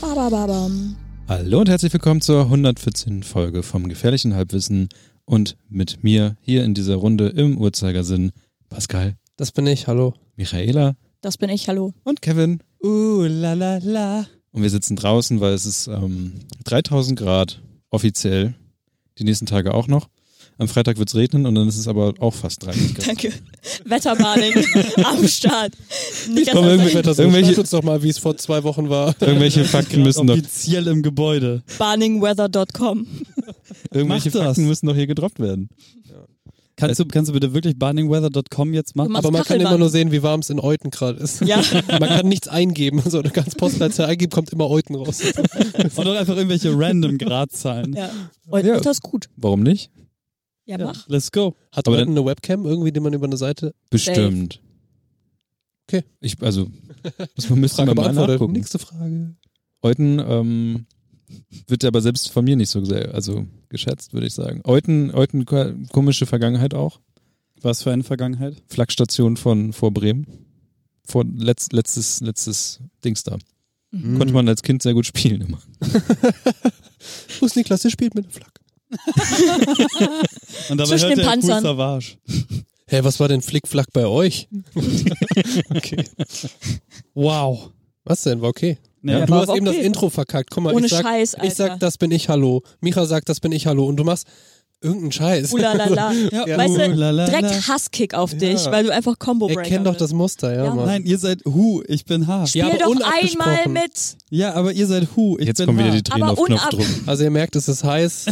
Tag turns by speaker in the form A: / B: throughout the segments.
A: Babababam.
B: Hallo und herzlich willkommen zur 114. Folge vom Gefährlichen Halbwissen und mit mir hier in dieser Runde im Uhrzeigersinn Pascal,
C: Das bin ich, hallo.
B: Michaela
A: Das bin ich, hallo.
B: und Kevin.
C: Uh, la, la, la.
B: Und wir sitzen draußen, weil es ist ähm, 3000 Grad offiziell, die nächsten Tage auch noch. Am Freitag wird es regnen und dann ist es aber auch fast 30 Grad.
A: Danke. Wetterbaning am Start. Nicht
B: komme
A: als
B: irgendwie-
A: ob
C: Das
B: Irgendwelche-
C: Irgendwelche uns doch mal, wie es vor zwei Wochen war. Genau.
B: Irgendwelche Fakten müssen doch,
D: offiziell im Gebäude.
A: burningweather.com.
B: irgendwelche
D: Mach das.
B: Fakten müssen doch hier gedroppt werden.
D: Kannst du, kannst du bitte wirklich burningweather.com jetzt machen?
A: Du machst-
D: Aber
C: Aber man kann
A: Kachelmann.
C: immer nur sehen, wie warm es in Euten gerade ist.
A: Ja.
C: Man kann nichts eingeben. So, du kannst Postleitzahl eingeben, kommt immer Euten raus.
D: und doch einfach irgendwelche random Gradzahlen.
A: Ja. Und
B: Ja.
A: wird das gut.
B: Warum nicht?
A: Ja,
D: Ja,
A: mach.
D: Let's go.
C: Hat
B: Aber
C: Euten eine Webcam irgendwie, die man über eine Seite.
B: Bestimmt.
C: Okay.
B: Ich, also, das müsste man mal
C: beantwortet.
B: nachgucken.
C: Nächste Frage.
B: Euten ähm, wird aber selbst von mir nicht so sehr, also geschätzt, würde ich sagen. Euten, Euten, ko- komische Vergangenheit auch.
D: Was für eine Vergangenheit.
B: Flaggstation von vor Bremen. Vor letz, letztes, letztes Dings da.
D: Mhm.
B: Konnte man als Kind sehr gut spielen immer.
C: Wo ist Niklas? Der spielt mit einer Flagge.
D: Und dabei
A: Zwischen
D: hört
A: den
D: er cool
A: Panzern.
D: Savage.
C: Hä, was war denn Flickflack bei euch? okay.
D: Wow.
C: Was denn? War okay.
D: Nee,
B: Ja,
D: du
C: Du
A: war
D: hast,
C: hast eben das
A: okay.
C: Intro verkackt. Guck mal,
A: Ohne
C: ich sag,
A: Scheiß, Alter.
C: ich sag, das bin ich, hallo. Micha sagt, das bin ich, hallo. Und du machst irgendeinen Scheiß.
A: Ulalala.
D: Ja,
A: Weißt du,
D: ulalala.
A: direkt Hasskick auf dich, weil du einfach combo breaker
C: Erkenn doch das Muster, ja,
A: Ja,
C: Mann.
D: Nein, ihr seid Who, ich bin H.
C: Ja,
A: Spiel
C: aber
A: doch
C: unabgesprochen.
A: einmal mit.
D: Ja, aber ihr seid Who, ich
B: Jetzt
D: bin
B: kommen
D: H.
B: wieder die Tränen
A: Aber
B: auf
A: unab-
B: Knopfdruck.
C: Also ihr merkt, es ist heiß.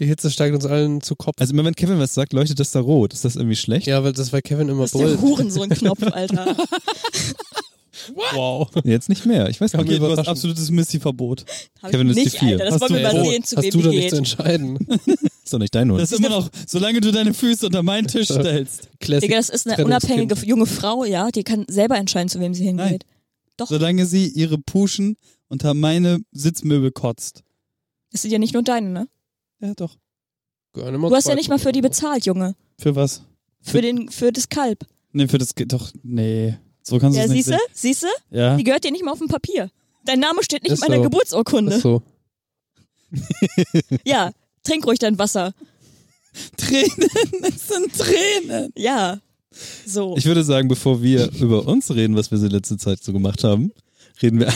C: Die Hitze steigt uns allen zu Kopf.
B: Also immer wenn Kevin was sagt, leuchtet das da rot. Ist das irgendwie schlecht?
C: Ja, weil das war Kevin immer
A: Das ist der
C: brüllt.
A: Hurensohn-Knopf, Alter.
C: Wow.
B: Jetzt nicht mehr. Ich weiß gar
D: Okay,
B: nicht.
D: du hast
C: Überraschend.
D: absolutes Misty-Verbot.
A: Hab
B: Kevin
A: ich
B: ist die
A: nicht,
B: Vier.
A: Alter. Das
D: Hast
A: wollen wir
D: du-
A: mal
D: Oh,
A: sehen, zu
C: Hast du
A: wem
C: doch
A: die
C: nicht zu
A: geht.
C: entscheiden.
B: Ist doch nicht dein Hund.
D: Das ist immer noch, solange du deine Füße unter meinen Tisch stellst.
C: Classic.
A: Digga, das ist eine
C: Trennungskind.
A: unabhängige junge Frau, ja. Die kann selber entscheiden, zu wem sie hingeht.
D: Solange sie ihre Puschen unter meine Sitzmöbel kotzt.
A: Das sind ja nicht nur deine, ne?
D: Ja, doch.
C: Gönn immer
A: Du hast ja
C: zwei
A: nicht mal für die
C: Kugeln.
A: bezahlt, Junge.
D: Für was?
A: Für, den, für das Kalb.
D: Nee, für das geht doch. Nee. So kannst
A: Ja,
D: du es nicht
A: siehste,
D: sehen.
A: siehste,
D: Ja.
A: die gehört dir nicht mal auf dem Papier. Dein Name steht nicht in
C: Ist
A: meiner
C: so.
A: Geburtsurkunde.
C: Ist so.
A: Ja, trink ruhig dein Wasser.
D: Tränen, es sind Tränen.
A: Ja. So.
B: Ich würde sagen, bevor wir über uns reden, was wir so letzte Zeit so gemacht haben, reden wir.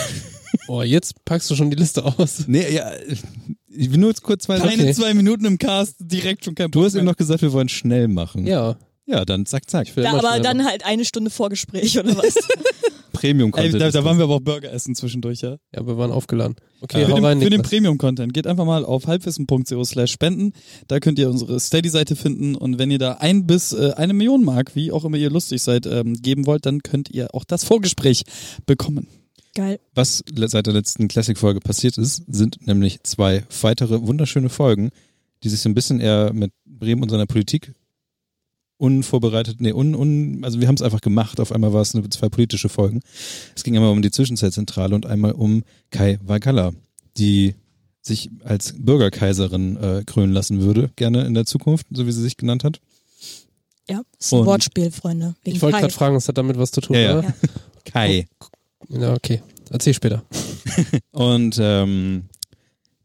C: Oh, jetzt packst du schon die Liste aus.
B: Nee, ja. Ich will nur jetzt kurz zwei
D: Keine
C: Okay.
D: zwei Minuten im Cast, direkt schon kein
B: Du hast
D: Bock
B: eben
D: mehr.
B: noch gesagt, wir wollen schnell machen.
C: Ja.
B: Ja, dann zack, zack.
C: will
A: ja,
C: immer
A: aber
C: schneller.
A: dann halt eine Stunde Vorgespräch oder was?
D: Ey,
B: Premium-Content.
D: da,
B: ist
D: da
B: das.
D: waren wir aber auch Burger essen zwischendurch, ja.
C: Ja, wir waren aufgeladen. Okay,
B: Ja.
D: Für
C: hau rein,
D: den, für den
C: Niklas.
D: Premium-Content geht einfach mal auf halbwissen.co slash spenden. Da könnt ihr unsere Steady-Seite finden und wenn ihr da ein bis äh, eine Million Mark, wie auch immer ihr lustig seid, ähm, geben wollt, dann könnt ihr auch das Vorgespräch bekommen.
A: Geil.
B: Was le- seit der letzten Classic-Folge passiert ist, sind nämlich zwei weitere wunderschöne Folgen, die sich so ein bisschen eher mit Bremen und seiner Politik unvorbereitet, nee, un, un, also wir haben es einfach gemacht. Auf einmal war es nur zwei politische Folgen. Es ging einmal um die Zwischenzeitzentrale und einmal um Kai Wagalla, die sich als Bürgerkaiserin äh, krönen lassen würde, gerne in der Zukunft, so wie sie sich genannt hat.
A: Ja, ist ein
B: Und-
A: Wortspiel, Freunde. Wegen
C: Ich wollte
A: Kai.
C: gerade fragen, es hat damit was zu tun,
B: Ja, ja.
C: oder?
B: Kai.
C: Ja. okay. Erzähl später.
B: Und ähm,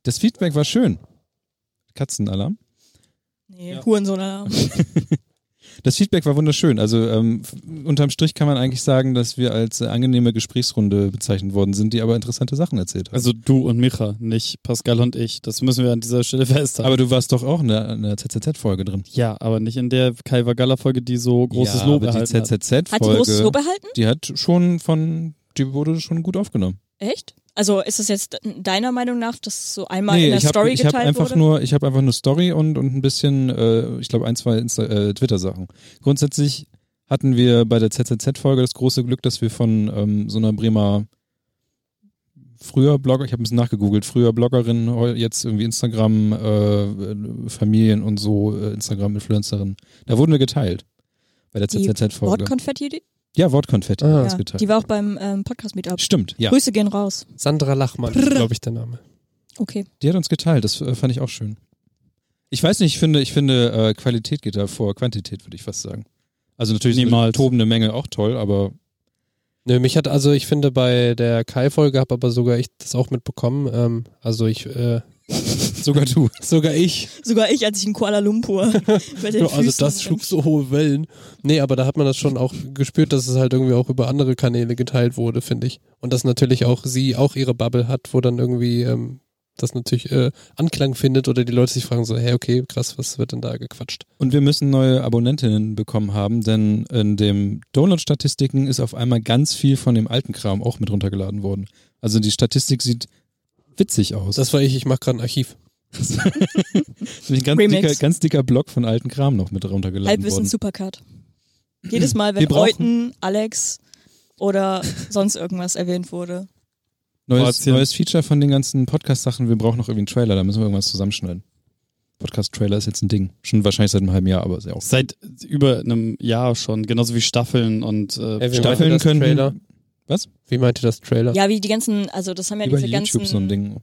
B: das Feedback war schön. Katzenalarm.
A: Nee, Hurensohn.
B: Das Feedback war wunderschön. Also ähm, f- unterm Strich kann man eigentlich sagen, dass wir als äh, angenehme Gesprächsrunde bezeichnet worden sind, die aber interessante Sachen erzählt haben.
D: Also du und Micha, nicht Pascal und ich. Das müssen wir an dieser Stelle festhalten.
B: aber du warst doch auch in der, in der ZZZ-Folge drin.
D: Ja, aber nicht in der Kai Vagala-Folge, die so großes
B: ja,
D: Lob
B: aber die
D: erhalten
A: Hat
D: hat.
A: die großes Lob
B: ZZZ-Folge,
A: erhalten?
B: die hat schon von, die wurde schon gut aufgenommen.
A: Echt? Also ist das jetzt deiner Meinung nach, dass so einmal in der
B: ich habe
A: Story
B: ich hab
A: geteilt
B: einfach
A: wurde?
B: nur, ich habe einfach nur Story und und ein bisschen, äh, ich glaube ein zwei Insta äh, Twitter Sachen. Grundsätzlich hatten wir bei der ZZZ Folge das große Glück, dass wir von ähm, so einer Bremer früher Blogger, ich habe ein bisschen nachgegoogelt, früher Bloggerin, heu- jetzt irgendwie Instagram äh, Familien und so äh, Instagram Influencerin. Da wurden wir geteilt bei der
A: Die
B: ZZZ Folge.
A: Wortkonfetti? Die,
B: ja, Wortkonfetti
C: Ah.
B: ah,
A: ja,
B: geteilt.
A: die war auch beim ähm, Podcast-Meetup.
B: Stimmt, ja.
A: Grüße gehen raus.
C: Sandra Lachmann, glaube ich, der Name.
A: Okay.
B: Die hat uns geteilt, das äh, fand ich auch schön. Ich weiß nicht, ich finde, ich finde äh, Qualität geht da vor Quantität, würde ich fast sagen. Also natürlich ist eine
D: Niemals.
B: tobende Menge auch toll, aber
C: Nö, mich hat, also ich finde bei der Kai-Folge habe aber sogar ich das auch mitbekommen. Ähm, also ich, äh,
B: Sogar du.
C: sogar ich.
A: Sogar ich, als ich in Kuala Lumpur mit den
C: Also
A: Füßen
C: das schlug so hohe Wellen. Nee, aber da hat man das schon auch gespürt, dass es halt irgendwie auch über andere Kanäle geteilt wurde, finde ich. Und dass natürlich auch sie auch ihre Bubble hat, wo dann irgendwie ähm, das natürlich äh, Anklang findet oder die Leute sich fragen so, hey, okay, krass, was wird denn da gequatscht?
B: Und wir müssen neue Abonnentinnen bekommen haben, denn in den Download-Statistiken ist auf einmal ganz viel von dem alten Kram auch mit runtergeladen worden. Also die Statistik sieht witzig aus.
C: Das war ich, ich mache gerade ein Archiv.
B: ist nämlich ein ganz
A: Remix.
B: dicker, ganz dicker Block von alten Kram noch mit runtergeladen
A: Halbwissen
B: worden.
A: Supercard. Jedes Mal, wenn
B: Wir brauchen-
A: Euten, Alex oder sonst irgendwas erwähnt wurde.
B: Neues,
D: Kroatien.
B: neues Feature von den ganzen Podcast-Sachen, wir brauchen noch irgendwie einen Trailer, da müssen wir irgendwas zusammenschneiden. Podcast-Trailer ist jetzt ein Ding. Schon wahrscheinlich seit einem halben Jahr, aber ist ja auch.
D: Seit über einem Jahr schon, genauso wie Staffeln und äh,
C: Ey, wie
B: Staffeln
C: meinte das
B: könnten-
C: Trailer?
B: Was?
C: Wie meinte das Trailer?
A: Ja, wie die ganzen, also das haben ja
B: Über
A: diese
B: YouTube
A: ganzen,
B: so ein Ding.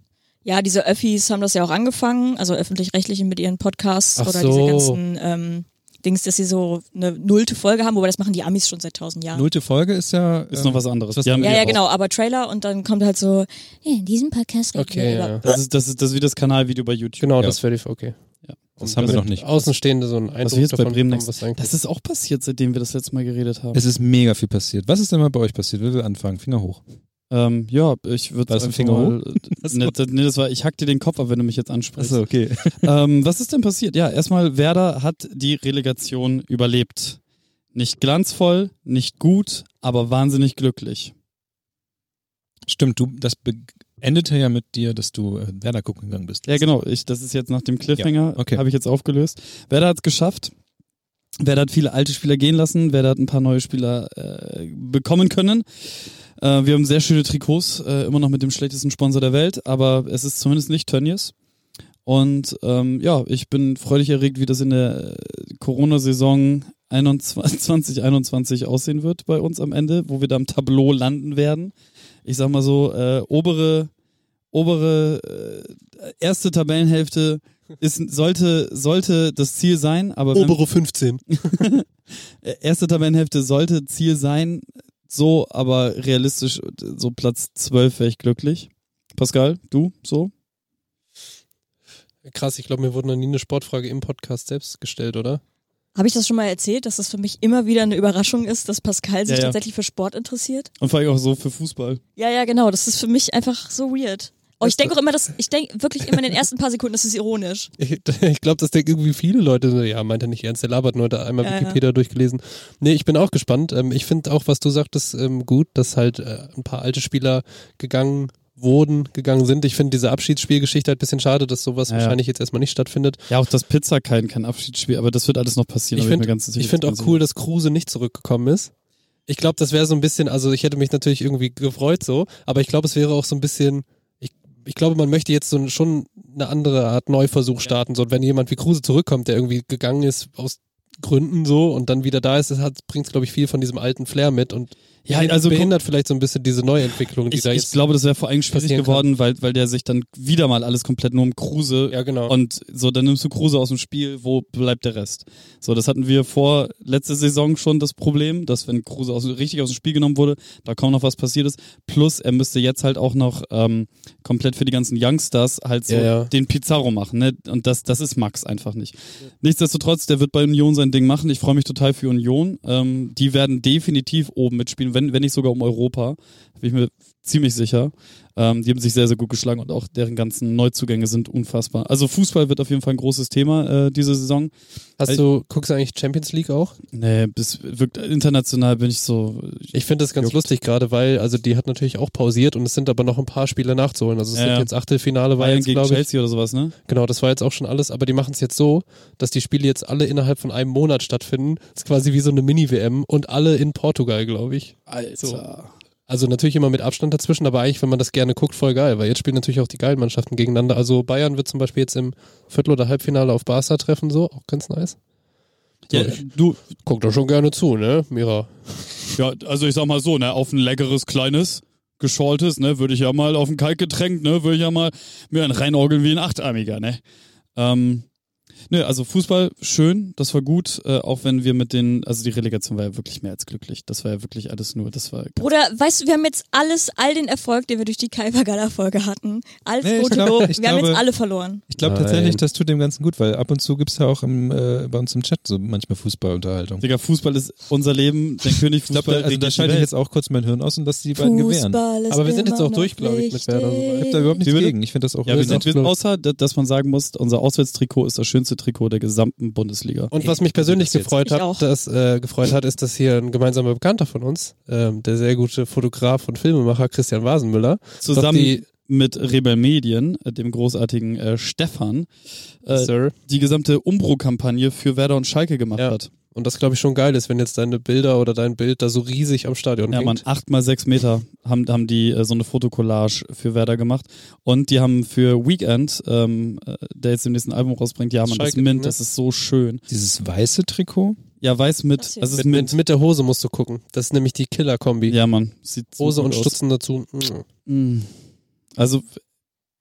A: ja, diese Öffis haben das ja auch angefangen, also öffentlich-rechtlichen mit ihren Podcasts
C: Ach
A: oder
C: so.
A: diese ganzen ähm, Dings, dass sie so eine nullte Folge haben, wobei das machen die Amis schon seit tausend Jahren.
B: Nullte Folge ist ja.
D: ist
B: ähm,
D: noch was anderes.
B: das-
D: Die haben
A: ja,
D: die
A: ja,
D: auch.
A: genau, aber Trailer und dann kommt halt so, hey, in diesem Podcast reden
C: Okay,
A: wir über
C: ja.
D: Das ist, das ist das ist wie das Kanalvideo bei YouTube.
C: Genau,
B: Ja.
C: das werde ich, okay.
D: Ja.
B: Das
C: Und
B: haben wir
C: damit
B: noch nicht.
C: Außenstehende so einen
D: Was
C: Eindruck
D: wir jetzt bei
C: davon
D: Bremen
C: haben,
D: Next.
C: was eigentlich
D: Das ist auch passiert, seitdem wir das letzte Mal geredet haben.
B: Es ist mega viel passiert. Was ist denn mal bei euch passiert? Wer will anfangen? Finger hoch.
D: ähm, ja, ich würde
B: War das ein Finger
D: mal,
B: Das
D: Nee, das, nee, das war, ich hack dir den Kopf ab, wenn du mich jetzt ansprichst.
B: Achso, okay.
D: Ähm, was ist denn passiert? Ja, erstmal Werder hat die Relegation überlebt. Nicht glanzvoll, nicht gut, aber wahnsinnig glücklich.
B: Stimmt, du, das be- endete ja mit dir, dass du äh, Werder gucken gegangen bist.
D: Ja, genau. Ich, das ist jetzt nach dem Cliffhanger,
B: Ja, okay.
D: habe ich jetzt aufgelöst. Werder hat es geschafft. Werder hat viele alte Spieler gehen lassen. Werder hat ein paar neue Spieler äh, bekommen können. Äh, wir haben sehr schöne Trikots, äh, immer noch mit dem schlechtesten Sponsor der Welt, aber es ist zumindest nicht Tönnies. Und ähm, ja, ich bin freudig erregt, wie das in der äh, Corona-Saison 21 2021 aussehen wird bei uns am Ende, wo wir da im Tableau landen werden. Ich sag mal so, äh, obere, obere äh, erste Tabellenhälfte ist, sollte, sollte das Ziel sein, aber wenn,
C: 15.
D: äh, erste Tabellenhälfte sollte Ziel sein, so, aber realistisch, äh, so Platz 12 wäre ich glücklich. Pascal, du, so?
C: Krass, ich glaube, mir wurde noch nie eine Sportfrage im Podcast selbst gestellt, oder?
A: Habe ich das schon mal erzählt, dass das für mich immer wieder eine Überraschung ist, dass Pascal sich
D: Ja, ja.
A: tatsächlich für Sport interessiert?
D: Und vor allem auch so für Fußball.
A: Ja, ja, genau. Das ist für mich einfach so weird. Oh, ich denke auch immer, dass ich denke wirklich immer in den ersten paar Sekunden, das ist ironisch.
C: Ich, ich glaube, das denken irgendwie viele Leute so, ja, meint er nicht ernst, der labert nur, da einmal
A: Ja, ja.
C: Wikipedia durchgelesen. Nee, ich bin auch gespannt. Ähm, ich finde auch, was du sagtest, ähm, gut, dass halt äh, ein paar alte Spieler gegangen wurden, gegangen sind. Ich finde diese Abschiedsspielgeschichte halt ein bisschen schade, dass sowas
D: Ja, ja.
C: wahrscheinlich jetzt erstmal nicht stattfindet.
D: Ja, auch das Pizza kein, kein Abschiedsspiel, aber das wird alles noch passieren.
C: Ich
D: da Genau, bin
C: find-
D: mir ganz sicher,
C: Ich finde
D: das
C: auch
D: kann
C: cool, dass Kruse nicht zurückgekommen ist. Ich glaube, das wäre so ein bisschen, also ich hätte mich natürlich irgendwie gefreut so, aber ich glaube, es wäre auch so ein bisschen, ich, ich glaube, man möchte jetzt so ein, schon eine andere Art Neuversuch starten. So, und wenn jemand wie Kruse zurückkommt, der irgendwie gegangen ist aus Gründen so und dann wieder da ist, das bringt, glaube ich, viel von diesem alten Flair mit und
D: Ja, also guck-
C: behindert vielleicht so ein bisschen diese Neuentwicklung, die
D: Ich,
C: da
D: ich
C: jetzt.
D: glaube, das wäre vor allem schwierig
C: passieren kann.
D: geworden, weil, weil der sich dann wieder mal alles komplett nur um Kruse
C: ja, genau.
D: Und so, dann nimmst du Kruse aus dem Spiel, wo bleibt der Rest? So, das hatten wir vor letzte Saison schon das Problem, dass wenn Kruse aus, richtig aus dem Spiel genommen wurde, da kaum noch was passiert ist. Plus, er müsste jetzt halt auch noch ähm, komplett für die ganzen Youngstars halt so
C: Ja, ja.
D: den Pizarro machen. Ne? Und das, das ist Max einfach nicht. Nichtsdestotrotz, der wird bei Union sein Ding machen. Ich freue mich total für Union. Ähm, die werden definitiv oben mitspielen, wenn, wenn nicht sogar um Europa. Bin ich mir ziemlich sicher. Ähm, die haben sich sehr, sehr gut geschlagen und auch deren ganzen Neuzugänge sind unfassbar. Also Fußball wird auf jeden Fall ein großes Thema äh, diese Saison.
C: Hast
D: also
C: du, guckst du eigentlich Champions League auch?
D: Nee, bis wirkt international bin ich so.
C: Ich finde das ganz
D: Juckt.
C: lustig gerade, weil, also die hat natürlich auch pausiert und es sind aber noch ein paar Spiele nachzuholen. Also es
D: Ja,
C: sind
D: ja.
C: jetzt Achtelfinale, war
D: Bayern
C: jetzt,
D: gegen
C: glaube ich,
D: Chelsea oder sowas, ne?
C: Genau, das war jetzt auch schon alles, aber die machen es jetzt so, dass die Spiele jetzt alle innerhalb von einem Monat stattfinden. ist quasi wie so eine Mini-WM und alle in Portugal, glaube ich.
D: Alter.
C: Also natürlich immer mit Abstand dazwischen, aber eigentlich, wenn man das gerne guckt, voll geil, weil jetzt spielen natürlich auch die geilen Mannschaften gegeneinander. Also Bayern wird zum Beispiel jetzt im Viertel- oder Halbfinale auf Barca treffen, so, auch ganz nice.
D: Ja,
C: So, ich
D: du,
C: guck da schon gerne zu, ne, Mira?
D: ja, also ich sag mal so, ne, auf ein leckeres, kleines, geschortes, ne, würde ich ja mal auf ein Kaltgetränk, ne, würde ich ja mal mir einen reinorgeln wie ein Achtarmiger, ne. Ähm, Nö, also Fußball, schön, das war gut, äh, auch wenn wir mit den, also die Relegation war ja wirklich mehr als glücklich. Das war ja wirklich alles nur, das war.
A: Bruder, weißt du, wir haben jetzt alles, all den Erfolg, den wir durch die Kaipergala-Folge hatten, alles
B: Nee, ich
A: rote
B: glaub-
A: Lob,
B: ich
A: wir haben jetzt
B: glaube-
A: alle verloren.
B: Ich glaube
D: genau.
C: Nein.
B: tatsächlich, das tut dem Ganzen gut, weil ab und zu gibt's ja auch im, äh, bei uns im Chat so manchmal Fußballunterhaltung.
D: Digga, Fußball ist unser Leben, der König
B: Ich glaube,
D: Fußball.
B: da, also da
D: regiert die
B: schalte ich
D: Welt.
B: jetzt auch kurz mein Hirn aus und lasse die beiden gewähren. Ich
A: ist
C: Aber wir sind jetzt
A: immer
C: auch durch,
A: noch
C: glaub ich, mit Werder so weit.
A: wichtig.
B: habe da überhaupt nichts
D: Wie bitte?
B: gegen. Ich finde das auch
D: Ja, wir
B: das
D: sind,
B: ist
D: wir
B: auch-
D: sind außer, da- dass man sagen muss, unser Auswärtstrikot ist das schönste Trikot der gesamten Bundesliga.
C: Und was mich persönlich
B: das jetzt.
C: gefreut
A: Ich auch.
C: hat, dass, äh, gefreut hat, ist, dass hier ein gemeinsamer Bekannter von uns, ähm, der sehr gute Fotograf und Filmemacher Christian Wasenmüller, doch
D: Zusammen
C: die,
D: mit Rebel Medien, äh, dem großartigen äh, Stefan, äh,
C: Sir,
D: die gesamte Umbro-Kampagne für Werder und Schalke gemacht
C: Ja.
D: hat.
C: und das glaube ich schon geil ist, wenn jetzt deine Bilder oder dein Bild da so riesig am Stadion
D: Ja, Mann,
C: hängt.
D: acht mal sechs Meter haben, haben die äh, so eine Fotokollage für Werder gemacht. Und die haben für Weekend, ähm, äh, der jetzt im nächsten Album rausbringt, ja,
C: Das
D: man, das
C: Schalke-Ding,
D: Mint,
C: ne?
D: das ist so schön.
B: Dieses weiße Trikot.
D: Ja, weiß mit,
A: Das
D: das
A: hier.
C: Mit,
D: ist Mint.
C: mit, mit der Hose musst du gucken. Das ist nämlich die Killer-Kombi.
D: Ja, Mann, sieht so
C: Hose
D: gut
C: und
D: aus.
C: Stutzen dazu. Mm.
D: Mm. Also w-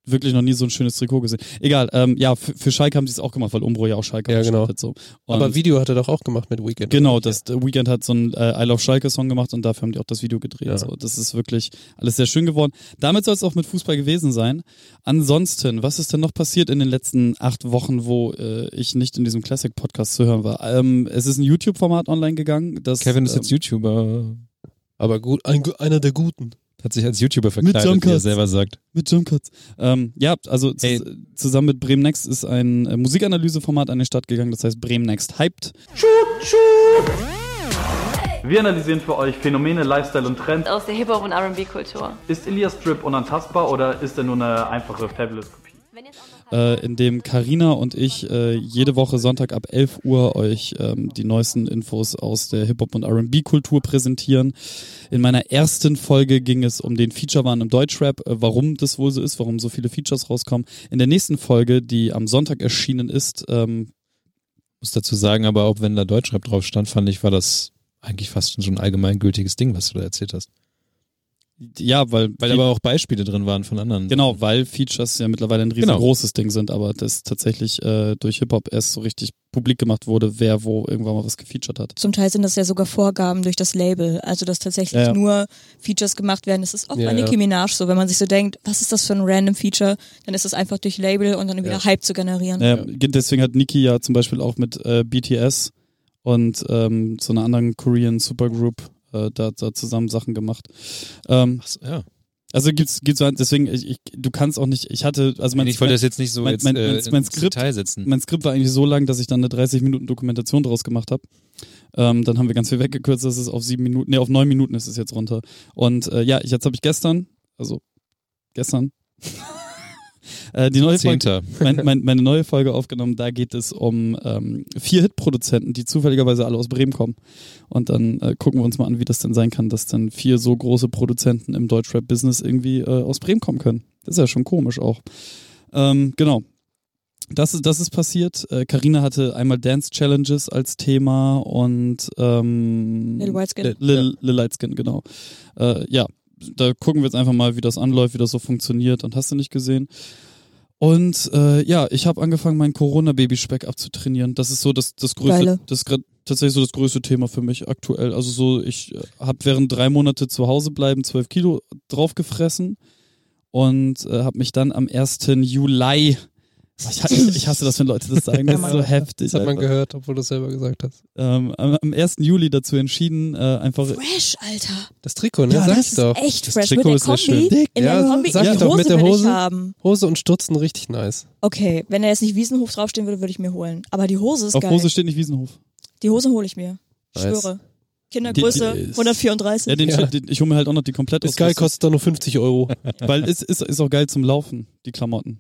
D: wirklich noch nie so ein schönes Trikot gesehen. Egal, ähm, ja, für, für Schalke haben sie es auch gemacht, weil Umbro ja auch Schalke
C: Ja, genau.
D: unterstützt Hat, halt so. Und
C: Aber Video hat er doch auch gemacht mit Weekend.
D: Genau,
C: oder?
D: das der Weekend hat so einen äh, I Love Schalke Song gemacht und dafür haben die auch das Video gedreht.
C: Ja.
D: So, das ist wirklich alles sehr schön geworden. Damit soll es auch mit Fußball gewesen sein. Ansonsten, was ist denn noch passiert in den letzten acht Wochen, wo äh, ich nicht in diesem Classic Podcast zu hören war? Ähm, es ist ein YouTube-Format online gegangen. Das,
B: Kevin ist
D: ähm,
B: jetzt YouTuber.
C: Aber gut, ein, gu- einer der Guten.
B: Hat sich als YouTuber verkleidet, wie er
D: Jumpcuts.
B: selber sagt.
D: Mit Jumpcuts. Ähm, ja, also z-
B: Ey.
D: zusammen mit Bremen Next ist ein äh, Musikanalyseformat an die Stadt gegangen, das heißt Bremen Next hyped.
E: Wir analysieren für euch Phänomene, Lifestyle und Trends.
F: aus der Hip-Hop- und RB-Kultur.
E: Ist Elias Strip unantastbar oder ist er nur eine einfache Fabulous-Kopie?
D: äh, in dem Karina und ich äh, jede Woche Sonntag ab 11 Uhr euch ähm, die neuesten Infos aus der Hip-Hop- und R&B-Kultur präsentieren. In meiner ersten Folge ging es um den Feature-Wahn im Deutschrap, äh, warum das wohl so ist, warum so viele Features rauskommen. In der nächsten Folge, die am Sonntag erschienen ist, ähm,
B: Muss dazu sagen, aber auch wenn da Deutschrap drauf stand, fand ich, war das eigentlich fast schon ein allgemeingültiges Ding, was du da erzählt hast.
D: ja, weil,
B: Weil aber auch Beispiele drin waren von anderen.
D: Genau, weil Features ja mittlerweile ein
B: Genau.
D: riesengroßes Ding sind, aber das tatsächlich äh, durch Hip-Hop erst so richtig publik gemacht wurde, wer wo irgendwann mal was gefeatured hat.
A: Zum Teil sind das ja sogar Vorgaben durch das Label, also dass tatsächlich
D: Ja.
A: nur Features gemacht werden. Das ist auch
C: Ja,
A: bei Nicki
C: ja.
A: Minaj so, wenn man sich so denkt, was ist das für ein random Feature, dann ist das einfach durch Label und dann wieder
C: Ja.
A: Hype zu generieren.
D: Ja, Ähm, deswegen hat Nicki ja zum Beispiel auch mit äh, BTS und ähm, so einer anderen Korean Supergroup äh, da, da zusammen Sachen gemacht. Ähm,
B: Ach so, ja.
D: also gibt's, gibt's deswegen, ich, ich, du kannst auch nicht, ich hatte, also mein,
B: ich wollte das jetzt nicht so
D: mein-
B: jetzt,
D: mein-
B: äh,
D: mein-
B: ins
D: mein Skript-
B: Detail setzen.
D: mein Skript war eigentlich so lang, dass ich dann eine 30 Minuten Dokumentation draus gemacht habe. Ähm, dann haben wir ganz viel weggekürzt, dass es auf sieben Minuten, nee, auf neun Minuten ist es jetzt runter. Und äh, ja, ich, jetzt habe ich gestern, also gestern, äh, die neue Folge,
B: Zehnter.
D: mein, mein, meine neue Folge aufgenommen. Da geht es um ähm, vier Hitproduzenten, die zufälligerweise alle aus Bremen kommen. Und dann äh, gucken wir uns mal an, wie das denn sein kann, dass dann vier so große Produzenten im Deutschrap-Business irgendwie äh, aus Bremen kommen können. Das ist ja schon komisch auch. Ähm, genau. Das ist, das ist passiert. Äh, Carina hatte einmal Dance Challenges als Thema und ähm,
A: Lil White Skin.
D: Li- Lil, Lil Lightskin, genau. Äh, ja, da gucken wir jetzt einfach mal, wie das anläuft, wie das so funktioniert und hast du nicht gesehen. Und äh, ja, ich habe angefangen, meinen Corona-Babyspeck abzutrainieren. Das ist so das, das größte,
A: Geile.
D: das grad- tatsächlich so das größte Thema für mich aktuell. Also so, ich habe während drei Monate zu Hause bleiben, zwölf Kilo draufgefressen und äh, habe mich dann am 1. Juli ich, ha- ich hasse das, wenn Leute das sagen. Das ist so heftig.
C: Das hat man
D: einfach.
C: gehört, obwohl du es selber gesagt hast.
D: ähm, am am 1. Juli dazu entschieden, äh, einfach
A: Fresh, Alter.
C: Das Trikot, ne?
D: Ja,
C: Sag
D: das
C: ich
A: Das
C: doch.
A: ist echt
D: Das
A: fresh.
D: Trikot
A: mit
D: ist
A: der
D: sehr
A: Kombi,
D: schön.
C: Dick,
A: in
C: ja,
A: der Kombi,
C: sag
A: die
C: ich doch, mit der
A: will ich
C: Hose.
A: haben.
C: Hose und Stutzen richtig nice.
A: Okay, wenn er jetzt nicht Wiesenhof draufstehen würde, würde ich mir holen. Aber die Hose ist
D: auf
A: geil.
D: Hose steht nicht Wiesenhof.
A: die Hose hole ich mir. Ich
C: Nice.
A: schwöre. Kindergröße
D: Die- die ist-
A: 134.
D: Ja, den,
C: Ja.
D: den, ich hole mir halt auch noch die komplett
C: Ist geil, kostet doch nur 50 Euro.
D: Weil es ist, ist auch geil zum Laufen, die Klamotten.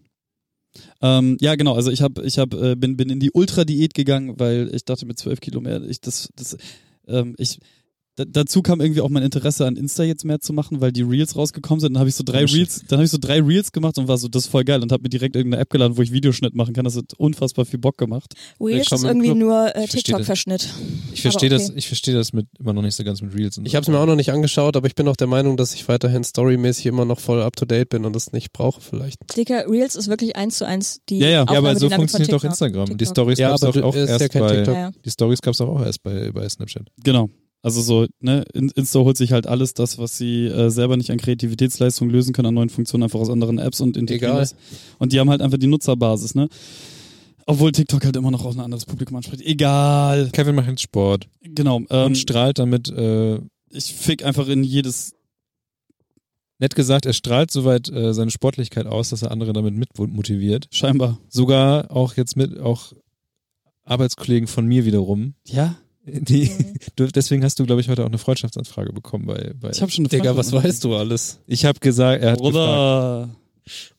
D: Ähm, ja, genau, also ich hab, ich hab, äh, bin, bin in die Ultra-Diät gegangen, weil ich dachte mit 12 Kilo mehr, ich das, das, ähm, ich, Da, dazu kam irgendwie auch mein Interesse an Insta jetzt mehr zu machen, weil die Reels rausgekommen sind. Dann habe ich so drei Reels, dann habe ich so drei Reels gemacht und war so, das ist voll geil und habe mir direkt irgendeine App geladen, wo ich Videoschnitt machen kann. Das hat unfassbar viel Bock gemacht.
A: Reels
C: Willkommen
A: ist
C: im
A: irgendwie
C: Club.
A: nur äh,
B: Ich verstehe das.
A: TikTok-Verschnitt.
B: Ich verstehe
A: Aber
B: das, ich verstehe das mit, immer noch nicht so ganz mit Reels und
C: Ich
B: so.
C: habe es mir auch noch nicht angeschaut, aber ich bin auch der Meinung, dass ich weiterhin storymäßig immer noch voll up to date bin und das nicht brauche vielleicht.
A: Dicker, Reels ist wirklich eins zu eins die
B: Ja, ja, ja, aber
A: Aufnahmedynamik
B: so
A: von
B: funktioniert doch
A: TikTok.
B: Instagram. Die
A: TikTok.
B: Stories
C: Ja,
B: gab's
C: aber
B: gab
C: du-
B: es auch
C: ist ja
B: erst
C: kein
B: bei,
C: TikTok.
A: Ja, ja.
B: die Stories gab's auch erst bei, bei Snapchat.
D: Genau. Also so, ne, In- Insta holt sich halt alles das, was sie äh, selber nicht an Kreativitätsleistung lösen können, an neuen Funktionen einfach aus anderen Apps und integrieren
C: Egal.
D: das. Und die haben halt einfach die Nutzerbasis, ne? Obwohl TikTok halt immer noch auf ein anderes Publikum anspricht. Egal.
B: Kevin macht jetzt Sport
D: Genau. Ähm,
B: und strahlt damit, äh,
D: ich fick einfach in jedes
B: nett gesagt, er strahlt soweit äh, seine Sportlichkeit aus, dass er andere damit mitmotiviert.
D: scheinbar.
B: Sogar auch jetzt mit, auch Arbeitskollegen von mir wiederum.
D: Ja.
B: Die, du, deswegen hast du, glaube ich, heute auch eine Freundschaftsanfrage bekommen bei, bei
D: Ich habe schon eine Frage.
C: Digga, was weißt du alles?
B: Ich habe gesagt, er hat gefragt.
D: Bruder.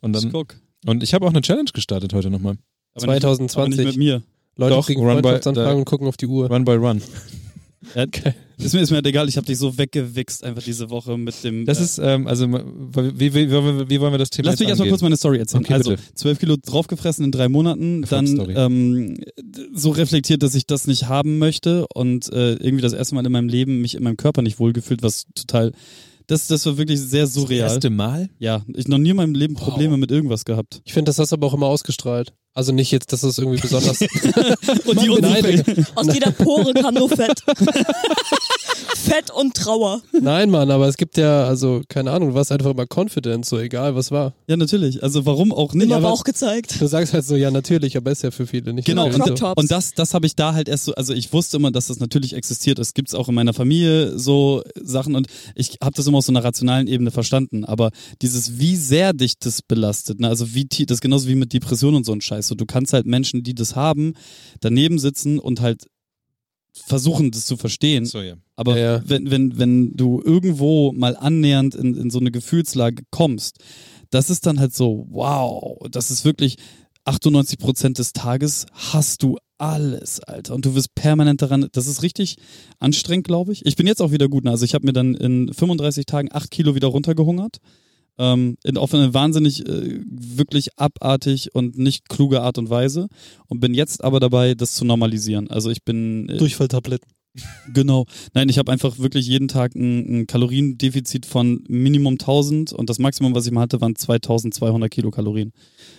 B: Und,
D: Ich
B: dann,
D: guck.
B: und ich habe auch eine Challenge gestartet heute nochmal.
D: Aber nicht- aber nicht mit
C: 2020.
D: mir.
C: Leute
B: Doch,
C: kriegen
B: Run by- da-
C: Freundschaftsanfragen und gucken auf die Uhr.
B: Run by Run.
D: Ist mir, ist mir halt egal, ich habe dich so weggewichst einfach diese Woche mit dem.
B: Das
D: äh,
B: ist, ähm, also, wie, wie, wie, wollen wir- wie wollen wir das Thema
D: Lass
B: jetzt
D: mich erstmal kurz
B: angehen?
D: meine Story erzählen.
B: Okay,
D: also,
B: bitte.
D: 12 Kilo draufgefressen in drei Monaten, dann
B: Erfolgsstory.
D: ähm, d- so reflektiert, dass ich das nicht haben möchte und äh, irgendwie das erste Mal in meinem Leben mich in meinem Körper nicht wohlgefühlt, was total. Das, das war wirklich sehr
B: Das
D: surreal.
B: erste Mal?
D: Ja, ich noch nie in meinem Leben Probleme mit irgendwas gehabt.
C: Ich finde, das hast du aber auch immer ausgestrahlt. Also nicht jetzt, dass es irgendwie besonders.
D: Und die
C: nein,
D: Unfälle.
C: Digga.
A: Aus jeder Pore kam nur Fett. Fett und Trauer.
C: nein, Mann, aber es gibt ja, also keine Ahnung, du warst einfach immer confident, so egal was war.
D: Ja, natürlich. Also warum auch nicht?
A: Immer
D: aber-
A: Bauch gezeigt.
C: Du sagst halt so, ja natürlich, aber ist ja für viele nicht.
D: Genau,
C: natürlich
A: Crop
C: so.
A: Top. Tops.
D: Und das, das habe ich da halt erst so, also ich wusste immer, dass das natürlich existiert. Es gibt's auch in meiner Familie so Sachen und ich habe das immer auf so einer rationalen Ebene verstanden. Aber dieses, wie sehr dich das belastet, ne? also wie tie- das ist genauso wie mit Depressionen und so ein Scheiß. So, du kannst halt Menschen, die das haben, daneben sitzen und halt versuchen, das zu verstehen.
B: So, ja.
D: Aber
C: Ja, ja.
D: Wenn, wenn, wenn du irgendwo mal annähernd in, in so eine Gefühlslage kommst, das ist dann halt so, wow, das ist wirklich 98 Prozent des Tages hast du alles, Alter. Und du wirst permanent daran, das ist richtig anstrengend, glaube ich. Ich bin jetzt auch wieder gut. ne? Also ich habe mir dann in 35 Tagen 8 Kilo wieder runtergehungert. Ähm, in, auf eine wahnsinnig, äh, wirklich abartig und nicht kluge Art und Weise. Und bin jetzt aber dabei, das zu normalisieren. Also ich bin... Äh,
C: Durchfalltabletten.
D: Genau. Nein, ich habe einfach wirklich jeden Tag ein, ein Kaloriendefizit von Minimum 1000 und das Maximum, was ich mal hatte, waren 2200 Kilokalorien.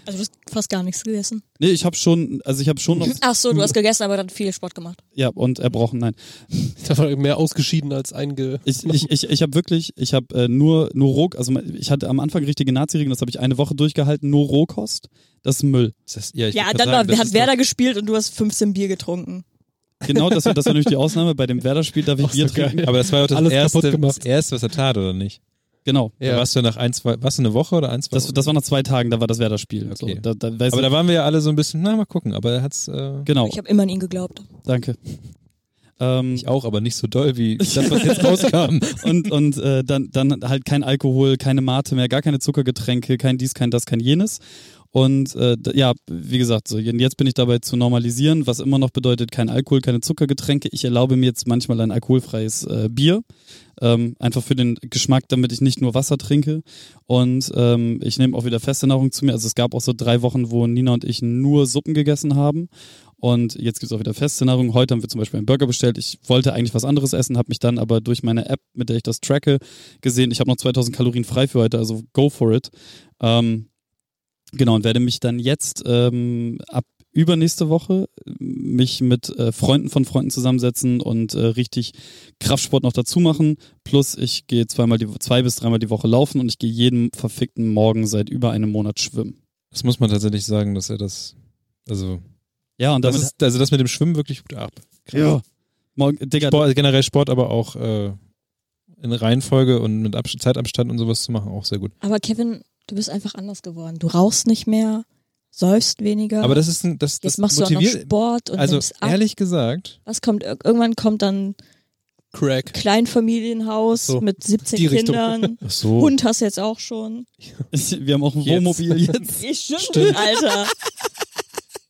A: Also du hast fast gar nichts gegessen.
D: Nee, ich habe schon, also ich habe schon noch,
A: Ach so,
B: Hm.
A: du hast gegessen, aber dann viel Sport gemacht.
D: ja, und erbrochen, nein.
C: Da war mehr ausgeschieden als einge.
D: Ich, ich, ich, ich habe wirklich, ich habe äh, nur, nur Roh, also ich hatte am Anfang richtige Nazi-Regeln, das habe ich eine Woche durchgehalten, nur Rohkost, das ist Müll.
B: Ist das, ja, ich
A: ja,
B: wollte
A: dann
B: gerade sagen,
A: war,
B: das
A: hat
B: ist
A: Werder gespielt und du hast 15 Bier getrunken.
D: Genau, das, war- das war nämlich die Ausnahme, bei dem Werder-Spiel darf ich
C: Ach, so
D: Bier
C: geil.
D: trinken.
B: doch, aber das war ja auch das
C: Alles
B: erste,
C: kaputt gemacht.
B: das erste, was er tat, oder nicht?
D: Genau.
B: Da warst du nach ein, zwei, warst du eine Woche oder ein, zwei
D: Das,
B: Wochen?
D: das war nach zwei Tagen, da war das Werder-Spiel.
B: Okay.
D: So, da, da, weißt
B: Aber
D: du-
B: da waren wir ja alle so ein bisschen, na, mal gucken. Aber er hat's, äh,
D: genau,
A: Ich habe immer an ihn geglaubt.
D: danke. Ähm,
B: ich auch, aber nicht so doll wie das, was jetzt rauskam.
D: und und äh, dann, dann halt kein Alkohol, keine Mate mehr, gar keine Zuckergetränke, kein dies, kein das, kein jenes. Und äh, d- ja, wie gesagt, so, und jetzt bin ich dabei zu normalisieren, was immer noch bedeutet, kein Alkohol, keine Zuckergetränke. Ich erlaube mir jetzt manchmal ein alkoholfreies äh, Bier. Ähm, einfach für den Geschmack, damit ich nicht nur Wasser trinke. Und ähm, ich nehme auch wieder feste Nahrung zu mir. Also es gab auch so drei Wochen, wo Nina und ich nur Suppen gegessen haben. Und jetzt gibt's auch wieder feste Nahrung. Heute haben wir zum Beispiel einen Burger bestellt. Ich wollte eigentlich was anderes essen, habe mich dann aber durch meine App, mit der ich das tracke, gesehen, ich habe noch 2000 Kalorien frei für heute, also go for it. Ähm, genau, und werde mich dann jetzt ähm, ab übernächste Woche äh, mich mit äh, Freunden von Freunden zusammensetzen und äh, richtig Kraftsport noch dazu machen. Plus ich gehe zweimal die zwei bis dreimal die Woche laufen und ich gehe jeden verfickten Morgen seit über einem Monat schwimmen.
B: Das muss man tatsächlich sagen, dass er das, also,
D: Ja, und
B: das
D: damit-
B: ist, also das mit dem Schwimmen wirklich gut ab.
D: ja. Morgen, Digga,
B: Sport, generell Sport, aber auch, äh, in Reihenfolge und mit Abs Zeitabstand und sowas zu machen, auch sehr gut.
A: Aber Kevin, du bist einfach anders geworden. Du rauchst nicht mehr, säufst weniger.
B: Aber das ist ein, das, das
A: Jetzt machst du auch noch
B: motiviert.
A: Sport und
B: also,
A: nimmst ab.
B: ehrlich gesagt,
A: Was kommt? Ir- Irgendwann kommt dann
C: Crack.
A: Kleinfamilienhaus
C: So,
A: mit 17
C: die Richtung.
A: Kindern.
B: ach so.
A: Hund hast du jetzt auch schon.
D: Ich, wir haben auch ein
C: Jetzt.
D: Wohnmobil jetzt.
A: Ich stimmt, Alter.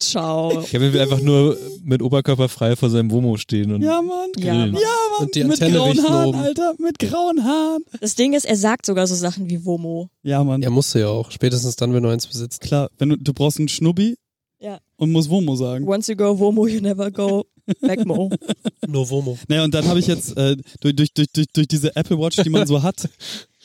A: Schau.
B: Kevin will einfach nur mit Oberkörper frei vor seinem Womo stehen und
D: Ja, Mann.
A: Ja,
B: grillen.
A: Mann.
D: Ja, Mann.
C: Und die
D: mit
C: Antenne
D: grauen
C: richten
D: Haaren,
C: oben.
D: Alter. Mit grauen Haaren.
A: Das Ding ist, er sagt sogar so Sachen wie Womo.
D: Ja, Mann.
C: Ja, musst du ja auch. Spätestens dann, wenn du eins besitzt.
D: Klar, wenn du, du brauchst einen Schnubbi
A: Ja.
D: und musst Womo sagen.
A: Once you go Womo, you never go back Mo.
C: Novomo.
D: Naja, und dann habe ich jetzt äh, durch, durch, durch, durch, durch diese Apple Watch, die man so hat,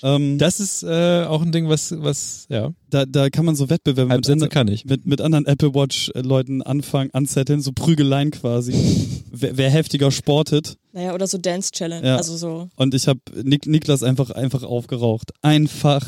D: ähm,
B: Das ist äh, auch ein Ding, was, was ja,
D: da, da kann man so Wettbewerbe mit,
B: Halbsätze
D: ander-
B: kann ich.
D: mit, mit anderen Apple Watch-Leuten anfangen, anzetteln, so Prügeleien quasi. wer, wer heftiger sportet.
A: Naja, oder so Dance Challenge.
D: Ja.
A: Also so.
D: Und ich habe Nik Niklas einfach, einfach aufgeraucht. Einfach.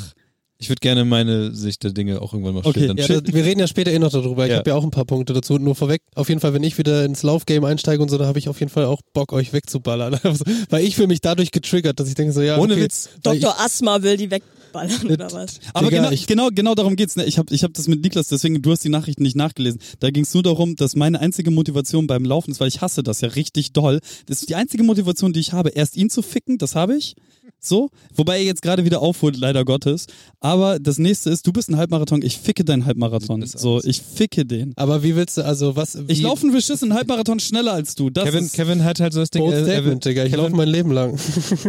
B: Ich würde gerne meine Sicht der Dinge auch irgendwann mal
D: Okay,
B: schildern.
C: Ja, da, wir reden ja später eh noch darüber. Ich
B: Ja.
C: habe ja auch ein paar Punkte dazu. Nur vorweg, auf jeden Fall, wenn ich wieder ins Laufgame einsteige und so, da habe ich auf jeden Fall auch Bock, euch wegzuballern. Also, Weil ich fühle mich dadurch getriggert, dass ich denke so, ja,
B: Ohne
C: okay,
B: Witz.
C: weil
A: Dr. Asthma will die wegballern oder was?
D: Aber
C: Digga,
D: genau,
C: ich-
D: genau, genau darum geht's. Ne? Ich habe ich hab das mit Niklas, deswegen, du hast die Nachrichten nicht nachgelesen. Da ging's nur darum, dass meine einzige Motivation beim Laufen ist, weil ich hasse das ja richtig doll. Das ist die einzige Motivation, die ich habe, erst ihn zu ficken, das habe ich. So, wobei er jetzt gerade wieder aufholt, leider Gottes. Aber das nächste ist, du bist ein Halbmarathon, ich ficke deinen Halbmarathon.
B: Das ist
D: So,
B: alles.
D: ich ficke den.
C: Ich, aber wie willst du, also was.
D: Ich
C: wie,
D: laufe einen beschissenen Halbmarathon schneller als du. Das
B: Kevin,
D: ist,
B: Kevin hat halt so das Ding,
C: Bold
B: äh, er will,
C: Statement, Digga. Ich laufe
B: Kevin,
C: mein Leben lang.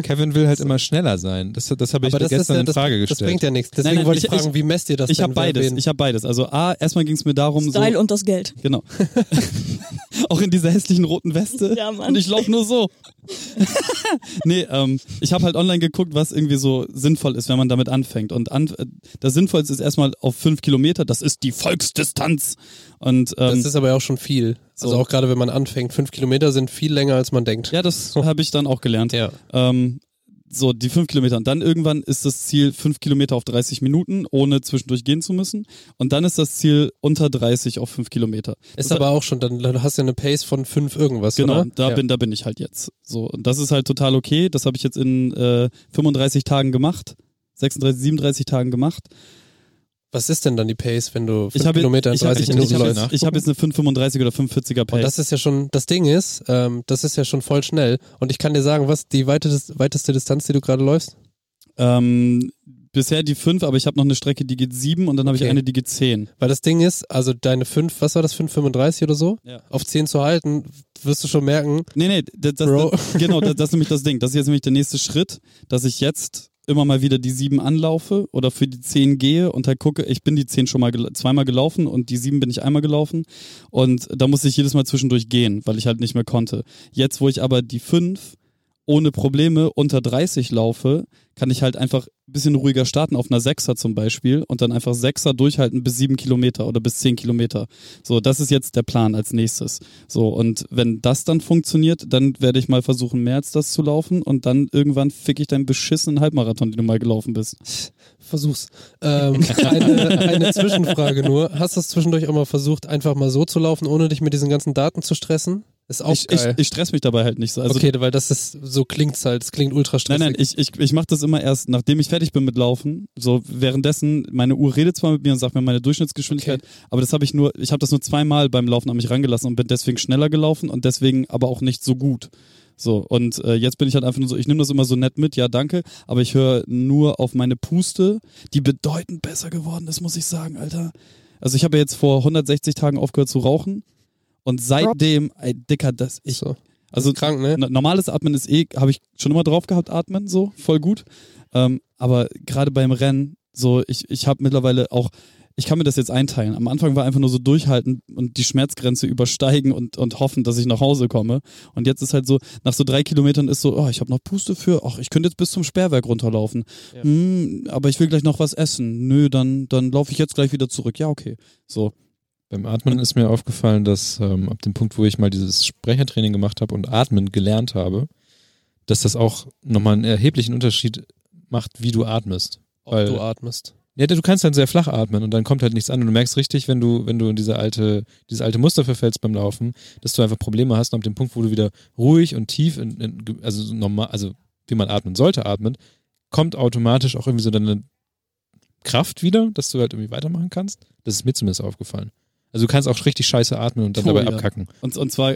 B: Kevin will halt immer schneller sein. Das, das habe ich
C: aber
B: mir
C: das ist
B: gestern
C: ja,
B: in
C: das,
B: Frage
C: das
B: gestellt.
C: bringt ja nichts. Deswegen
D: nein,
C: wollte ich,
D: ich-
C: fragen, wie messt ihr das
D: ich
C: denn?
D: habe beides.
C: Wen?
D: Ich habe beides. Also A, erstmal ging's mir darum, so,
A: Style und das Geld.
D: Genau. auch in dieser hässlichen roten Weste.
A: Ja, Mann.
D: Und ich laufe nur so. nee, ähm, ich habe halt online geguckt, was irgendwie so sinnvoll ist, wenn man damit anfängt. Und an, äh, das Sinnvollste ist erstmal auf fünf Kilometer, das ist die Volksdistanz. Und ähm,
C: das ist aber auch schon viel. Also
D: so.
C: auch gerade wenn man anfängt. Fünf Kilometer sind viel länger, als man denkt.
D: ja, das habe ich dann auch gelernt.
C: Ja.
D: Ähm, so, die fünf Kilometer. Und dann irgendwann ist das Ziel fünf Kilometer auf 30 Minuten, ohne zwischendurch gehen zu müssen. Und dann ist das Ziel unter 30 auf fünf Kilometer.
C: Ist
D: Das-
C: aber auch schon, dann dann hast du ja eine Pace von fünf irgendwas,
D: Genau,
C: oder?
D: da
C: ja.
D: bin da bin ich halt jetzt. So und das ist halt total okay. Das habe ich jetzt in äh, 35 Tagen gemacht, 36, 37 Tagen gemacht.
C: Was ist denn dann die Pace, wenn du
D: Ich
C: fünf
D: habe-
C: Kilometer in
D: ich habe-
C: 30
D: ich-
C: Minuten
D: ich habe
C: läufst?
D: jetzt, ne? ich habe jetzt eine 535 oder 45er Pace.
C: Und das ist ja schon, das Ding ist, ähm, das ist ja schon voll schnell. Und ich kann dir sagen, was die weiteste, weiteste Distanz, die du gerade läufst?
D: ähm, bisher die 5, aber ich habe noch eine Strecke, die geht 7 und dann habe ich
C: Okay.
D: eine, die geht 10.
C: Weil das Ding ist, also deine 5, was war das, 5,35 oder so?
D: Ja.
C: Auf 10 zu halten, wirst du schon merken,
D: Nee, nee, das, das,
C: Bro.
D: das, genau, das, das ist nämlich das Ding. Das ist jetzt nämlich der nächste Schritt, dass ich jetzt immer mal wieder die 7 anlaufe oder für die 10 gehe und halt gucke, ich bin die 10 schon mal gel zweimal gelaufen und die 7 bin ich einmal gelaufen und da musste ich jedes Mal zwischendurch gehen, weil ich halt nicht mehr konnte. Jetzt, wo ich aber die 5 ohne Probleme unter 30 laufe, kann ich halt einfach ein bisschen ruhiger starten auf einer Sechser zum Beispiel und dann einfach Sechser durchhalten bis sieben Kilometer oder bis zehn Kilometer. So, das ist jetzt der Plan als nächstes. So, und wenn das dann funktioniert, dann werde ich mal versuchen, mehr als das zu laufen und dann irgendwann fick ich deinen beschissenen Halbmarathon, den du mal gelaufen bist.
C: versuch's. Ähm, eine, eine Zwischenfrage nur. Hast du es zwischendurch auch mal versucht, einfach mal so zu laufen, ohne dich mit diesen ganzen Daten zu stressen? Ist auch
D: Ich, ich,
C: geil.
D: ich stress mich dabei halt nicht so. Also,
C: okay, weil das ist, so klingt's halt, es klingt ultra
D: Nein,
C: stressig.
D: nein, ich, ich, ich mache das immer erst, nachdem ich fertig bin mit Laufen. So währenddessen, meine Uhr redet zwar mit mir und sagt mir meine Durchschnittsgeschwindigkeit, aber das habe ich nur, ich habe das nur zweimal beim Laufen an mich rangelassen und bin deswegen schneller gelaufen und deswegen aber auch nicht so gut. So, und äh, jetzt bin ich halt einfach nur so, ich nehme das immer so nett mit, ja danke, aber ich höre nur auf meine Puste, die bedeutend besser geworden ist, muss ich sagen, Alter. Also ich habe ja jetzt vor 160 Tagen aufgehört zu rauchen und seitdem, ey, Dicker, das, ich,
C: so.
D: also
C: Krank, ne?
D: No- normales Atmen ist eh, habe ich schon immer drauf gehabt, atmen, so, voll gut. Ähm, aber gerade beim Rennen, so, ich, ich habe mittlerweile auch, ich kann mir das jetzt einteilen. Am Anfang war einfach nur so durchhalten und die Schmerzgrenze übersteigen und, und hoffen, dass ich nach Hause komme. Und jetzt ist halt so, nach so drei Kilometern ist so, oh, ich habe noch Puste für, ach, ich könnte jetzt bis zum Sperrwerk runterlaufen.
C: Ja.
D: Hm, aber ich will gleich noch was essen. Nö, dann, dann laufe ich jetzt gleich wieder zurück. Ja, okay. So.
B: Beim Atmen ist mir aufgefallen, dass ähm, ab dem Punkt, wo ich mal dieses Sprechertraining gemacht habe und Atmen gelernt habe, dass das auch nochmal einen erheblichen Unterschied macht, wie du atmest.
C: Ob
B: Weil-
C: du atmest.
B: Ja, du kannst dann sehr flach atmen und dann kommt halt nichts an und du merkst richtig, wenn du, wenn du in diese alte, dieses alte Muster verfällst beim Laufen, dass du einfach Probleme hast und ab dem Punkt, wo du wieder ruhig und tief, in, in, ge- also so normal, also wie man atmen sollte, atmet, kommt automatisch auch irgendwie so deine Kraft wieder, dass du halt irgendwie weitermachen kannst. Das ist mir zumindest aufgefallen. Also du kannst auch richtig scheiße atmen und dann
D: Puh,
B: dabei
D: Oh, ja.
B: abkacken.
D: Und, und zwar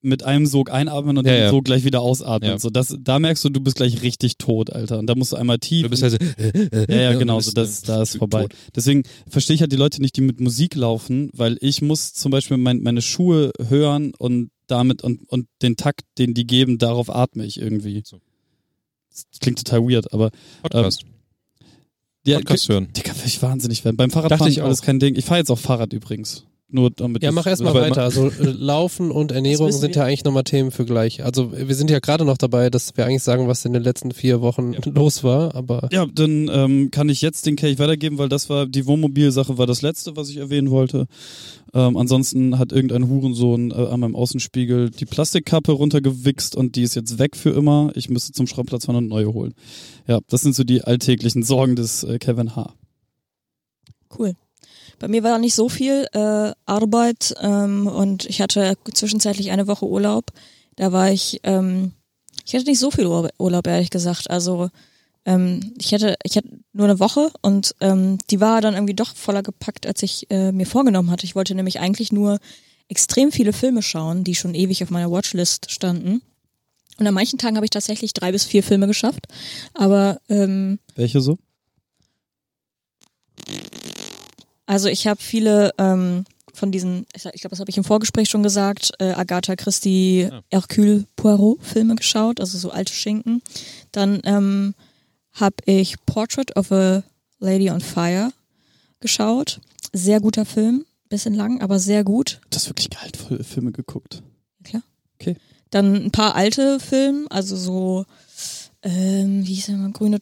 D: mit einem Sog einatmen und
B: Ja,
D: dann
B: ja.
D: so gleich wieder ausatmen.
B: Ja.
D: So, das, da merkst du, du bist gleich richtig tot, Alter. Und da musst du einmal tief.
B: Du bist also,
D: Ja, ja,
B: und du
D: genau, so,
B: bist,
D: das,
B: äh,
D: da ist vorbei.
B: tot.
D: Deswegen verstehe ich halt die Leute nicht, die mit Musik laufen, weil ich muss zum Beispiel mein, meine Schuhe hören und damit und, und den Takt, den die geben, darauf atme ich irgendwie.
B: So.
D: Das klingt total weird, aber
B: Podcast.
D: Ähm, ja,
B: Podcast hören.
D: Digga, will ich wahnsinnig werden. Beim Fahrradfahren
B: ich auch.
D: alles kein Ding. Ich fahre jetzt auch Fahrrad übrigens. Nur damit
C: Ja,
D: ich-
C: mach erstmal
D: aber-
C: weiter. Also äh, Laufen und Ernährung
A: wissen
C: sind ja eigentlich nochmal Themen für gleich. Also äh, wir sind ja gerade noch dabei, dass wir eigentlich sagen, was in den letzten vier Wochen los war, aber
D: Ja, dann ähm, kann ich jetzt den Kelch weitergeben, weil das war die Wohnmobil-Sache war das letzte, was ich erwähnen wollte. Ähm, ansonsten hat irgendein Hurensohn äh, an meinem Außenspiegel die Plastikkappe runtergewichst und die ist jetzt weg für immer. Ich müsste zum Schraubplatz fahren und neue holen. Ja, das sind so die alltäglichen Sorgen des äh, Kevin H.
A: Cool. Bei mir war nicht so viel äh, Arbeit ähm, und ich hatte zwischenzeitlich eine Woche Urlaub. Da war ich, ähm, ich hatte nicht so viel Ur Urlaub, ehrlich gesagt. Also ähm, ich hatte, ich hatte nur eine Woche und ähm, die war dann irgendwie doch voller gepackt, als ich äh, mir vorgenommen hatte. Ich wollte nämlich eigentlich nur extrem viele Filme schauen, die schon ewig auf meiner Watchlist standen. Und an manchen Tagen habe ich tatsächlich drei bis vier Filme geschafft. Aber ähm,
D: Welche so?
A: Also ich habe viele ähm, von diesen, ich glaube, das habe ich im Vorgespräch schon gesagt, äh, Agatha Christie, Hercule Poirot Filme geschaut, also so alte Schinken. Dann ähm, habe ich Portrait of a Lady on Fire geschaut. Sehr guter Film, bisschen lang, aber sehr gut.
D: Du hast wirklich gehaltvolle Filme geguckt.
A: Dann ein paar alte Filme, also so, ähm, wie hieß der mal, grüne,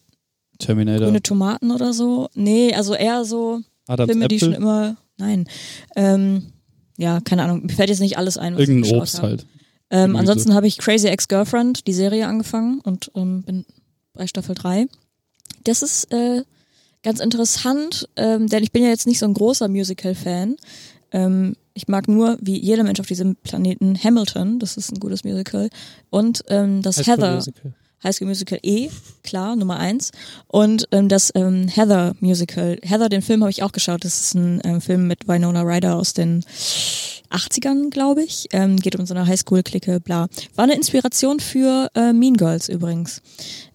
D: Terminator,
A: grüne Tomaten oder so. Nee, also eher so,
D: Adams
A: Filme, die schon
D: Äpfel,
A: immer. Nein. Ähm, ja, keine Ahnung. Mir fällt jetzt nicht alles ein, was ich
D: irgendein
A: geschaut
D: Obst
A: habe.
D: halt.
A: Ähm,
D: Gemüse.
A: ansonsten habe ich Crazy Ex-Girlfriend, die Serie, angefangen und ähm, bin bei Staffel 3. Das ist äh, ganz interessant, ähm, denn ich bin ja jetzt nicht so ein großer Musical-Fan. Ähm, ich mag nur, wie jeder Mensch auf diesem Planeten, Hamilton. Das ist ein gutes Musical. Und ähm, das
C: High School
A: Heather.
C: Musical.
A: High School Musical E, klar, Nummer eins. Und ähm, das ähm, Heather Musical. Heather, den Film habe ich auch geschaut. Das ist ein ähm, Film mit Winona Ryder aus den 80ern, glaube ich. Ähm, geht um so eine Highschool-Clique, bla. War eine Inspiration für äh, Mean Girls übrigens.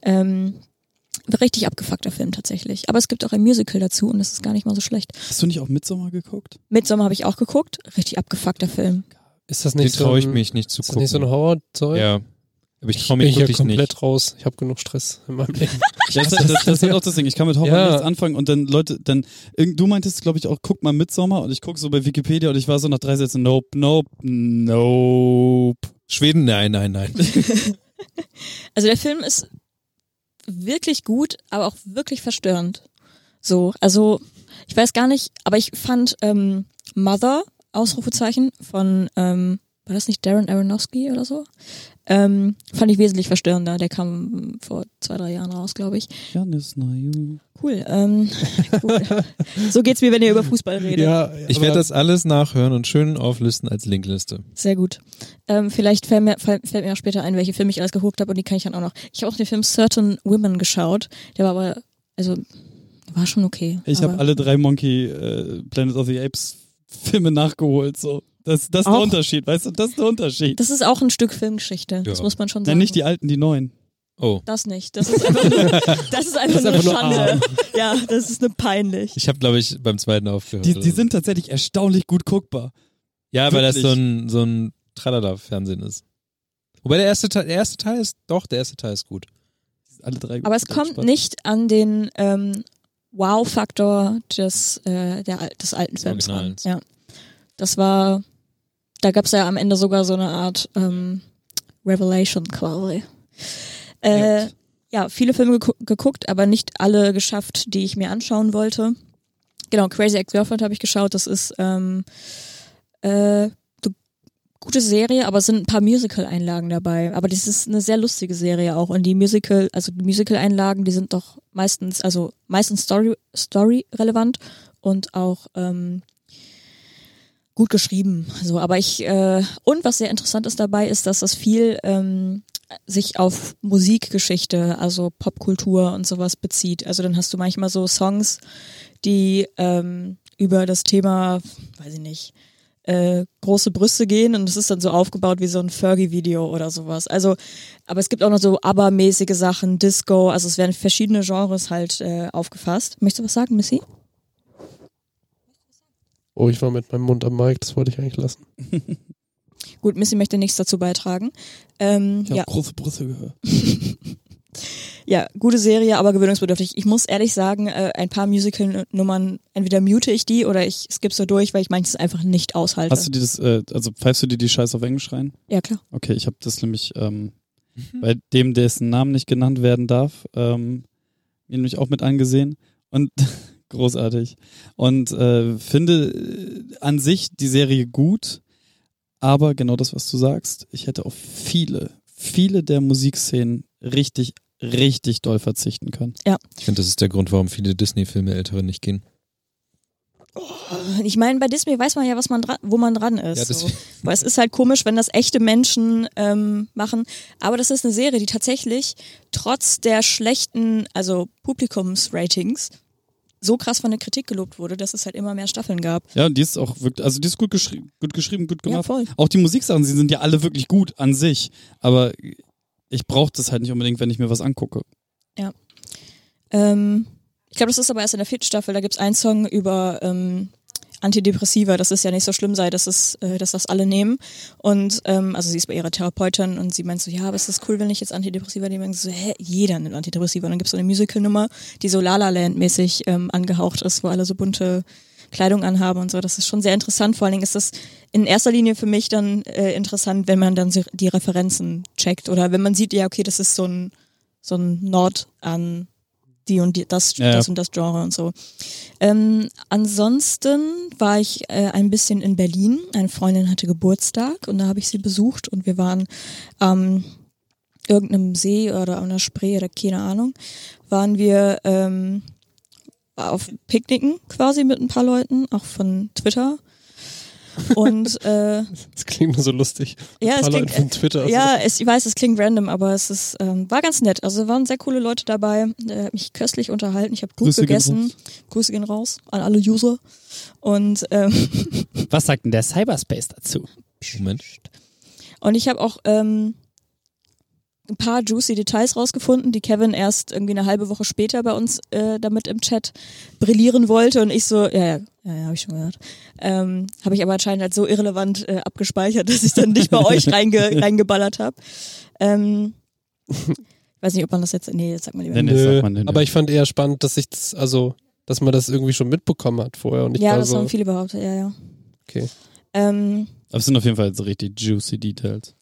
A: Ähm, richtig abgefuckter Film tatsächlich. Aber es gibt auch ein Musical dazu und das ist gar nicht mal so schlecht.
D: Hast du nicht auch Midsommar geguckt?
A: Midsommar habe ich auch geguckt. Richtig abgefuckter Film.
C: Ist das
B: Den
C: nicht so
B: traue
C: ein,
B: ich mich nicht zu
C: ist das nicht so ein
B: gucken.
C: Horrorzeug?
B: Ja. Aber ich
C: Ich
B: traue
C: bin
B: mich
C: hier
B: wirklich
C: komplett
B: nicht.
C: raus. Ich habe genug Stress in meinem Leben.
D: Ja, das, das, das ist auch das Ding. Ich kann mit Horror
C: Ja.
D: nichts anfangen und dann Leute, dann irgend- du meintest, glaube ich, auch, guck mal Midsommar und ich gucke so bei Wikipedia und ich war so nach drei Sätzen, nope, nope, nope.
B: Schweden? Nein, nein, nein.
A: Also der Film ist wirklich gut, aber auch wirklich verstörend. So, also ich weiß gar nicht, aber ich fand ähm, Mother, Ausrufezeichen, von, ähm, war das nicht Darren Aronofsky oder so? Ähm, fand ich wesentlich verstörender. Der kam vor zwei, drei Jahren raus, glaube ich.
D: Janis Nayu.
A: Cool. Ähm, cool. So geht's mir, wenn ihr über Fußball redet.
C: ja,
B: Ich
C: aber-
B: werde das alles nachhören und schön auflisten als Linkliste.
A: Sehr gut. Ähm, vielleicht fällt mir, fall- fällt mir auch später ein, welche Filme ich alles geguckt habe und die kann ich dann auch noch. Ich habe auch den Film Certain Women geschaut. Der war aber, also war schon okay.
D: Ich
A: aber
D: habe alle drei Monkey äh, Planet of the Apes Filme nachgeholt. So. Das, das ist der
A: Auch?
D: Unterschied, weißt du? Das ist der Unterschied.
A: das ist auch ein Stück Filmgeschichte. Das
B: Ja.
A: muss man schon sagen.
D: Nein, nicht die alten, die neuen.
B: Oh.
A: das nicht. Das ist einfach nur, das ist einfach nur
C: einfach nur
A: Schande. ja, das ist eine peinlich.
B: Ich habe, glaube ich, beim zweiten aufgehört.
D: Die,
B: oder
D: die
B: so.
D: sind tatsächlich erstaunlich gut guckbar.
B: ja, weil das
D: wirklich-
B: so ein, so ein Tralala-Fernsehen ist. Wobei der erste, Teil, der erste Teil ist, doch, der erste Teil ist gut.
D: Alle drei
A: Aber es kommt nicht an den ähm, Wow-Faktor des, äh, der, al- des alten
B: Des
A: Films ran.
B: Originals.
A: Ja. Das war, da gab's ja am Ende sogar so eine Art ähm, Revelation quasi. Äh, ja, viele Filme geguckt- geguckt, aber nicht alle geschafft, die ich mir anschauen wollte. Genau, Crazy Ex-Girlfriend habe ich geschaut. Das ist ähm, äh, eine gute Serie, aber es sind ein paar Musical-Einlagen dabei. Aber das ist eine sehr lustige Serie auch. Und die Musical, also die Musical-Einlagen, die sind doch meistens, also meistens Story, Story relevant und auch ähm, gut geschrieben. So, aber ich äh, und was sehr interessant ist dabei, ist, dass das viel ähm, sich auf Musikgeschichte, also Popkultur und sowas bezieht. Also dann hast du manchmal so Songs, die ähm, über das Thema, weiß ich nicht, äh, große Brüste gehen und es ist dann so aufgebaut wie so ein Fergie-Video oder sowas. Also, aber es gibt auch noch so ABBA-mäßige Sachen, Disco, also es werden verschiedene Genres halt äh, aufgefasst. Möchtest du was sagen, Missy?
C: Oh, ich war mit meinem Mund am Mic, das wollte ich eigentlich lassen.
A: Gut, Missy möchte nichts dazu beitragen. Ähm,
D: Ich habe
A: ja,
D: große Brüste gehört.
A: ja, gute Serie, aber gewöhnungsbedürftig. Ich muss ehrlich sagen, äh, ein paar Musical-Nummern, entweder mute ich die oder ich skippe so durch, weil ich manches einfach nicht aushalte.
D: Hast du dir das, äh, also pfeifst du dir die Scheiße auf Englisch rein?
A: ja, klar.
D: Okay, ich habe das nämlich ähm, bei dem, dessen Namen nicht genannt werden darf, ähm, mir nämlich auch mit angesehen und großartig. Und äh, finde äh, an sich die Serie gut, aber genau das, was du sagst, ich hätte auf viele, viele der Musikszenen richtig, richtig doll verzichten können.
B: Ich finde, das ist der Grund, warum viele Disney-Filme Älteren nicht gehen.
A: Ich meine, bei Disney weiß man ja, was man dran, wo man dran
B: Ja,
A: ist.
B: das-
A: so. Aber es ist halt komisch, wenn das echte Menschen ähm, machen. Aber das ist eine Serie, die tatsächlich trotz der schlechten, also Publikumsratings, so krass von der Kritik gelobt wurde, dass es halt immer mehr Staffeln gab.
D: Ja, und die ist auch wirklich, also die ist gut, geschri gut geschrieben, gut
A: Ja,
D: gemacht.
A: voll.
D: Auch die Musiksachen, sie sind ja alle wirklich gut an sich, aber ich brauche das halt nicht unbedingt, wenn ich mir was angucke.
A: Ähm, ich glaube, das ist aber erst in der vierten Staffel. Da gibt's einen Song über ähm, Antidepressiva, dass es ja nicht so schlimm sei, dass, es, äh, dass das alle nehmen. Und ähm, also sie ist bei ihrer Therapeutin und sie meint so, ja, aber es ist cool, wenn ich jetzt Antidepressiva nehme. Und sie so, hä, jeder nimmt Antidepressiva. Und dann gibt's so eine Musical-Nummer, die so La La Land-mäßig ähm, angehaucht ist, wo alle so bunte Kleidung anhaben und so. Das ist schon sehr interessant. Vor allen Dingen ist das in erster Linie für mich dann äh, interessant, wenn man dann so die Referenzen checkt oder wenn man sieht, ja, okay, das ist so ein, so ein Nord an die und die, das,
D: Ja, ja.
A: das und das Genre und so. Ähm, ansonsten war ich äh, ein bisschen in Berlin. Eine Freundin hatte Geburtstag und da habe ich sie besucht und wir waren ähm, irgendeinem See oder an einer Spree oder keine Ahnung, waren wir ähm, auf Picknicken quasi mit ein paar Leuten, auch von Twitter. Und äh,
C: Das klingt nur so lustig.
A: ja, es
C: Paar
A: klingt,
C: Leute von Twitter. also-
A: ja, es, ich weiß, es klingt random, aber es ist, ähm, war ganz nett. Also waren sehr coole Leute dabei, äh, hab mich köstlich unterhalten. Ich habe gut
D: Grüße gehen
A: gegessen. Grüße gehen raus an alle User. Und ähm,
D: Was sagt denn der Cyberspace dazu?
B: Moment.
A: und ich habe auch ähm, ein paar juicy Details rausgefunden, die Kevin erst irgendwie eine halbe Woche später bei uns äh, damit im Chat brillieren wollte und ich so, ja, ja, ja, ja habe ich schon gehört. Ähm, habe ich aber anscheinend als so irrelevant äh, abgespeichert, dass ich dann nicht bei euch reinge reingeballert habe. Ähm, ich weiß nicht, ob man das jetzt, nee, jetzt sagt man lieber.
D: Nee, nee,
C: Nö,
D: sagt man denn
C: aber
D: ja.
C: ich fand eher spannend, dass ich das, also, dass man das irgendwie schon mitbekommen hat vorher. Und ich
A: Ja,
C: war
A: das
C: so,
A: haben viele behauptet, ja, ja.
C: Okay.
A: Ähm,
D: Aber es sind auf jeden Fall so richtig juicy Details.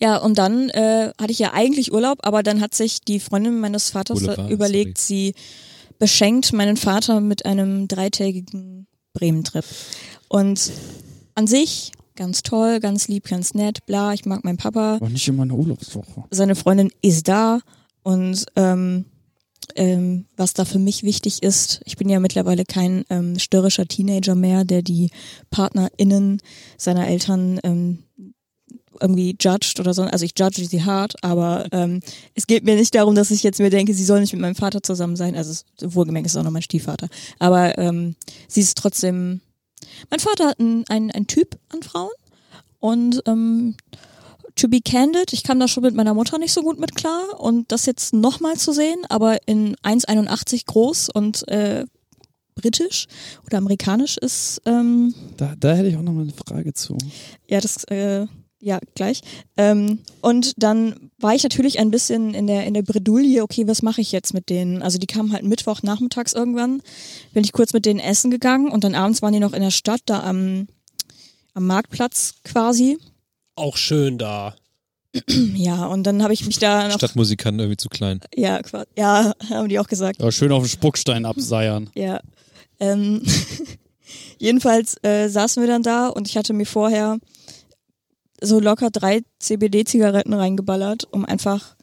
A: ja, und dann äh, hatte ich ja eigentlich Urlaub, aber dann hat sich die Freundin meines Vaters
B: Boulevard,
A: überlegt, sie beschenkt meinen Vater mit einem dreitägigen Bremen-Trip. Und an sich ganz toll, ganz lieb, ganz nett, bla, ich mag meinen Papa.
D: Aber nicht in meiner Urlaubswoche.
A: seine Freundin ist da und ähm, ähm, was da für mich wichtig ist, ich bin ja mittlerweile kein ähm, störrischer Teenager mehr, der die PartnerInnen seiner Eltern ähm, irgendwie judged oder so. Also ich judge sie hart, aber ähm, es geht mir nicht darum, dass ich jetzt mir denke, sie soll nicht mit meinem Vater zusammen sein. Also es- wohlgemerkt ist es auch noch mein Stiefvater. Aber ähm, sie ist trotzdem. Mein Vater hat einen ein Typ an Frauen und ähm, to be candid, ich kam da schon mit meiner Mutter nicht so gut mit klar und das jetzt nochmal zu sehen, aber in 1,81 groß und äh, britisch oder amerikanisch ist, ähm,
D: Da, da hätte ich auch nochmal eine Frage zu.
A: ja, das, äh, ja, gleich. Ähm, und dann war ich natürlich ein bisschen in der, in der Bredouille, okay, was mache ich jetzt mit denen? Also die kamen halt Mittwochnachmittags irgendwann, bin ich kurz mit denen essen gegangen und dann abends waren die noch in der Stadt, da am, am Marktplatz quasi.
C: auch schön da.
A: Ja, und dann habe ich mich da noch
B: Stadtmusikanten irgendwie zu klein.
A: Ja, qua- ja, haben die auch gesagt.
D: Ja, schön auf den Spuckstein abseiern.
A: Ja. Ähm, jedenfalls äh, saßen wir dann da und ich hatte mir vorher so locker drei CBD-Zigaretten reingeballert, um einfach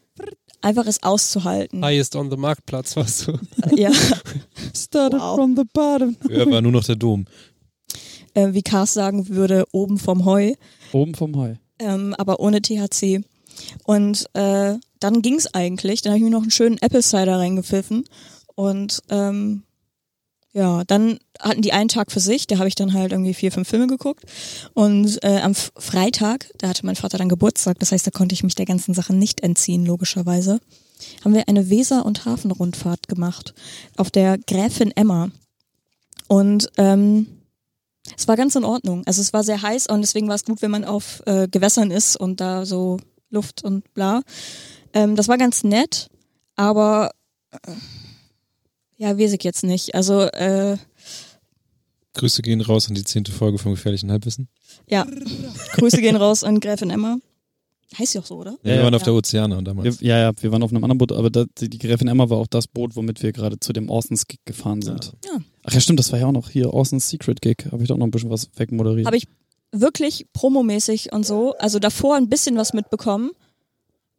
A: einfach es auszuhalten.
C: Highest on the Marktplatz warst du.
A: Ja,
D: Started
A: Wow.
D: from the bottom.
B: Früher war nur noch der Dom.
A: äh, wie Cars sagen würde, oben vom Heu,
D: Oben vom Heu.
A: ähm, aber ohne THC. Und äh, dann ging's eigentlich. Dann habe ich mir noch einen schönen Apple Cider reingepfiffen und ähm, Ja, dann hatten die einen Tag für sich, da habe ich dann halt irgendwie vier, fünf Filme geguckt. Und äh, am F- Freitag, da hatte mein Vater dann Geburtstag, das heißt, da konnte ich mich der ganzen Sache nicht entziehen, logischerweise, haben wir eine Weser- und Hafenrundfahrt gemacht auf der Gräfin Emma. Und ähm, es war ganz in Ordnung. Also es war sehr heiß und deswegen war es gut, wenn man auf äh, Gewässern ist und da so Luft und bla. Ähm, das war ganz nett, aber äh, ja, weiß ich jetzt nicht. Also, äh,
B: Grüße gehen raus an die zehnte Folge vom Gefährlichen Halbwissen.
A: ja. Grüße gehen raus an Gräfin Emma. Heißt sie auch so, oder?
B: Ja, wir
D: Ja.
B: waren auf
A: Ja.
B: der Ozeana damals.
D: Wir, ja, ja, wir waren auf einem anderen Boot, aber da, die, die Gräfin Emma war auch das Boot, womit wir gerade zu dem Orsons Gig gefahren sind.
A: Ja.
D: Ach ja, stimmt, das war ja auch noch hier, Orsons Secret Gig. Habe ich doch noch ein bisschen was wegmoderiert.
A: Habe ich wirklich promomäßig und so, also davor ein bisschen was mitbekommen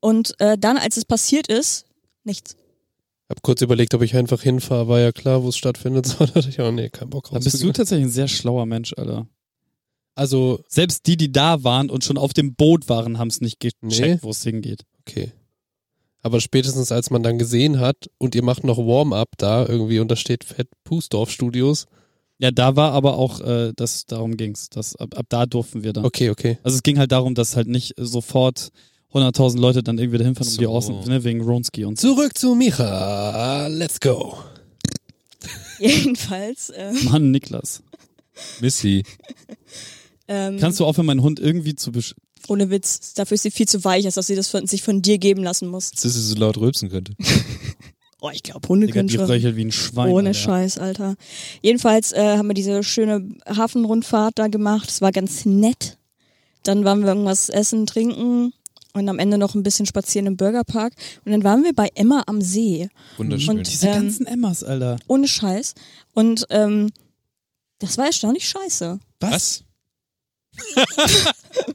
A: und äh, dann, als es passiert ist, nichts.
C: Hab kurz überlegt, ob ich einfach hinfahre, war ja klar, wo es stattfindet. So, da dachte ich, oh nee, kein Bock
D: da bist du
C: rauszugehen.
D: tatsächlich ein sehr schlauer Mensch, Alter.
C: Also,
D: Selbst die, die da waren und schon auf dem Boot waren, haben es nicht gecheckt,
C: Nee.
D: wo es hingeht.
C: okay. Aber spätestens als man dann gesehen hat und ihr macht noch Warm-up da irgendwie und da steht Fett Pusdorf Studios.
D: Ja, da war aber auch, äh, das, darum ging's. Das, ab, ab da durften wir dann.
C: Okay, okay.
D: Also es ging halt darum, dass halt nicht sofort 100.000 Leute dann irgendwie dahin fahren, um die
B: So.
D: Orson, ne, wegen Ronski und so.
C: Zurück zu Micha. Let's go.
A: Jedenfalls. Äh,
D: Mann, Niklas.
B: Missy.
A: ähm,
D: Kannst du aufhören, meinen Hund irgendwie zu besch...
A: ohne Witz, dafür ist sie viel zu weich, als dass sie das von, sich von dir geben lassen muss.
B: Dass sie so laut rülpsen könnte.
A: Oh, ich glaube, Hunde
D: Digga,
A: können
D: die
A: schon.
D: röchelt wie ein Schwein.
A: Ohne
D: Alter.
A: Scheiß, Alter. Jedenfalls äh, haben wir diese schöne Hafenrundfahrt da gemacht. Es war ganz nett. Dann waren wir irgendwas essen, trinken und am Ende noch ein bisschen spazieren im Burgerpark. Und dann waren wir bei Emma am See.
B: Wunderschön.
A: Und-
D: Diese
A: Ähm,
D: ganzen Emmas, Alter.
A: Ohne Scheiß. Und ähm, das war erstaunlich scheiße.
B: Was?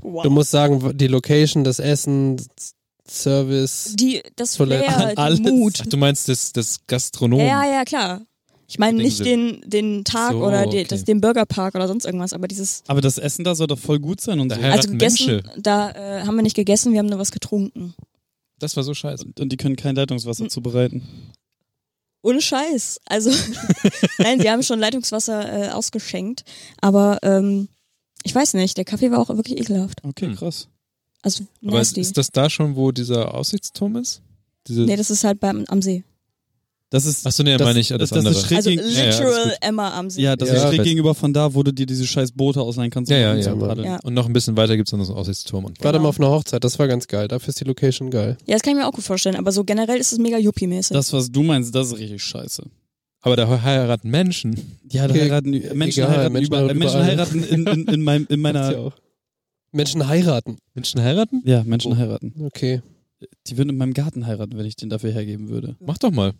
C: Du musst sagen, die Location, das Essen, S- Service.
A: Die, das
C: Toilette.
A: Flair,
D: Alles.
A: die Mut.
B: Ach, du meinst das, das Gastronom?
A: Ja, ja, klar. Ich meine nicht den, den Tag
B: So,
A: oder die,
B: okay.
A: das, den Burgerpark oder sonst irgendwas, aber dieses.
D: Aber das Essen da soll doch voll gut sein und so.
B: Daher- Ja,
A: also
B: das
A: gegessen,
B: Mensche.
A: da äh, haben wir nicht gegessen, wir haben nur was getrunken.
B: Das war so scheiße.
D: Und, und die können kein
A: Hm.
D: Leitungswasser zubereiten.
A: Ohne Scheiß. Also, nein, die haben schon Leitungswasser äh, ausgeschenkt. Aber ähm, ich weiß nicht, der Kaffee war auch wirklich ekelhaft.
D: Okay,
B: Hm.
D: krass.
A: Also,
B: Aber ist,
A: nasty.
B: ist das da schon, wo dieser Aussichtsturm ist? Diese,
A: Nee, das ist halt beim, am See.
D: Das ist...
B: Achso, nee,
D: das,
B: meine ich äh, das,
D: das,
B: andere.
D: Ist schräg
A: Also
D: gegen-
B: ja, alles
A: literal
B: gut.
A: Emma am See.
D: ja, das
C: Ja,
D: ist
B: ich
D: schräg
B: weiß.
D: gegenüber von da, wo du dir diese scheiß Boote ausleihen kannst. um
B: Ja, ja,
D: zu
B: ja, aber-
D: paddeln.
A: Ja.
B: Und noch ein bisschen weiter gibt es dann so einen Aussichtsturm. Und
C: Ich
D: Genau.
C: war da mal auf einer Hochzeit, das war ganz geil. Dafür ist die Location geil.
A: Ja, das kann ich mir auch gut vorstellen. Aber so generell ist es mega Yuppie-mäßig.
D: Das, was du meinst, das ist richtig scheiße.
B: Aber da heiraten Menschen.
D: Ja, da
C: Okay,
D: heiraten
C: äh,
D: Menschen
C: egal,
D: heiraten
C: Menschen
D: überall.
C: heiraten
D: Menschen
C: überall.
D: heiraten in, in, in, meinem, in
C: Macht's
D: meiner.
C: ja auch. Menschen heiraten.
B: Menschen heiraten?
D: Ja, Menschen
C: Oh.
D: heiraten.
C: Okay.
D: Die würden in meinem Garten heiraten, wenn ich den dafür hergeben würde.
B: Mach doch mal.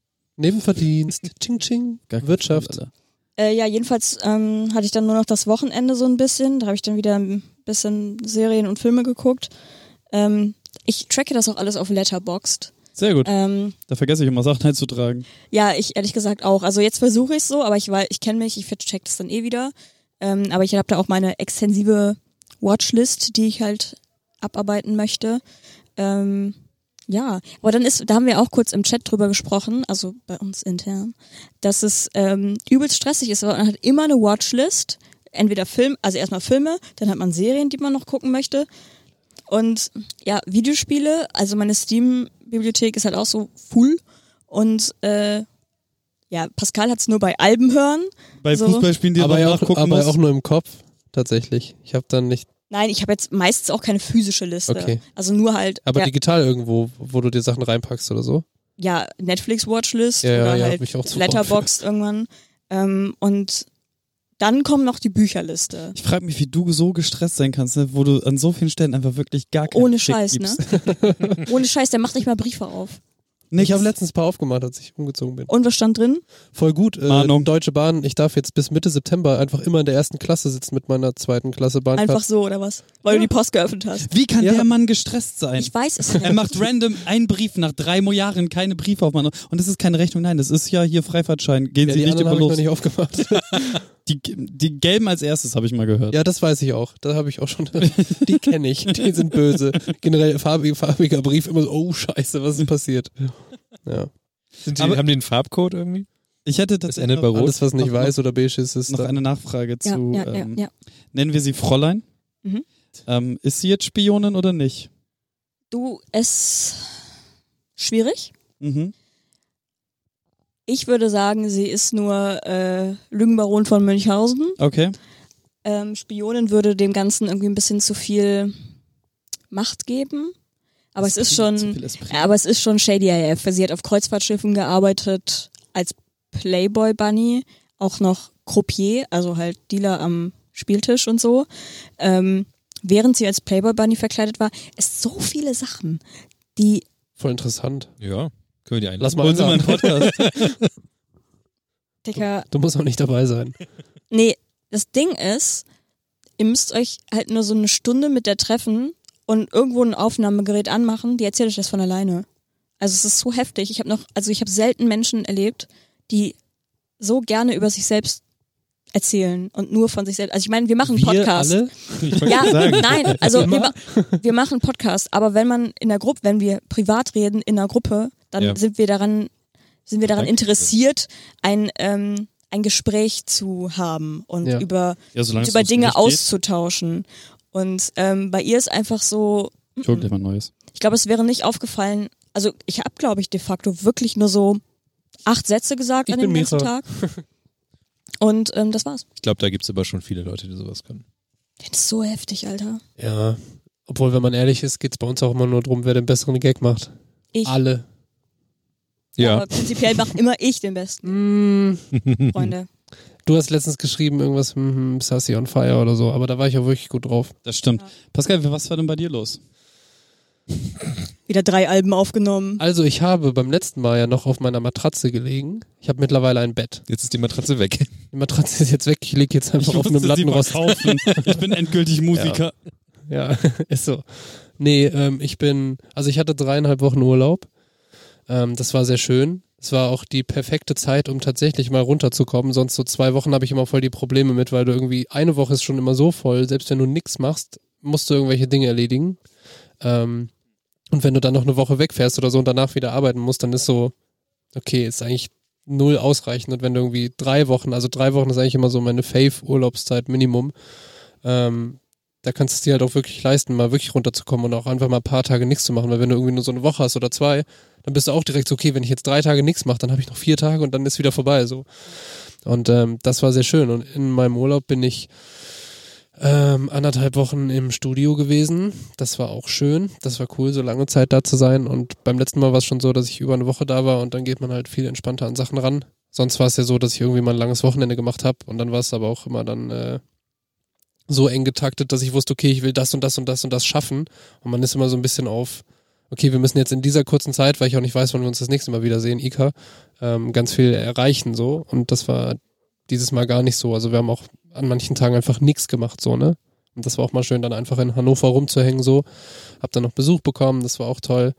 C: Nebenverdienst. ching, ching.
D: Gar kein
C: Wirtschaft.
D: Problem, Alter.
A: Äh, ja, jedenfalls ähm, hatte ich dann nur noch das Wochenende so ein bisschen. Da habe ich dann wieder ein bisschen Serien und Filme geguckt. Ähm, ich tracke das auch alles auf Letterboxd.
D: Sehr gut.
A: Ähm,
D: Da vergesse ich immer Sachen einzutragen.
A: Ja, ich ehrlich gesagt auch. Also jetzt versuche ich so, aber ich weil ich kenne mich, ich check das dann eh wieder. Ähm, aber ich habe da auch meine extensive Watchlist, die ich halt abarbeiten möchte. Ähm, ja, aber dann ist, da haben wir auch kurz im Chat drüber gesprochen, also bei uns intern, dass es ähm, übelst stressig ist, weil man hat immer eine Watchlist, entweder Film, also erstmal Filme, dann hat man Serien, die man noch gucken möchte. Und ja, Videospiele, also meine Steam-Bibliothek ist halt auch so full. Und äh, ja, Pascal hat's nur bei Alben hören.
D: Bei
A: So.
D: Fußballspielen, die
C: aber
D: du
C: ja auch,
D: nachgucken
C: aber
D: musst.
C: auch nur im Kopf, tatsächlich. Ich habe dann nicht.
A: Nein, ich habe jetzt meistens auch keine physische Liste.
C: Okay.
A: Also nur halt
C: Aber
A: ja,
C: digital irgendwo, wo du dir Sachen reinpackst oder so.
A: ja, Netflix-Watchlist
C: Ja, ja,
A: oder
C: ja, hab ich auch
A: halt
C: zu
A: Letterboxd irgendwann. Ähm, und dann kommt noch die Bücherliste.
D: ich frage mich, wie du so gestresst sein kannst, ne? wo du an so vielen Stellen einfach wirklich gar keinen
A: Ohne
D: Fick
A: Scheiß, ne?
D: gibst.
A: Ohne Scheiß, der macht nicht mal Briefe auf.
D: Nix.
C: Ich habe letztens ein paar aufgemacht, als ich umgezogen bin.
A: Und was stand drin?
C: Voll gut. Äh,
D: Mahnung.
C: Deutsche Bahn, ich darf jetzt bis Mitte September einfach immer in der ersten Klasse sitzen mit meiner zweiten Klasse Bahnkarte.
A: Einfach so oder was? Weil du die Post geöffnet hast.
D: Wie kann
C: Ja.
D: der Mann gestresst sein?
A: Ich weiß es nicht.
D: Er macht random einen Brief nach drei Jahren, keine Briefe auf Mann. Und das ist keine Rechnung, nein, das ist ja hier Freifahrtschein. Gehen
C: Ja,
D: Sie
C: die
D: nicht
C: anderen
D: immer
C: habe ich noch
D: los.
C: nicht aufgemacht.
D: Die, die gelben als erstes habe ich mal gehört.
C: Ja, das weiß ich auch. Da habe ich auch schon. Die kenne ich. Die sind böse. Generell farbig, farbiger Brief immer so, oh Scheiße, was ist passiert? Ja.
B: Sind die,
D: Aber-
B: haben die einen Farbcode irgendwie?
D: Ich hätte
B: Es
D: tatsächlich
B: endet bei
D: noch,
B: Rot.
C: Alles, was nicht
D: Noch-
C: weiß oder beige ist, ist
D: noch
C: dann,
D: eine Nachfrage
A: Ja,
D: zu,
A: ja, ja,
D: ähm,
A: ja.
D: nennen wir sie Fräulein.
A: Mhm.
D: Ähm, ist sie jetzt Spionin oder nicht?
A: Du, es schwierig.
D: Mhm.
A: Ich würde sagen, sie ist nur äh, Lügenbaron von Münchhausen.
D: Okay.
A: Ähm, Spionin würde dem Ganzen irgendwie ein bisschen zu viel Macht geben. Aber es ist
D: Zu viel
A: schon,
D: Esprit.
A: aber es ist schon shady AF. Sie hat auf Kreuzfahrtschiffen gearbeitet als Playboy Bunny, auch noch Croupier, also halt Dealer am Spieltisch und so. Ähm, während sie als Playboy Bunny verkleidet war, ist so viele Sachen, die
C: voll interessant.
B: Ja, können wir die einladen.
C: Lass mal
D: Holen Sie mal einen
C: einladen.
D: Podcast.
A: Dicker
C: Du musst auch nicht dabei sein.
A: Nee, das Ding ist, ihr müsst euch halt nur so eine Stunde mit der treffen und irgendwo ein Aufnahmegerät anmachen, die erzählt euch das von alleine. Also es ist so heftig. Ich habe noch, also ich habe selten Menschen erlebt, die so gerne über sich selbst erzählen und nur von sich selbst. Also ich meine, wir machen
C: Wir
A: Podcast.
C: alle?
B: Ich wollte
A: Ja,
B: gerade sagen.
A: nein, also wir,
C: Immer?
A: ma wir machen Podcast, aber wenn man in der Gruppe, wenn wir privat reden in der Gruppe, dann
B: Ja.
A: sind wir daran, sind wir daran
B: Danke.
A: interessiert, ein, ähm, ein Gespräch zu haben und
C: Ja.
A: über,
D: Ja, solange
A: und über Dinge auszutauschen. Und ähm, bei ihr ist einfach so,
D: Ich hol dir mal Neues.
A: ich glaube, es wäre nicht aufgefallen, also ich habe, glaube ich, de facto wirklich nur so acht Sätze gesagt
C: Ich
A: an
C: bin
A: dem ganzen
C: Mira.
A: Tag. Und ähm, das war's.
B: Ich glaube, da gibt's aber schon viele Leute, die sowas können.
A: Das ist so heftig, Alter.
C: Ja. Obwohl, wenn man ehrlich ist, geht's bei uns auch immer nur darum, wer den besseren Gag macht.
A: Ich.
C: Alle.
B: Ja,
A: Aber prinzipiell macht immer ich den besten, Freunde.
C: Du hast letztens geschrieben, irgendwas hm, hm, Sassy on Fire oder so, aber da war ich auch wirklich gut drauf.
D: Das stimmt. Pascal, was war denn bei dir los?
A: Wieder drei Alben aufgenommen.
C: Also, ich habe beim letzten Mal ja noch auf meiner Matratze gelegen. Ich habe mittlerweile ein Bett.
B: jetzt ist die Matratze weg.
C: Die Matratze ist jetzt weg, ich liege jetzt einfach auf einem Lattenrost.
D: kaufen. Ich bin endgültig Musiker.
C: Ja, ist so. Nee, ähm, ich bin, also ich hatte dreieinhalb Wochen Urlaub. Ähm, das war sehr schön. Es war auch die perfekte Zeit, um tatsächlich mal runterzukommen. Sonst so zwei Wochen habe ich immer voll die Probleme mit, weil du irgendwie, eine Woche ist schon immer so voll, selbst wenn du nichts machst, musst du irgendwelche Dinge erledigen. Ähm, und wenn du dann noch eine Woche wegfährst oder so und danach wieder arbeiten musst, dann ist so, okay, ist eigentlich null ausreichend. Und wenn du irgendwie drei Wochen, also drei Wochen ist eigentlich immer so meine Fave-Urlaubszeit Minimum. Ähm, da kannst du es dir halt auch wirklich leisten, mal wirklich runterzukommen und auch einfach mal ein paar Tage nichts zu machen, weil wenn du irgendwie nur so eine Woche hast oder zwei, dann bist du auch direkt so, okay, wenn ich jetzt drei Tage nichts mache, dann habe ich noch vier Tage und dann ist wieder vorbei so. Und ähm, das war sehr schön. Und in meinem Urlaub bin ich ähm, anderthalb Wochen im Studio gewesen. Das war auch schön. Das war cool, so lange Zeit da zu sein. Und beim letzten Mal war es schon so, dass ich über eine Woche da war und dann geht man halt viel entspannter an Sachen ran. Sonst war es ja so, dass ich irgendwie mal ein langes Wochenende gemacht habe und dann war es aber auch immer dann äh, so eng getaktet, dass ich wusste, okay, ich will das und das und das und das schaffen. Und man ist immer so ein bisschen auf, okay, wir müssen jetzt in dieser kurzen Zeit, weil ich auch nicht weiß, wann wir uns das nächste Mal wiedersehen, Ika, ähm, ganz viel erreichen so. Und das war dieses Mal gar nicht so. Also wir haben auch an manchen Tagen einfach nichts gemacht so, ne? Und das war auch mal schön, dann einfach in Hannover rumzuhängen so. Hab dann noch Besuch bekommen, das war auch toll.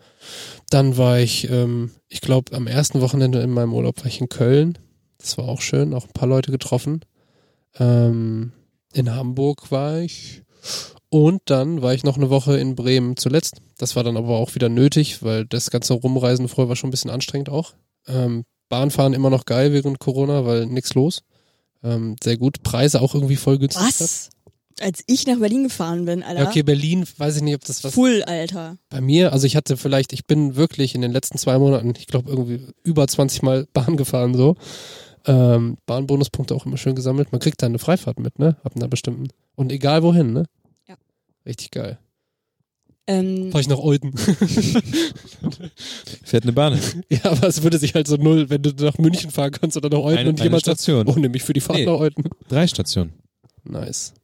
C: Dann war ich, ähm, ich glaube, am ersten Wochenende in meinem Urlaub war ich in Köln. Das war auch schön, auch ein paar Leute getroffen. Ähm, in Hamburg war ich. Und dann war ich noch eine Woche in Bremen zuletzt. Das war dann aber auch wieder nötig, weil das ganze Rumreisen vorher war schon ein bisschen anstrengend auch. Ähm, Bahnfahren immer noch geil während Corona, weil nix los. Ähm, sehr gut. Preise auch irgendwie voll günstig.
A: Was? Als ich nach Berlin gefahren bin, Alter.
C: Ja, okay, Berlin, weiß ich nicht, ob das was
A: Full, Alter.
C: bei mir, also ich hatte vielleicht, ich bin wirklich in den letzten zwei Monaten, ich glaube irgendwie über 20 Mal Bahn gefahren so. Ähm, Bahnbonuspunkte auch immer schön gesammelt. Man kriegt da eine Freifahrt mit, ne? Ab einer bestimmten. Und egal wohin, ne?
A: Ja.
C: Richtig geil.
A: Ähm,
C: Fahr ich nach Olden.
B: Fährt eine Bahn.
C: ja, aber es würde sich halt so null, wenn du nach München fahren kannst oder nach Olden
B: Eine,
C: und
B: eine
C: jemand sagt,
B: Station.
C: oh, nimm mich für die Fahrt
B: Nee.
C: nach Olden.
B: Drei Stationen.
C: Nice.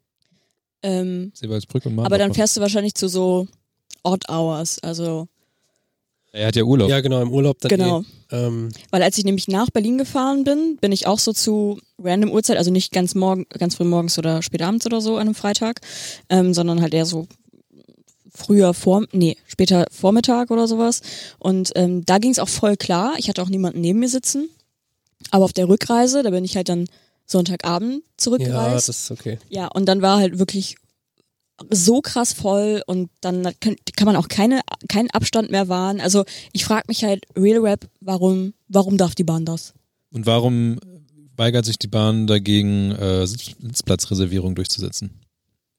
A: ähm,
B: Seewaldsbrücke und Mahndorf.
A: aber dann fährst du wahrscheinlich zu so Odd Hours, also
B: Er hat ja Urlaub.
C: Ja, genau, im Urlaub dann
A: genau.
C: eh. Ähm,
A: Weil als ich nämlich nach Berlin gefahren bin, bin ich auch so zu random Uhrzeit, also nicht ganz morgen, ganz früh morgens oder spät abends oder so an einem Freitag, ähm, sondern halt eher so früher vor, nee, später Vormittag oder sowas. Und ähm, da ging es auch voll klar. Ich hatte auch niemanden neben mir sitzen. Aber auf der Rückreise, da bin ich halt dann Sonntagabend
C: ja,
A: zurückgereist.
C: das ist okay.
A: Ja, und dann war halt wirklich so krass voll und dann kann, kann man auch keine, keinen Abstand mehr wahren. Also ich frage mich halt, Real Rap, warum, warum darf die Bahn das?
B: Und warum weigert sich die Bahn dagegen, äh, Sitz- Sitzplatzreservierung durchzusetzen?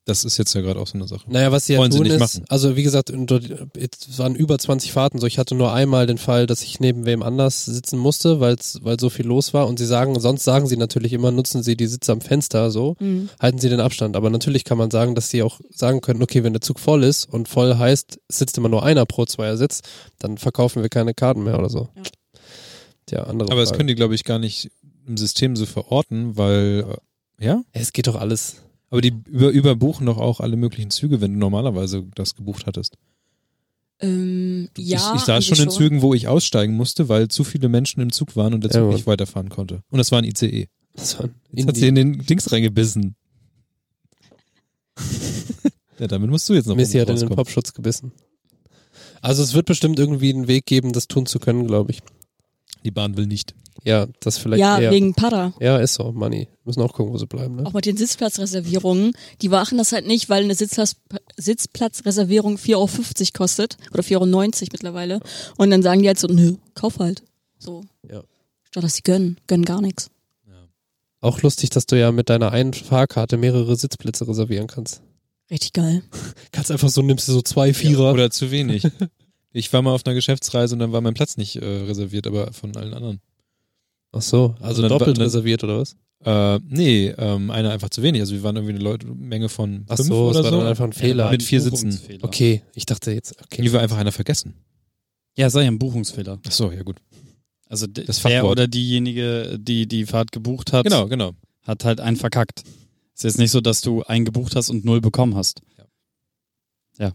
B: Das ist jetzt ja gerade auch so eine Sache.
C: Naja, was sie ja
B: Wollen sie
C: tun
B: nicht
C: ist,
B: machen.
C: also wie gesagt, in- dort- jetzt waren über 20 Fahrten so. Ich hatte nur einmal den Fall, dass ich neben wem anders sitzen musste, weil's, weil so viel los war. Und sie sagen, sonst sagen sie natürlich immer, nutzen sie die Sitze am Fenster so,
A: Mhm.
C: halten sie den Abstand. Aber natürlich kann man sagen, dass sie auch sagen können, okay, wenn der Zug voll ist und voll heißt, es sitzt immer nur einer pro Zweiersitz, dann verkaufen wir keine Karten mehr oder so.
A: Ja.
C: Tja, andere
B: Aber das
C: Frage.
B: können die, glaube ich, gar nicht im System so verorten, weil, äh, ja?
C: es geht doch alles.
B: Aber die über, überbuchen doch auch alle möglichen Züge, wenn du normalerweise das gebucht hattest.
A: Ähm,
B: Du,
A: ja,
B: ich, ich saß
A: irgendwie
B: schon in Zügen, wo ich aussteigen musste, weil zu viele Menschen im Zug waren und der
C: Ja,
B: Zug
C: Mann.
B: nicht weiterfahren konnte. Und das war ein ICE.
C: Das war ein
B: Jetzt hat sie
C: Indie-
B: in den Dings reingebissen. ja, damit musst du jetzt noch
C: Messi hat in den
B: rauskommen.
C: Popschutz gebissen. Also es wird bestimmt irgendwie einen Weg geben, das tun zu können, glaube ich.
B: Die Bahn will nicht.
C: Ja, das vielleicht
A: Ja,
C: eher.
A: wegen Pada.
C: ja, ist so, Money. Müssen auch gucken, wo sie bleiben, ne?
A: Auch mit den Sitzplatzreservierungen. Die machen das halt nicht, weil eine Sitzplatz Sitzplatzreservierung 4,50 Euro kostet. Oder 4,90 Euro mittlerweile. Und dann sagen die halt so, nö, kauf halt. So.
C: Ja.
A: Statt dass sie gönnen. Gönnen gar nichts.
C: Auch lustig, dass du ja mit deiner einen Fahrkarte mehrere Sitzplätze reservieren kannst.
A: Richtig geil.
C: Kannst einfach so, nimmst du so zwei Vierer.
B: Oder zu wenig. Ich war mal auf einer Geschäftsreise und dann war mein Platz nicht äh, reserviert, aber von allen anderen.
C: Ach so, also
B: Dann-
C: doppelt
B: dann-
C: reserviert oder was?
B: Äh, nee, ähm, einer einfach zu wenig. Also wir waren irgendwie eine Leute, Menge von
C: Ach
B: fünf
C: so,
B: oder
C: das war
B: so.
C: dann einfach ein Fehler.
B: Mit vier Sitzen.
D: Buchungsfehler.
C: Okay, ich dachte jetzt, okay.
B: Irgendwie war einfach einer vergessen.
D: Ja, sei ja ein Buchungsfehler.
B: Ach so, ja gut.
D: Also d-
B: Das
D: der
B: Fachwort.
D: oder diejenige, die die Fahrt gebucht hat,
B: Genau, genau.
D: hat halt einen verkackt. Ist jetzt nicht so, dass du einen gebucht hast und null bekommen hast.
B: Ja.
D: Ja.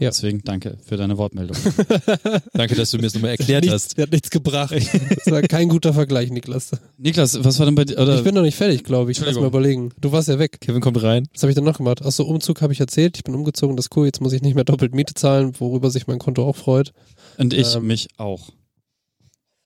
C: Ja.
D: Deswegen danke für deine Wortmeldung.
B: Danke, dass du mir es nochmal erklärt hast.
C: nichts, hat nichts gebracht. das war kein guter Vergleich, Niklas.
D: Niklas, was war denn bei dir? Oder
C: Ich bin noch nicht fertig, glaube ich. Lass mal
B: Entschuldigung.
C: überlegen. Du warst ja weg.
B: Kevin kommt rein.
C: Was habe ich dann noch gemacht? Achso, Umzug habe ich erzählt. Ich bin umgezogen, das ist cool. Jetzt muss ich nicht mehr doppelt Miete zahlen, worüber sich mein Konto auch freut.
D: und ich
C: ähm,
D: mich auch.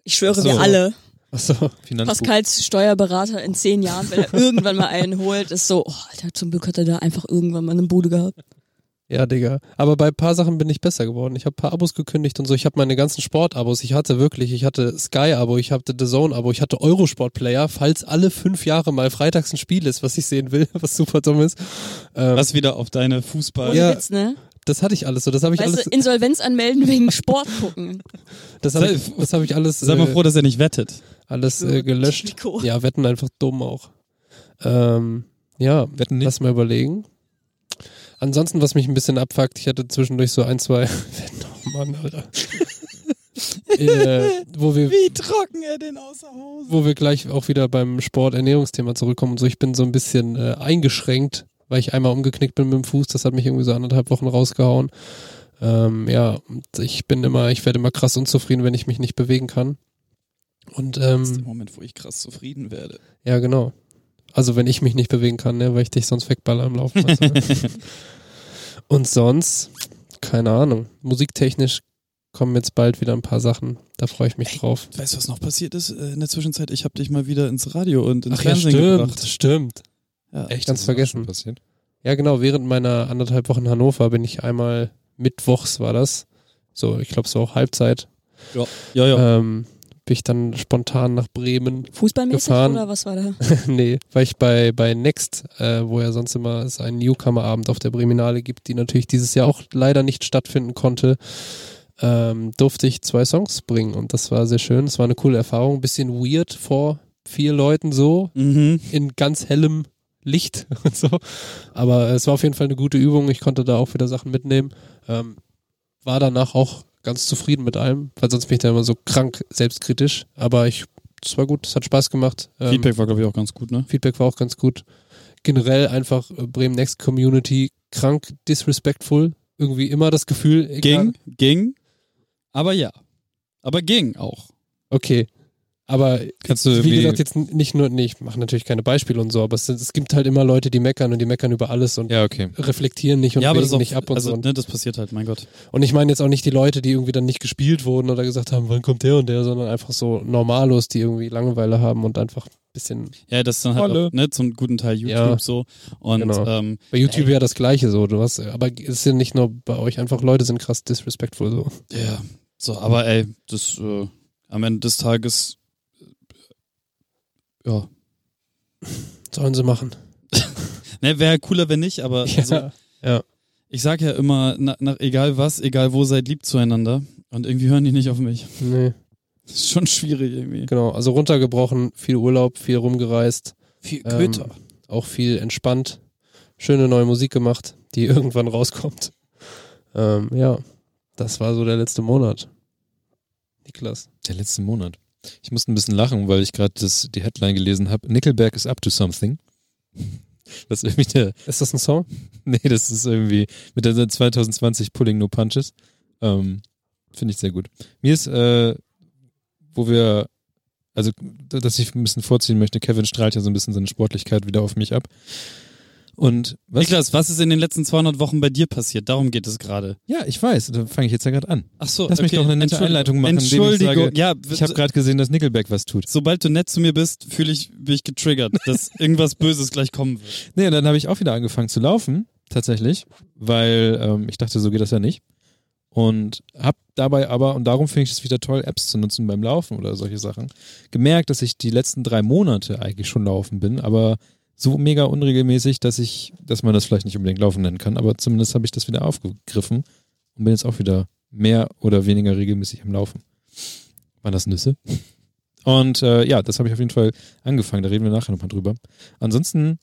A: Ich schwöre,
B: So.
A: wir alle.
C: Achso,
B: Finanzbuch.
A: Pascals Steuerberater in zehn Jahren, wenn er irgendwann mal einen holt, ist so, oh, Alter, zum Glück hat er da einfach irgendwann mal eine Bude gehabt.
C: ja, Digga. Aber bei ein paar Sachen bin ich besser geworden. Ich habe ein paar Abos gekündigt und so. Ich habe meine ganzen Sportabos. Ich hatte wirklich, ich hatte Sky-Abo, ich hatte The Zone-Abo, ich hatte Eurosport-Player. Falls alle fünf Jahre mal freitags ein Spiel ist, was ich sehen will, was super dumm ist. Ähm,
D: Lass wieder auf deine Fußball.
A: Ohne
C: Ja.
A: Witz, ne?
C: Das hatte ich alles so. Das habe ich
A: Weißt
C: alles.
A: du, Insolvenz anmelden wegen Sport gucken.
C: Das habe ich, das hab ich alles.
D: Sei mal
C: äh,
D: froh, dass er nicht wettet.
C: Alles äh, gelöscht.
A: Nico.
C: Ja, wetten einfach dumm auch. Ähm, ja,
B: Wetten nicht.
C: Lass mal überlegen. Ansonsten, was mich ein bisschen abfuckt, ich hatte zwischendurch so ein, zwei. oh Mann, Alter. äh, wo, wir,
D: Wie trocken er den außer Hose.
C: wo wir gleich auch wieder beim Sport-Ernährungsthema zurückkommen. und So, ich bin so ein bisschen äh, eingeschränkt, weil ich einmal umgeknickt bin mit dem Fuß. Das hat mich irgendwie so anderthalb Wochen rausgehauen. Ähm, ja, und ich bin immer, ich werde immer krass unzufrieden, wenn ich mich nicht bewegen kann. Und
D: Das ist der
C: ähm,
D: Moment, wo ich krass zufrieden werde.
C: ja, genau. Also wenn ich mich nicht bewegen kann, ne, weil ich dich sonst wegballer am Laufen. Weißt du? Und sonst, keine Ahnung. Musiktechnisch kommen jetzt bald wieder ein paar Sachen. Da freue ich mich drauf.
D: Weißt du, was noch passiert ist äh, in der Zwischenzeit? Ich habe dich mal wieder ins Radio und ins
C: Ach ja,
D: Fernsehen
C: stimmt,
D: gebracht.
C: stimmt.
D: Ja.
B: Echt,
C: Ganz
B: das ist auch
C: vergessen.
B: schon Passiert.
C: Ja, genau. Während meiner anderthalb Wochen in Hannover bin ich einmal mittwochs war das. So, ich glaube, so auch Halbzeit.
D: Ja, ja.
C: Ähm, bin ich dann spontan nach Bremen
A: Fußballmäßig
C: Gefahren.
A: oder was war da?
C: nee, weil ich bei, bei Next, äh, wo ja sonst immer es einen Newcomer-Abend auf der Breminale gibt, die natürlich dieses Jahr auch leider nicht stattfinden konnte, ähm, durfte ich zwei Songs bringen und das war sehr schön. Es war eine coole Erfahrung, bisschen weird vor vier Leuten so,
D: Mhm.
C: in ganz hellem Licht und so. Aber es war auf jeden Fall eine gute Übung. Ich konnte da auch wieder Sachen mitnehmen. Ähm, war danach auch ganz zufrieden mit allem, weil sonst bin ich da immer so krank selbstkritisch. Aber ich, es war gut, es hat Spaß gemacht. Ähm,
D: Feedback war, glaube ich, auch ganz gut, ne?
C: Feedback war auch ganz gut. Generell einfach äh, Bremen Next Community krank disrespectful. Irgendwie immer das Gefühl. egal-
D: Ging, ging. Aber ja. Aber ging auch.
C: Okay. Aber
B: Kannst du
C: wie
B: wie-
C: gesagt, jetzt n- nicht nur, nee, ich mache natürlich keine Beispiele und so, aber es, sind- es gibt halt immer Leute, die meckern und die meckern über alles und
B: Ja, okay.
C: reflektieren nicht und
D: ja, aber
C: wägen
D: das ist auch,
C: nicht ab und
D: also,
C: so.
D: ne, das passiert halt, mein Gott.
C: Und ich meine jetzt auch nicht die Leute, die irgendwie dann nicht gespielt wurden oder gesagt haben, wann kommt der und der, sondern einfach so Normalos, die irgendwie Langeweile haben und einfach ein bisschen.
D: Ja, das ist dann halt
B: Holle.
D: auch, ne, zum guten Teil YouTube
C: Ja.
D: so. Und
C: Genau.
D: ähm,
C: Bei YouTube ja das Gleiche so, du hast, aber es ist ja nicht nur bei euch, einfach Leute sind krass disrespectful so.
D: ja, so, aber ey, das äh, am Ende des Tages ja.
C: Sollen sie machen.
D: Ne, wäre cooler, wenn nicht, aber also,
C: Ja. ja.
D: ich sag ja immer, na, nach egal was, egal wo, seid lieb zueinander. Und irgendwie hören die nicht auf mich.
C: Nee.
D: Das ist schon schwierig irgendwie.
C: Genau. Also runtergebrochen, viel Urlaub, viel rumgereist.
F: Viel
C: ähm,
F: Köter.
C: Auch viel entspannt. Schöne neue Musik gemacht, die irgendwann rauskommt. Ähm, ja. Das war so der letzte Monat. Niklas.
B: Der letzte Monat. Ich musste ein bisschen lachen, weil ich gerade das- die Headline gelesen habe. Nickelback is up to something. Das ist irgendwie der,
C: Ist das ein Song?
B: nee, das ist irgendwie mit der 2020 Pulling No Punches. Ähm, Finde ich sehr gut. Mir ist, äh, wo wir, also, dass ich ein bisschen vorziehen möchte, Kevin strahlt ja so ein bisschen seine Sportlichkeit wieder auf mich ab. Und was?
D: Niklas, was ist in den letzten 200 Wochen bei dir passiert? Darum geht es gerade.
B: ja, ich weiß, da fange ich jetzt ja gerade an.
D: Ach so,
B: Lass mich doch eine nette
D: Entschuldigung.
B: Einleitung machen, indem ich
D: Entschuldigung.
B: sage,
D: ja,
B: Ich habe gerade gesehen, dass Nickelback was tut.
D: sobald du nett zu mir bist, fühle ich, bin ich getriggert, dass irgendwas Böses gleich kommen wird.
B: Nee, und dann habe ich auch wieder angefangen zu laufen, tatsächlich, weil ähm, ich dachte, so geht das ja nicht. Und habe dabei aber, und darum finde ich es wieder toll, Apps zu nutzen beim Laufen oder solche Sachen, gemerkt, dass ich die letzten drei Monate eigentlich schon laufen bin, aber so mega unregelmäßig, dass ich, dass man das vielleicht nicht unbedingt laufen nennen kann, aber zumindest habe ich das wieder aufgegriffen und bin jetzt auch wieder mehr oder weniger regelmäßig am Laufen. Waren das Nüsse? Und äh, ja, das habe ich auf jeden Fall angefangen, da reden wir nachher nochmal drüber. Ansonsten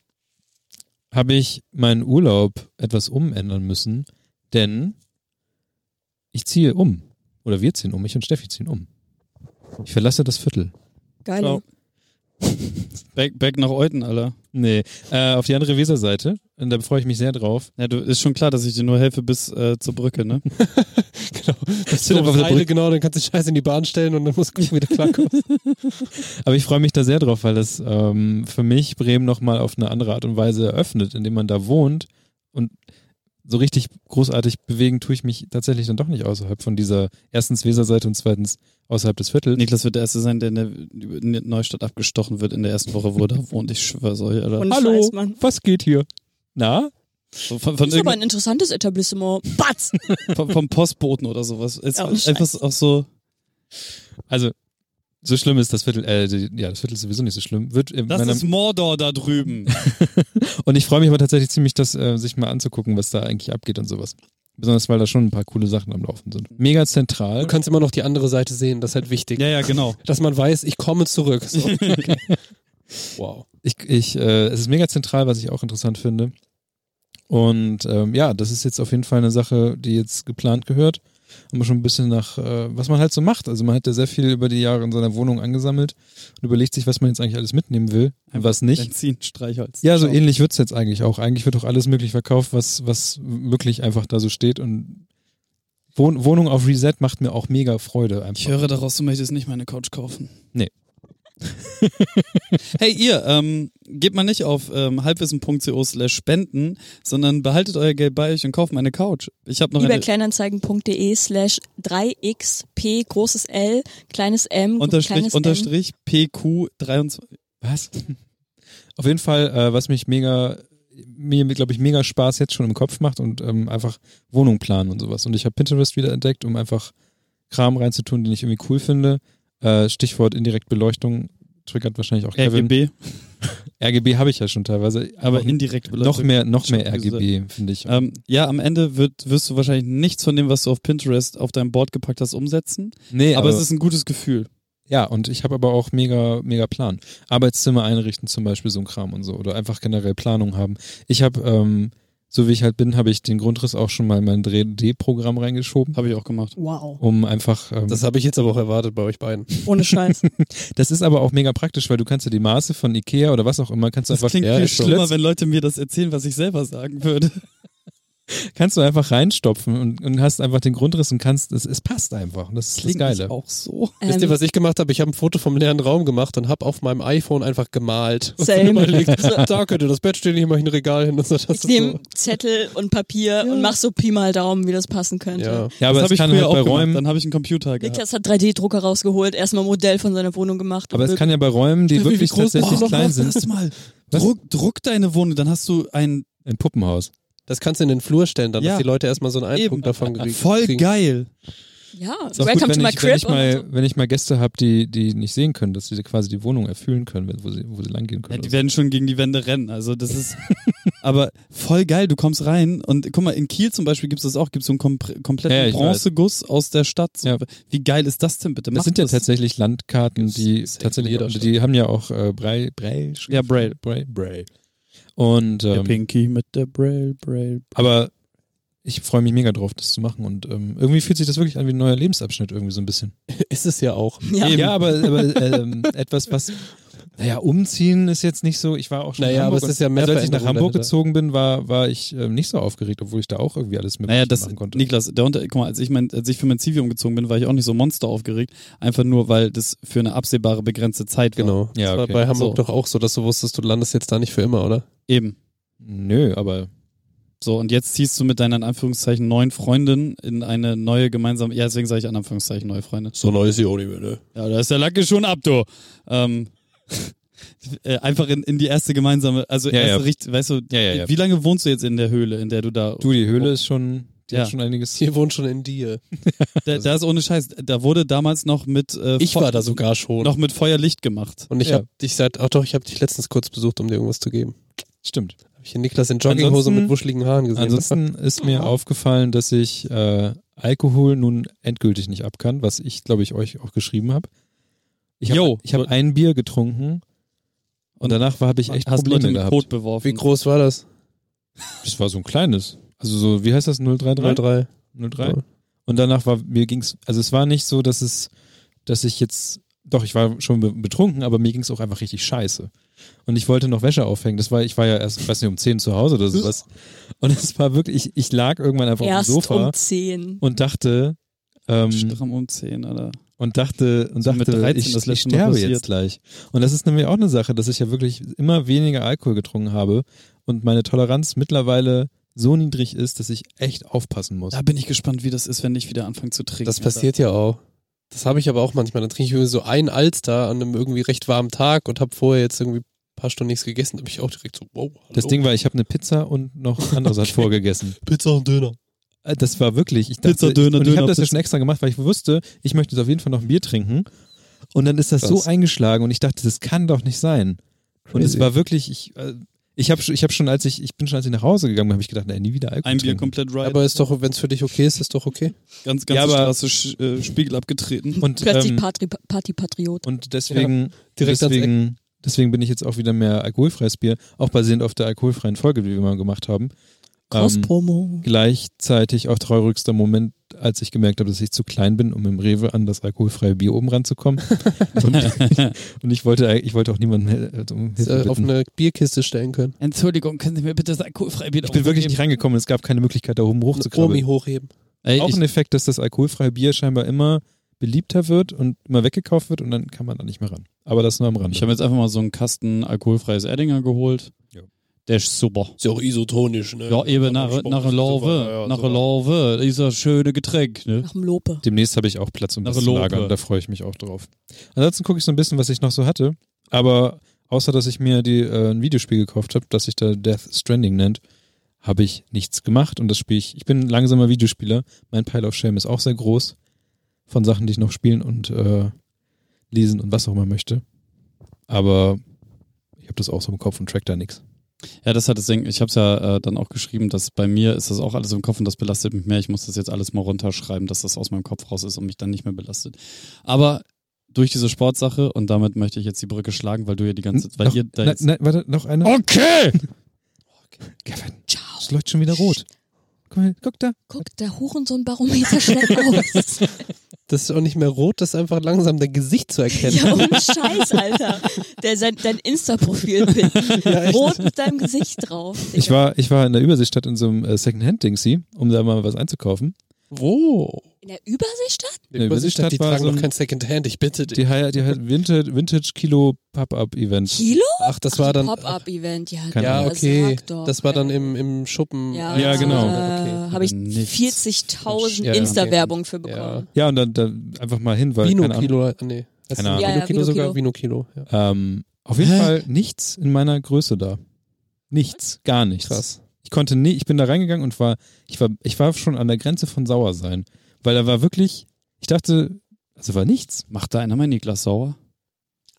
B: habe ich meinen Urlaub etwas umändern müssen, denn ich ziehe um. Oder wir ziehen um, ich und Steffi ziehen um. Ich verlasse das Viertel.
A: Geil.
D: Ciao. Back, back nach Euten, Alter.
B: Nee, äh, auf die andere Weserseite. Und da freue ich mich sehr drauf.
D: Ja, du ist schon klar, dass ich dir nur helfe bis äh, zur Brücke, ne?
C: Genau. Das
B: sind auf der Brücke.
C: genau, dann kannst du die Scheiße in die Bahn stellen und dann musst du wieder klarkommen.
B: Aber ich freue mich da sehr drauf, weil das ähm, für mich Bremen nochmal auf eine andere Art und Weise eröffnet, indem man da wohnt. Und so richtig großartig bewegen tue ich mich tatsächlich dann doch nicht außerhalb von dieser erstens Weserseite und zweitens außerhalb des Viertels.
D: Niklas wird der Erste sein, der in der in der Neustadt abgestochen wird in der ersten Woche, wo er da wohnt. Ich schwör's euch, Alter.
A: Und
B: Hallo,
A: Scheiß, Mann.
B: was geht hier? Na?
D: So von, von
A: Das ist aber ein
D: irgend,
A: interessantes Etablissement. Batz!
D: vom, vom Postboten oder sowas. Ist
A: Ja, und
D: einfach
A: Scheiß.
D: auch so.
B: Also, so schlimm ist das Viertel, äh, die, ja, das Viertel ist sowieso nicht so schlimm. Wird in
D: Das
B: meiner,
D: ist Mordor da drüben.
B: und ich freue mich aber tatsächlich ziemlich, das äh, sich mal anzugucken, was da eigentlich abgeht und sowas. Besonders, weil da schon ein paar coole Sachen am Laufen sind. Mega
C: Du
B: zentral.
D: Mhm.
C: kannst immer noch die andere Seite sehen, das ist halt wichtig.
D: ja, ja, genau.
C: Dass man weiß, ich komme zurück. So. wow.
B: Ich, ich, äh, es ist mega zentral, was ich auch interessant finde. Und ähm, ja, das ist jetzt auf jeden Fall eine Sache, die jetzt geplant gehört. Aber schon ein bisschen nach, äh, was man halt so macht. Also man hat ja sehr viel über die Jahre in seiner Wohnung angesammelt und überlegt sich, was man jetzt eigentlich alles mitnehmen will und was nicht.
D: Benzin, Streichholz.
B: Ja, so
D: Ciao.
B: ähnlich wird's jetzt eigentlich auch. Eigentlich wird auch alles möglich verkauft, was, was wirklich einfach da so steht. Und Wohn Wohnung auf Reset macht mir auch mega Freude. Einfach.
D: Ich höre daraus, du möchtest nicht meine Couch kaufen.
B: Nee.
D: hey, ihr, ähm, geht mal nicht auf ähm, halbwissen.co slash spenden, sondern behaltet euer Geld bei euch und kauft meine Couch. Ich habe noch
A: Über
D: eine
A: kleinanzeigen.de slash 3xp großes L, kleines M,
D: unterstrich,
A: kleines
D: unterstrich PQ23.
B: Was? Auf jeden Fall, äh, was mich mega, mir, glaube ich, mega Spaß jetzt schon im Kopf macht und ähm, einfach Wohnung planen und sowas. Und ich habe Pinterest wieder entdeckt, um einfach Kram reinzutun, den ich irgendwie cool finde. Äh, Stichwort indirekt Beleuchtung triggert wahrscheinlich auch Kevin.
D: RGB,
B: RGB habe ich ja schon teilweise.
D: aber
B: noch,
D: indirekt beleuchtet.
B: noch mehr, noch mehr
D: Schon gesagt.
B: RGB, finde ich.
D: Ähm, ja, am Ende wird, wirst du wahrscheinlich nichts von dem, was du auf Pinterest auf deinem Board gepackt hast, umsetzen.
B: nee,
D: Aber, es ist ein gutes Gefühl.
B: Ja, und ich habe aber auch mega, mega Plan. Arbeitszimmer einrichten zum Beispiel, so ein Kram und so. Oder einfach generell Planung haben. Ich habe, ähm, so wie ich halt bin, habe ich den Grundriss auch schon mal in mein 3D-Programm reingeschoben,
D: Habe ich auch gemacht.
A: M. Wow.
B: um einfach... Ähm,
C: Das habe ich jetzt aber auch erwartet bei euch beiden.
A: Ohne Scheiß.
B: das ist aber auch mega praktisch, weil du kannst ja die Maße von Ikea oder was auch immer, kannst du
D: Das
B: einfach...
D: klingt
B: Ja,
D: viel
B: ist so.
D: schlimmer, wenn Leute mir das erzählen, was ich selber sagen würde.
B: Kannst du einfach reinstopfen und, und hast einfach den Grundriss und kannst... Es, es passt einfach. Und das ist das Geile.
D: auch so.
C: Wisst ihr,
A: Ähm,
C: was ich gemacht habe? Ich habe ein Foto vom leeren Raum gemacht und habe auf meinem iPhone einfach gemalt. Und
A: Same.
C: überlegt, da könnte das Bett stehen, hier mache ich ein Regal hin und so. Das
A: ich nehme Zettel und Papier und mach so Pi mal Daumen, wie das passen könnte.
C: ja.
B: Ja, aber
D: das
B: es
D: habe ich
B: kann
D: früher
B: halt
D: auch
B: bei
D: gemacht.
B: Räumen...
D: Dann habe ich einen Computer gehabt.
A: Niklas hat 3D-Drucker rausgeholt, erstmal ein Modell von seiner Wohnung gemacht.
B: Aber
A: und
B: es kann ja bei Räumen, die
C: Steffi, wie
B: wirklich
C: groß bist du
B: tatsächlich
C: noch?
B: klein sind,
D: Lass mal. Druck, druck deine Wohnung, dann hast du ein
B: ein Puppenhaus.
C: Das kannst du in den Flur stellen, dann
D: Ja.
C: dass die Leute erstmal so einen
A: Äh,
D: Eben.
B: genau
C: Eindruck davon kriegen.
D: voll geil.
A: Ja,
B: Ist auch
A: Welcome
B: gut,
A: to
B: wenn,
A: my
B: ich, wenn,
A: crib.
B: ich mal,
A: und so.
B: wenn ich mal Gäste habe, die, die nicht sehen können, dass sie quasi die Wohnung erfüllen können, wenn- wo sie, wo sie lang gehen
D: Ja,
B: können.
D: die werden schon gegen die Wände rennen. Also das ist aber voll geil. Du kommst rein und guck mal, in Kiel zum Beispiel gibt es das auch, gibt es so einen kompr- kompletten
B: Ja, ja, ich
D: Bronzeguss aus der Stadt. So,
B: Ja.
D: Wie geil ist das denn bitte?
B: das
D: Macht
B: sind ja tatsächlich Landkarten,
D: Gibt's
B: die
D: safe in
B: tatsächlich,
D: jeder
B: die haben ja auch äh, Braille, Braille,
D: Ja, Braille.
B: Braille, Braille. Und,
D: Der
B: ähm,
D: Pinky mit der Braille, Braille.
B: aber ich freue mich mega drauf, das zu machen und ähm, irgendwie fühlt sich das wirklich an wie ein neuer Lebensabschnitt irgendwie so ein bisschen.
C: Ist es ja auch.
A: Ja.
B: Eben. ja aber, aber ähm, etwas, was, naja, umziehen ist jetzt nicht so, ich war auch schon in
C: Naja, aber
B: Hamburg
C: es
B: und-
C: ist ja mehr
B: also als ich nach
C: Veränderung
B: Hamburg
C: dahinter.
B: gezogen bin, war, war ich ähm, nicht so aufgeregt, obwohl ich da auch irgendwie alles mit
D: Naja, das,
B: machen konnte.
D: Niklas, der Unter guck mal, als ich, mein, als ich für mein Zivi umgezogen bin, war ich auch nicht so monster aufgeregt. Einfach nur, weil das für eine absehbare begrenzte Zeit war.
C: Genau.
B: Ja,
C: das war
B: okay.
C: bei Hamburg
D: So.
C: doch auch so, dass du wusstest, du landest jetzt da nicht für immer, oder?
D: Eben.
B: Nö, aber
D: So, und jetzt ziehst du mit deiner in Anführungszeichen neuen Freundin in eine neue gemeinsame, ja, deswegen sage ich in Anführungszeichen neue Freundin.
C: So neu ist sie auch nicht mehr, ne?
D: Ja, da ist der Lacke schon ab, du. Ähm, äh, einfach in, in die erste gemeinsame, also
B: Ja,
D: erste
B: ja.
D: richtig, weißt du,
B: Ja, ja, ja.
D: wie lange wohnst du jetzt in der Höhle, in der du da,
B: du, die Höhle ist schon, die
D: Ja.
B: hat schon einiges.
C: Sie wohnt schon in dir.
D: da, da ist ohne Scheiß, da wurde damals noch mit, äh,
C: Ich
D: Fe-
C: war da sogar schon.
D: noch mit Feuerlicht gemacht.
C: Und ich
B: Ja.
C: hab dich seit, ach doch, ich habe dich letztens kurz besucht, um dir irgendwas zu geben.
B: Stimmt.
C: Habe ich hier Niklas in Jogginghose
B: Ansonsten-
C: mit wuscheligen Haaren gesehen.
B: Ansonsten ist mir aufgefallen, dass ich äh, Alkohol nun endgültig nicht ab kann, was ich, glaube ich, euch auch geschrieben habe. Ich habe
D: Jo.
B: ich hab ein Bier getrunken und danach habe ich echt
D: hast
B: Probleme
D: Leute mit
B: gehabt.
D: Kot beworfen.
C: Wie groß war das?
B: Das war so ein kleines. Also so, wie heißt das? 033?
C: 0,3.
B: 03.
C: Ja.
B: Und danach war, mir ging's, also es war nicht so, dass es, dass ich jetzt, doch, ich war schon be- betrunken, aber mir ging's auch einfach richtig scheiße. Und ich wollte noch Wäsche aufhängen. Das war, ich war ja erst, weiß nicht, um 10 zu Hause oder sowas. Und es war wirklich, ich, ich lag irgendwann einfach
A: Erst
B: auf dem Sofa
A: um 10.
B: und dachte, ähm,
D: Stramm um 10, Alter.
B: und dachte, und
D: So mit
B: dachte,
D: 13
B: ich,
D: das
B: ich
D: letzte Mal
B: sterbe
D: passiert.
B: jetzt gleich. Und das ist nämlich auch eine Sache, dass ich ja wirklich immer weniger Alkohol getrunken habe und meine Toleranz mittlerweile so niedrig ist, dass ich echt aufpassen muss.
D: Da bin ich gespannt, wie das ist, wenn ich wieder anfange zu trinken.
C: Das
D: Alter.
C: passiert ja auch. Das habe ich aber auch manchmal. Dann trinke ich mir so ein Alster an einem irgendwie recht warmen Tag und habe vorher jetzt irgendwie ein paar Stunden nichts gegessen. Da bin ich auch direkt so, wow. Hallo.
B: Das Ding war, ich habe eine Pizza und noch anderes hat vorgegessen.
C: Pizza und Döner.
B: Äh, Das war wirklich, ich dachte,
D: Pizza, Döner,
B: ich, und ich
D: Döner,
B: habe das ja
D: Pizza.
B: schon extra gemacht, weil ich wusste, ich möchte jetzt auf jeden Fall noch ein Bier trinken. Und dann ist das so
C: Krass.
B: eingeschlagen und ich dachte, das kann doch nicht sein. Und es
C: Crazy.
B: war wirklich, ich, äh, ich habe ich hab schon, als ich, ich bin schon, als ich nach Hause gegangen bin, habe ich gedacht, nein, nie wieder Alkohol.
D: Ein Bier
B: trinken.
D: komplett right.
C: Aber ist doch, wenn es für dich okay ist, ist doch okay.
D: ganz, ganz
B: Ja, aber-
D: Straße sch, äh, Spiegel abgetreten.
B: Und,
A: Plötzlich
B: ähm,
A: Party, Party Patriot.
B: und deswegen,
C: direkt ans
B: deswegen, deswegen bin ich jetzt auch wieder mehr alkoholfreies Bier, auch basierend auf der alkoholfreien Folge, die wir mal gemacht haben. Ähm,
A: Cross-Promo.
B: gleichzeitig auch traurigster Moment, als ich gemerkt habe, dass ich zu klein bin, um im Rewe an das alkoholfreie Bier oben ranzukommen. und, und ich wollte, ich wollte auch niemanden hel- also um
C: Hättest
B: Hilfe
C: du äh, Auf
B: bitten.
C: eine Bierkiste stellen können.
D: Entschuldigung, können Sie mir bitte das alkoholfreie Bier
B: Ich bin wirklich nicht reingekommen, es gab keine Möglichkeit, da oben
C: Eine Omi
B: hochzukrabbeln.
C: hochheben.
D: Ey,
B: Auch
D: ich,
B: ein Effekt, dass das alkoholfreie Bier scheinbar immer beliebter wird und immer weggekauft wird und dann kann man da nicht mehr ran. Aber das nur am Rande.
D: ich habe jetzt einfach mal so einen Kasten alkoholfreies Erdinger geholt.
B: Ja. Äh,
D: Der ist super.
C: Ist ja auch isotonisch, ne?
D: Ja, eben nach, nach Lauwe, nach Lauwe, dieser schöne Getränk, ne?
A: Nach dem Lope.
B: Demnächst habe ich auch Platz um das
D: Also Lope.
B: Lagern, da freue ich mich auch drauf. Ansonsten gucke ich so ein bisschen, was ich noch so hatte. Aber außer, dass ich mir die, äh, ein Videospiel gekauft habe, das sich da Death Stranding nennt, habe ich nichts gemacht. Und das spiele ich, ich bin ein langsamer Videospieler. Mein Pile of Shame ist auch sehr groß von Sachen, die ich noch spielen und äh, lesen und was auch immer möchte. Aber ich habe das auch so im Kopf und track da nichts.
D: Ja, das hat das Ding. Ich habe es ja äh, dann auch geschrieben, dass bei mir ist das auch alles im Kopf und das belastet mich mehr. Ich muss das jetzt alles mal runterschreiben, dass das aus meinem Kopf raus ist und mich dann nicht mehr belastet. Aber durch diese Sportsache und damit möchte ich jetzt die Brücke schlagen, weil du ja die ganze Zeit,
B: Noch, ne-
D: Also, weil ihr da
B: nein,
D: jetzt
B: nein, warte, noch eine.
D: Okay!
B: Kevin,
A: Ciao.
B: es läuft schon wieder rot. Guck, mal, guck da.
A: Guck, der Hurensohn-Barometer schlägt aus.
C: Das ist auch nicht mehr rot, das ist einfach langsam dein Gesicht zu erkennen.
A: Ja, ohne Scheiß, Alter. Der, sein, dein Insta-Profil-Pin. Rot mit deinem Gesicht drauf.
B: Ich war, ich war in der Überseestadt in so einem äh, Secondhand-Dingsy, um da mal was einzukaufen.
C: Wo?
A: In der Überseestadt?
B: Ja, Überseestadt
C: die
B: war
C: tragen
B: so
C: doch
B: ein-
C: kein Secondhand, ich bitte dich.
B: Die, Hi- die Hi- Vintage, Vintage Kilo Pop-Up-Event.
A: Kilo?
C: Ach, das war dann.
A: Pop-Up-Event, ja.
B: Keine
C: Ja,
B: Ahnung.
A: das
C: okay.
A: sagt Also, doch.
C: Das war dann im, im Schuppen.
A: Ja, also,
C: Ah,
B: Ja, genau.
C: Okay.
A: Äh, Habe ich
D: Nichts.
A: 40.000
C: Ja, ja.
A: Insta-Werbung für bekommen.
B: Ja, und dann, dann einfach mal hin, weil.
C: Vino
B: keine Ahnung.
C: Kilo, ah, nee. Heißt
B: Keine
C: das
B: Ahnung.
A: Ja,
C: Vino
A: ja,
C: Kilo
A: Vino
C: sogar
A: Kilo.
C: Vino Kilo. Ja.
B: Ähm, auf jeden Fall nichts in meiner Größe da. Nichts, gar nichts.
C: Krass.
B: Ich konnte nie, ich bin da reingegangen und war, ich war, ich war schon an der Grenze von sauer sein, weil da war wirklich Ich dachte, also war nichts.
D: Macht da einer mal Niklas sauer?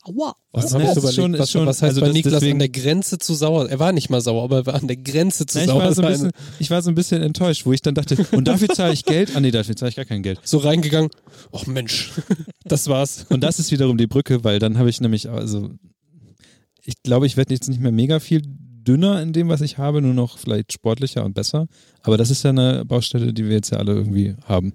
A: Aua.
C: Was,
B: Ja,
C: hab ich
B: ist
C: überlegt,
B: schon- ist
C: was,
B: schon-
C: was heißt
B: also
C: bei
B: das
C: Niklas
B: deswegen-
C: an der Grenze zu sauer? Er war nicht mal sauer, aber er war an der Grenze zu
B: Ja, ich,
C: sauer.
B: war so ein
C: sein.
B: bisschen, ich war so ein bisschen enttäuscht, wo ich dann dachte, und dafür zahle ich Geld? Ah nee, dafür zahle ich gar kein Geld.
C: so reingegangen. Ach Mensch, das war's.
B: Und das ist wiederum die Brücke, weil dann habe ich nämlich, also ich glaube, ich werde jetzt nicht mehr mega viel dünner in dem, was ich habe, nur noch vielleicht sportlicher und besser. Aber das ist ja eine Baustelle, die wir jetzt ja alle irgendwie haben.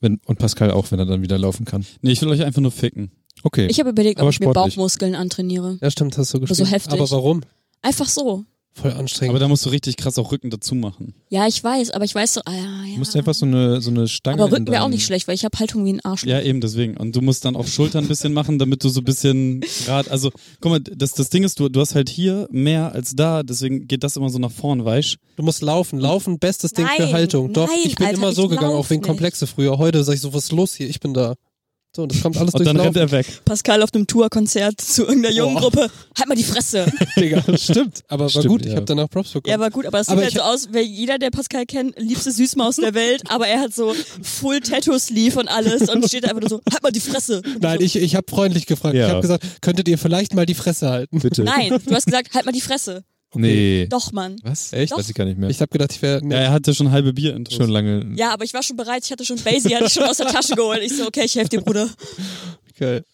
B: Wenn, und Pascal auch, wenn er dann wieder laufen kann.
D: Nee, ich will euch einfach nur ficken.
B: Okay.
A: Ich habe überlegt, ob
B: Aber
A: ich mir
B: sportlich.
A: Bauchmuskeln antrainiere.
C: Ja, stimmt, hast du
A: so heftig.
C: Aber warum?
A: Einfach so.
C: Voll anstrengend.
D: Aber da musst du richtig krass auch Rücken dazu machen.
A: Ja, ich weiß, aber ich weiß so, ah, ja, ja.
B: du musst einfach so eine, so eine Stange.
A: aber
B: in
A: Rücken wäre auch
B: deinen-
A: nicht schlecht, weil ich habe Haltung wie ein Arsch.
D: Ja, eben deswegen. Und du musst dann auch Schultern ein bisschen machen, damit du so ein bisschen gerade, also guck mal, das, das Ding ist, du, du hast halt hier mehr als da, deswegen geht das immer so nach vorn, weißt
C: du musst laufen, laufen, bestes Ding für
A: Nein,
C: Haltung. Doch,
A: nein,
C: ich bin
A: Alter,
C: immer so
A: ich
C: gegangen, auch
A: lauf
C: wegen
A: nicht.
C: Komplexe früher. Heute sag ich so, was ist los hier? Ich bin da. So, das kommt alles
D: Und
C: durch
D: dann rennt
C: Laufen.
D: er weg.
A: Pascal auf einem Tourkonzert zu irgendeiner jungen
C: Boah.
A: Gruppe. Halt mal die Fresse.
C: Digga. Stimmt. Aber war
B: Stimmt,
C: gut, ich
B: ja.
C: habe danach Props bekommen.
A: Ja, war gut, aber es sieht
C: Aber
A: halt
C: ich-
A: so aus, weil jeder, der Pascal kennt, liebste Süßmaus der Welt, aber er hat so Full Tattoo Sleeve und alles und steht einfach nur so, halt mal die Fresse. Und
C: Nein,
A: so,
C: ich, ich habe freundlich gefragt.
B: Ja.
C: Ich habe gesagt, könntet ihr vielleicht mal die Fresse halten?
B: Bitte.
A: Nein, du hast gesagt, halt mal die Fresse.
B: Nee.
A: Doch, Mann.
B: Was?
C: Echt?
B: Echt? Weiß ich gar nicht mehr.
C: Ich habe gedacht, ich wäre.
D: Ja, er hatte schon halbe Bier in
B: Schon lange.
A: Ja, aber ich war schon bereit, ich hatte schon Basie, hatte ich schon aus der Tasche geholt. Ich so, okay, ich helfe dir, Bruder.
C: geil.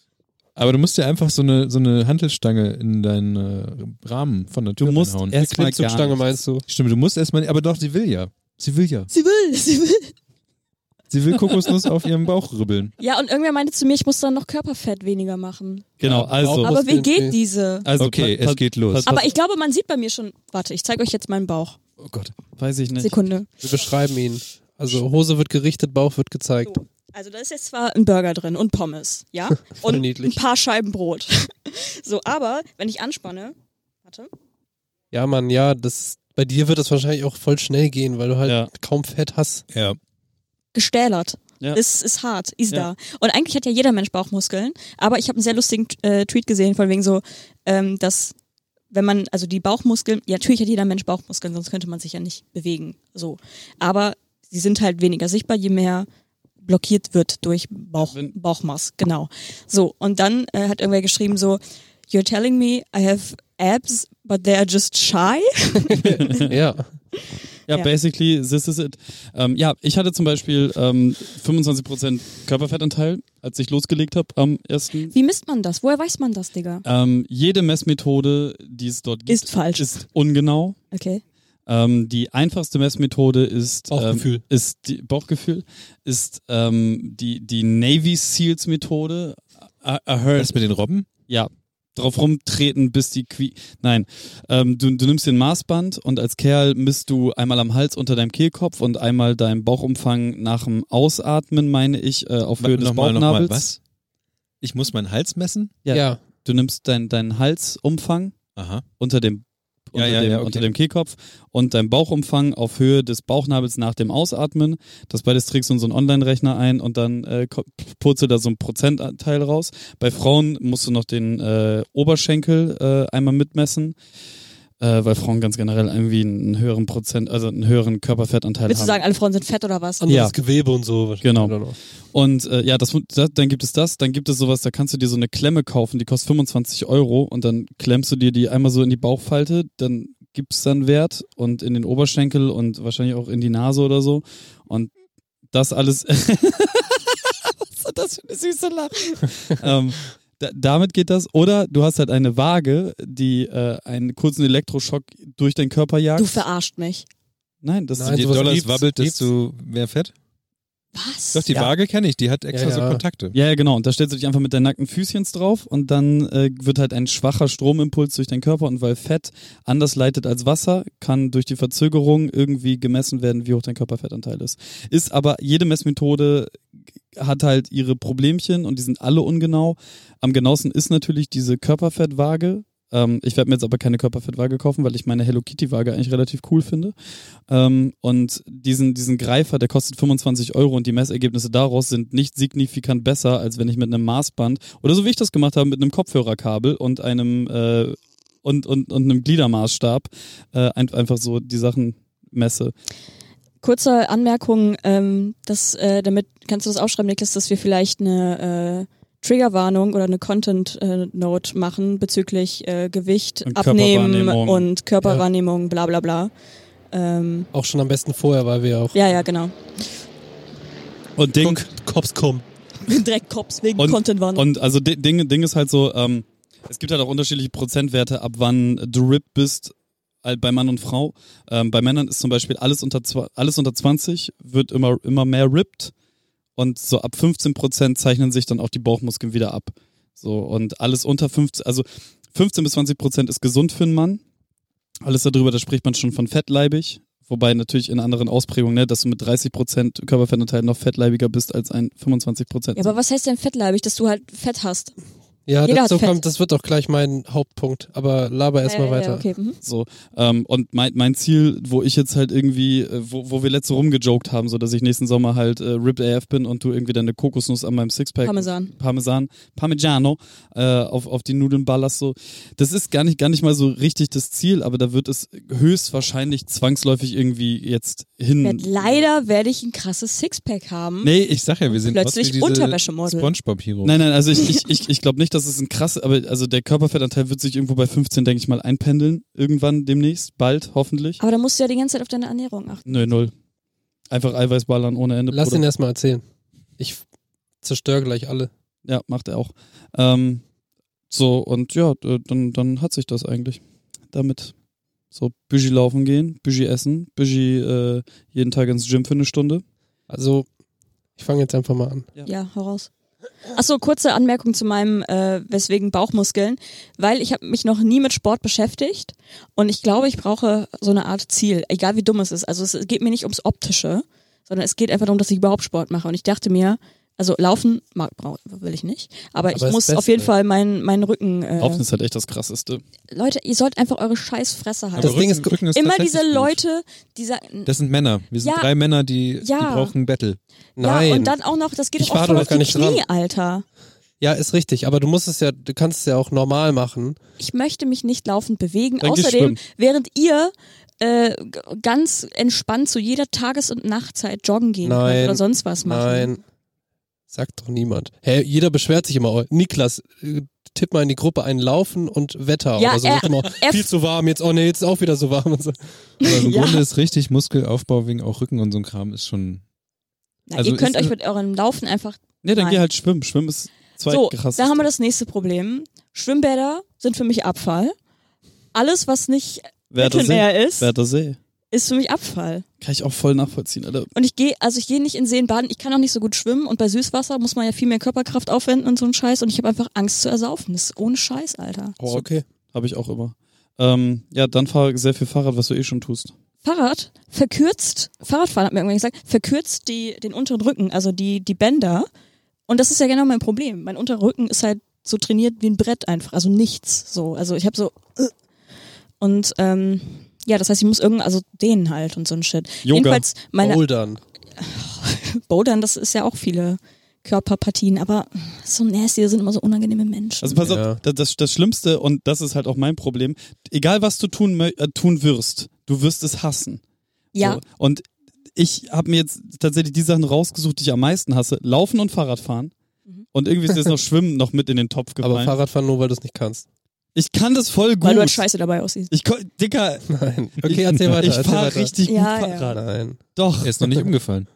B: Aber du musst dir einfach so eine, so eine Hantelstange in deinen äh, Rahmen von der Tür
D: Du musst
B: reinhauen.
D: erst- Erstmal gar
C: Klimmzugstange
D: nicht.
C: meinst du?
B: Stimmt, du musst erstmal, aber doch, sie will ja. Sie will ja.
A: Sie will, sie will.
B: Sie will Kokosnuss auf ihrem Bauch ribbeln.
A: Ja, und irgendwer meinte zu mir, ich muss dann noch Körperfett weniger machen.
D: Genau, also.
C: Warum-
A: Aber wie
C: Muskeln fehlen.
A: geht diese?
D: also
B: okay,
D: pa- pa-
B: es geht los.
D: pass-
A: Aber ich glaube, man sieht bei mir schon, warte, ich zeige euch jetzt meinen Bauch.
D: Oh Gott, weiß ich nicht.
A: Sekunde.
C: Wir beschreiben ihn. Also Hose wird gerichtet, Bauch wird gezeigt.
A: So. Also da ist jetzt zwar ein Burger drin und Pommes, ja? Und ein
C: niedlich.
A: paar Scheiben Brot. So, aber wenn ich anspanne, warte,
C: Ja, Mann, ja, das bei dir wird das wahrscheinlich auch voll schnell gehen, weil du halt
D: Ja.
C: kaum Fett hast.
B: Ja.
A: gestählert.
D: Ja.
A: Ist, ist hart, ist
D: Ja.
A: da. Und eigentlich hat ja jeder Mensch Bauchmuskeln, aber ich habe einen sehr lustigen äh, Tweet gesehen, von wegen so, ähm, dass wenn man, also die Bauchmuskeln, ja, natürlich hat jeder Mensch Bauchmuskeln, sonst könnte man sich ja nicht bewegen. So. Aber sie sind halt weniger sichtbar, je mehr blockiert wird durch Bauch,
D: Wenn-
A: Bauchmaß. Genau. So, und dann äh, hat irgendwer geschrieben so, You're telling me I have abs, but they are just shy?
C: ja.
D: Ja,
A: Ja.
D: basically, this is it. Ähm, ja, ich hatte zum Beispiel ähm, 25% Körperfettanteil, als ich losgelegt habe am ersten.
A: Wie misst man das? Woher weiß man das, Digga?
D: Ähm, jede Messmethode, die es dort gibt,
A: Ist falsch.
D: ist ungenau.
A: Okay.
D: Ähm, die einfachste Messmethode ist
C: Bauchgefühl.
D: Ähm, ist die, Bauchgefühl ist ähm, die, die Navy Seals Methode. I, I heard,
B: Was mit den Robben?
D: ja, drauf rumtreten, bis die Qui. Nein, ähm, du, du nimmst den Maßband und als Kerl misst du einmal am Hals unter deinem Kehlkopf und einmal deinen Bauchumfang nach dem Ausatmen, meine ich, äh, auf Höhe des
B: Nochmal, nochmal, was?
D: Bauchnabels.
B: Ich muss meinen Hals messen?
D: Ja.
C: ja.
D: Du nimmst dein, deinen Halsumfang
B: Aha.
D: unter dem
B: Ja,
D: unter,
B: ja,
D: dem,
B: ja, okay.
D: unter dem Kehlkopf und dein Bauchumfang auf Höhe des Bauchnabels nach dem Ausatmen. Das beides trägst du in so einen Online-Rechner ein und dann äh, ko- purzelt da so ein Prozentanteil raus. Bei Frauen musst du noch den äh, Oberschenkel äh, einmal mitmessen, äh, weil Frauen ganz generell irgendwie einen höheren Prozent, also einen höheren Körperfettanteil
A: Willst du
D: haben.
A: sagen, alle Frauen sind fett oder was?
C: Anderes
D: Ja.
C: Gewebe und so. wahrscheinlich.
D: Genau.
C: I don't know.
D: Und äh, ja, das, das, dann gibt es das, dann gibt es sowas, da kannst du dir so eine Klemme kaufen, die kostet 25 Euro und dann klemmst du dir die einmal so in die Bauchfalte, dann gibt's dann Wert und in den Oberschenkel und wahrscheinlich auch in die Nase oder so. Und das alles. Was hat das für eine süße Lache? ähm, da, damit geht das. Oder du hast halt eine Waage, die äh, einen kurzen Elektroschock durch deinen Körper jagt.
A: Du verarscht mich.
D: Nein, das
C: Nein,
D: ist
B: Die
C: sowas
B: Dollars
C: gibt's,
B: wabbelt,
C: gibt's.
B: desto mehr Fett?
A: Was?
B: Doch, die Waage kenne ich, die hat extra
C: Ja, ja.
B: so Kontakte.
D: Ja, ja, genau. Und da stellst du dich einfach mit deinen nackten Füßchens drauf und dann äh, wird halt ein schwacher Stromimpuls durch deinen Körper und weil Fett anders leitet als Wasser, kann durch die Verzögerung irgendwie gemessen werden, wie hoch dein Körperfettanteil ist. Ist aber jede Messmethode hat halt ihre Problemchen und die sind alle ungenau. Am genauesten ist natürlich diese Körperfettwaage. Ähm, ich werde mir jetzt aber keine Körperfettwaage kaufen, weil ich meine Hello Kitty Waage eigentlich relativ cool finde. Ähm, und diesen, diesen Greifer, der kostet 25 Euro und die Messergebnisse daraus sind nicht signifikant besser, als wenn ich mit einem Maßband oder so wie ich das gemacht habe, mit einem Kopfhörerkabel und einem äh, und, und, und einem Gliedermaßstab äh, ein- einfach so die Sachen messe.
A: Kurze Anmerkung, ähm, dass, äh, damit kannst du das aufschreiben, Niklas, dass wir vielleicht eine äh, Triggerwarnung oder eine Content-Note machen bezüglich äh, Gewicht,
D: Und
A: Abnehmen
D: Körperwahrnehmung.
A: und Körperwahrnehmung, bla bla bla. Ähm,
C: Auch schon am besten vorher, weil wir auch
A: ja, ja, genau.
D: Und Ding,
C: Cops kommen.
A: Direkt Cops wegen
D: Und-
A: Content-Warnung.
D: Und also Di- Ding, Ding ist halt so, ähm, es gibt halt auch unterschiedliche Prozentwerte, ab wann du RIP bist, halt bei Mann und Frau. Ähm, bei Männern ist zum Beispiel alles unter, zwa- alles unter 20 wird immer, immer mehr ripped und so ab 15 Prozent zeichnen sich dann auch die Bauchmuskeln wieder ab. So und alles unter 15, also 15 bis 20 Prozent ist gesund für einen Mann. Alles darüber, da spricht man schon von fettleibig. Wobei natürlich in anderen Ausprägungen, ne, dass du mit 30% Körperfettanteil noch fettleibiger bist als ein 25%.
A: Ja, aber was heißt denn fettleibig, dass du halt Fett hast?
C: Ja,
A: Jeder
C: das, so
A: hat Fett.
C: kommt, das wird auch gleich mein Hauptpunkt. Aber laber erstmal
A: Äh,
C: weiter.
A: Okay. Mhm.
D: So, ähm, und mein, mein Ziel, wo ich jetzt halt irgendwie, äh, wo, wo wir letzte rumgejoked haben, so dass ich nächsten Sommer halt äh, Ripped AF bin und du irgendwie deine Kokosnuss an meinem Sixpack
A: Parmesan.
D: Parmesan, Parmigiano äh, auf, auf die Nudeln ballerst. So. Das ist gar nicht, gar nicht mal so richtig das Ziel, aber da wird es höchstwahrscheinlich zwangsläufig irgendwie jetzt hin.
A: Werd, leider werde ich ein krasses Sixpack haben.
B: Hm. Nee, ich sag ja, wir sind
A: Plötzlich
B: aus wie diese
A: Unterwäschemodel.
B: Spongebob-Hero.
D: Nein, nein, also ich, ich, ich, ich glaube nicht, dass es ein krass, aber also der Körperfettanteil wird sich irgendwo bei 15, denke ich mal, einpendeln. Irgendwann demnächst, bald, hoffentlich.
A: Aber da musst du ja die ganze Zeit auf deine Ernährung achten.
D: Nö, null. Einfach Eiweiß ballern ohne Ende.
C: Lass
D: Bruder.
C: ihn erstmal erzählen. Ich zerstöre gleich alle.
D: Ja, macht er auch. Ähm, so, und ja, d- dann, dann hat sich das eigentlich damit. So, Büji laufen gehen, Büji essen, Büji äh, jeden Tag ins Gym für eine Stunde.
C: Also, ich fange jetzt einfach mal an.
A: Ja, hau raus. Achso, kurze Anmerkung zu meinem, äh, weswegen Bauchmuskeln, weil ich habe mich noch nie mit Sport beschäftigt und ich glaube, ich brauche so eine Art Ziel, egal wie dumm es ist. Also es geht mir nicht ums Optische, sondern es geht einfach darum, dass ich überhaupt Sport mache. Und ich dachte mir, also laufen mag, brau- will ich nicht, aber,
C: Aber
A: ich
C: das
A: muss
C: Beste.
A: auf jeden Fall meinen meinen Rücken.
D: Laufen
A: Äh,
D: ist halt echt das Krasseste.
A: Leute, ihr sollt einfach eure Scheißfresse halten.
B: Aber
C: Das Ding ist-
B: Rücken
A: Immer
B: tatsächlich
A: diese
B: gut.
A: Leute, dieser.
B: Das sind Männer. Wir sind
A: Ja.
B: drei Männer, die, die
A: Ja.
B: brauchen Battle.
C: Nein.
A: Ja, und dann auch noch, das geht
C: Ich
A: doch auch
C: war
A: voll
C: doch
A: auf
C: gar
A: die
C: nicht dran.
A: Knie, Alter.
C: ja, ist richtig. Aber du musst es ja, du kannst es ja auch normal machen.
A: ich möchte mich nicht laufend bewegen.
D: Dann geh
A: Außerdem,
D: schwimmen.
A: während ihr äh, g- ganz entspannt zu jeder Tages- und Nachtzeit joggen gehen
C: Nein.
A: könnt oder sonst was machen.
C: Nein. Sagt doch niemand. Hä, jeder beschwert sich immer. Oh, Niklas, äh, tipp mal in die Gruppe ein Laufen und Wetter
A: Ja,
C: oder so.
A: er-
C: Sagt immer,
A: er-
C: viel zu warm jetzt. Oh nee, jetzt ist auch wieder so warm. Und so.
B: Aber im
A: Ja.
B: Grunde ist richtig Muskelaufbau wegen auch Rücken und so ein Kram ist schon.
A: Na,
B: Also
A: ihr könnt
B: ist-
A: euch mit eurem Laufen einfach.
D: Nee, dann
A: Nein.
D: geh halt schwimmen. Schwimmen ist zwei
A: So,
D: krass.
A: da haben wir das nächste Problem. Schwimmbäder sind für mich Abfall. Alles, was nicht
D: Werder See.
A: Mittelmeer ist,
D: Werder See.
A: ist für mich Abfall.
D: Kann ich auch voll nachvollziehen, Alter.
A: Und ich gehe, also ich gehe nicht in Seen baden. Ich kann auch nicht so gut schwimmen und bei Süßwasser muss man ja viel mehr Körperkraft aufwenden und so ein Scheiß. Und ich habe einfach Angst zu ersaufen. Das ist ohne Scheiß, Alter.
C: Oh, okay.
D: Habe ich auch immer. Ähm, ja, dann fahr sehr viel Fahrrad, was du eh schon tust.
A: Fahrrad verkürzt, Fahrradfahren hat mir irgendwann gesagt, verkürzt die, den unteren Rücken, also die, die Bänder. Und das ist ja genau mein Problem. Mein unterer Rücken ist halt so trainiert wie ein Brett einfach, also nichts so. Also ich habe so äh. und ähm, ja, das heißt, ich muss irgend also dehnen halt und so ein Shit.
D: Yoga. Oh.
A: Jedenfalls meine
C: Bouldern.
A: Bouldern, das ist ja auch viele Körperpartien, aber so nasty, das sind immer so unangenehme Menschen.
D: Also pass
C: Ja.
D: auf, das- das, das Schlimmste, und das ist halt auch mein Problem, egal was du tun, mö- äh, tun wirst, du wirst es hassen.
A: ja,
D: So. Und ich habe mir jetzt tatsächlich die Sachen rausgesucht, die ich am meisten hasse. Laufen und Fahrradfahren.
A: Mhm.
D: Und irgendwie ist jetzt noch Schwimmen noch mit in den Topf
C: Aber
D: gefallen.
C: Fahrradfahren nur, weil du es nicht kannst.
D: ich kann das voll gut.
A: weil du halt scheiße dabei aussiehst.
D: ich kon- Dicker,
C: Nein. Okay, erzähl weiter.
D: ich
C: erzähl
D: fahre
C: weiter.
D: richtig
A: Ja,
D: gut
A: ja.
D: Fahrrad.
C: Nein.
D: Doch.
B: Er ist noch nicht umgefalls.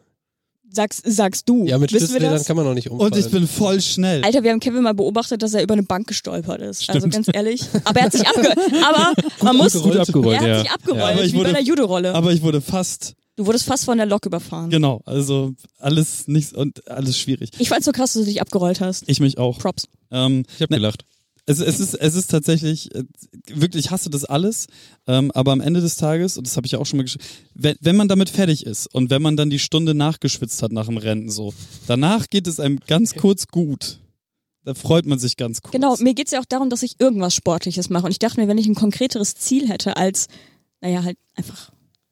A: Sagst, sagst du.
C: Ja, mit
A: Wissen wir
C: Stützrädern
A: das?
C: kann man noch nicht umfallen.
D: Und ich bin voll schnell.
A: Alter, wir haben Kevin mal beobachtet, dass er über eine Bank gestolpert ist. Also
D: Stimmt.
A: ganz ehrlich. Aber er hat sich abgerollt. Aber man muss.
B: Gut
A: Er
B: abgerollt,
A: hat
B: ja.
A: sich abgerollt,
D: Ja, aber ich
A: wie bei
D: wurde-
A: einer Judo-Rolle.
D: Aber ich wurde fast,
A: Du wurdest fast von der Lok überfahren.
D: genau, also alles nichts und alles schwierig.
A: Ich fand's so krass, dass du dich abgerollt hast.
D: Ich mich auch.
A: Props.
D: Ähm,
B: Ich habe gelacht.
D: Es, es, ist, es ist tatsächlich, äh, wirklich, ich hasse das alles, ähm, aber am Ende des Tages, und das habe ich ja auch schon mal geschrieben, wenn, wenn man damit fertig ist und wenn man dann die Stunde nachgeschwitzt hat nach dem Rennen so, danach geht es einem ganz kurz gut. Da freut man sich ganz kurz.
A: Genau, mir geht's ja auch darum, dass ich irgendwas Sportliches mache. Und ich dachte mir, wenn ich ein konkreteres Ziel hätte, als, naja, halt einfach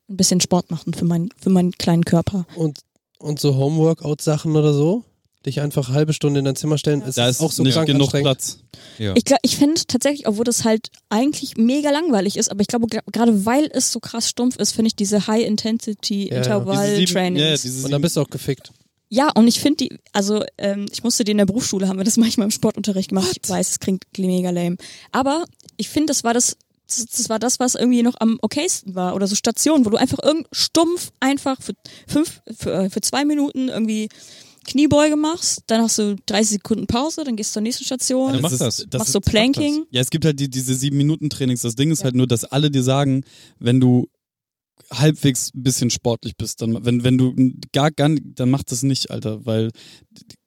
A: ein bisschen Sport machen für, meinen für meinen kleinen Körper.
C: und, und so Homeworkout-Sachen oder so? dich einfach eine halbe Stunde in dein Zimmer stellen, es
D: Da
C: ist,
D: ist
C: auch so
D: nicht
C: krank
D: genug
C: anstrengend.
D: Platz.
B: Ja.
A: Ich, glaub- ich finde tatsächlich, obwohl das halt eigentlich mega langweilig ist, aber ich glaube, gra- gerade weil es so krass stumpf ist, finde ich diese
C: Ja, ja.
D: Diese sieben- ja,
A: High-Intensity-Intervall-Trainings. Ja,
D: diese
C: Und dann bist du auch gefickt.
A: und ich finde die, also ähm, ich musste die in der Berufsschule, haben wir das manchmal im Sportunterricht gemacht. Ich weiß, es klingt mega lame. Aber ich finde, das war das, das, das war das, was irgendwie noch am okaysten war. Oder so Stationen, wo du einfach irgend stumpf einfach für fünf, für, äh, für zwei Minuten irgendwie Kniebeuge machst, dann hast du 30 Sekunden Pause, dann gehst du zur nächsten Station,
B: Ja,
D: Das
B: mach
D: ist-
B: das.
A: machst
D: ist-
A: so Planking.
D: Ja, es gibt halt die, diese sieben Minuten Trainings. Das Ding ist halt nur, dass alle dir sagen, wenn du halbwegs ein bisschen sportlich bist, dann wenn wenn du gar gar dann mach das nicht, Alter, weil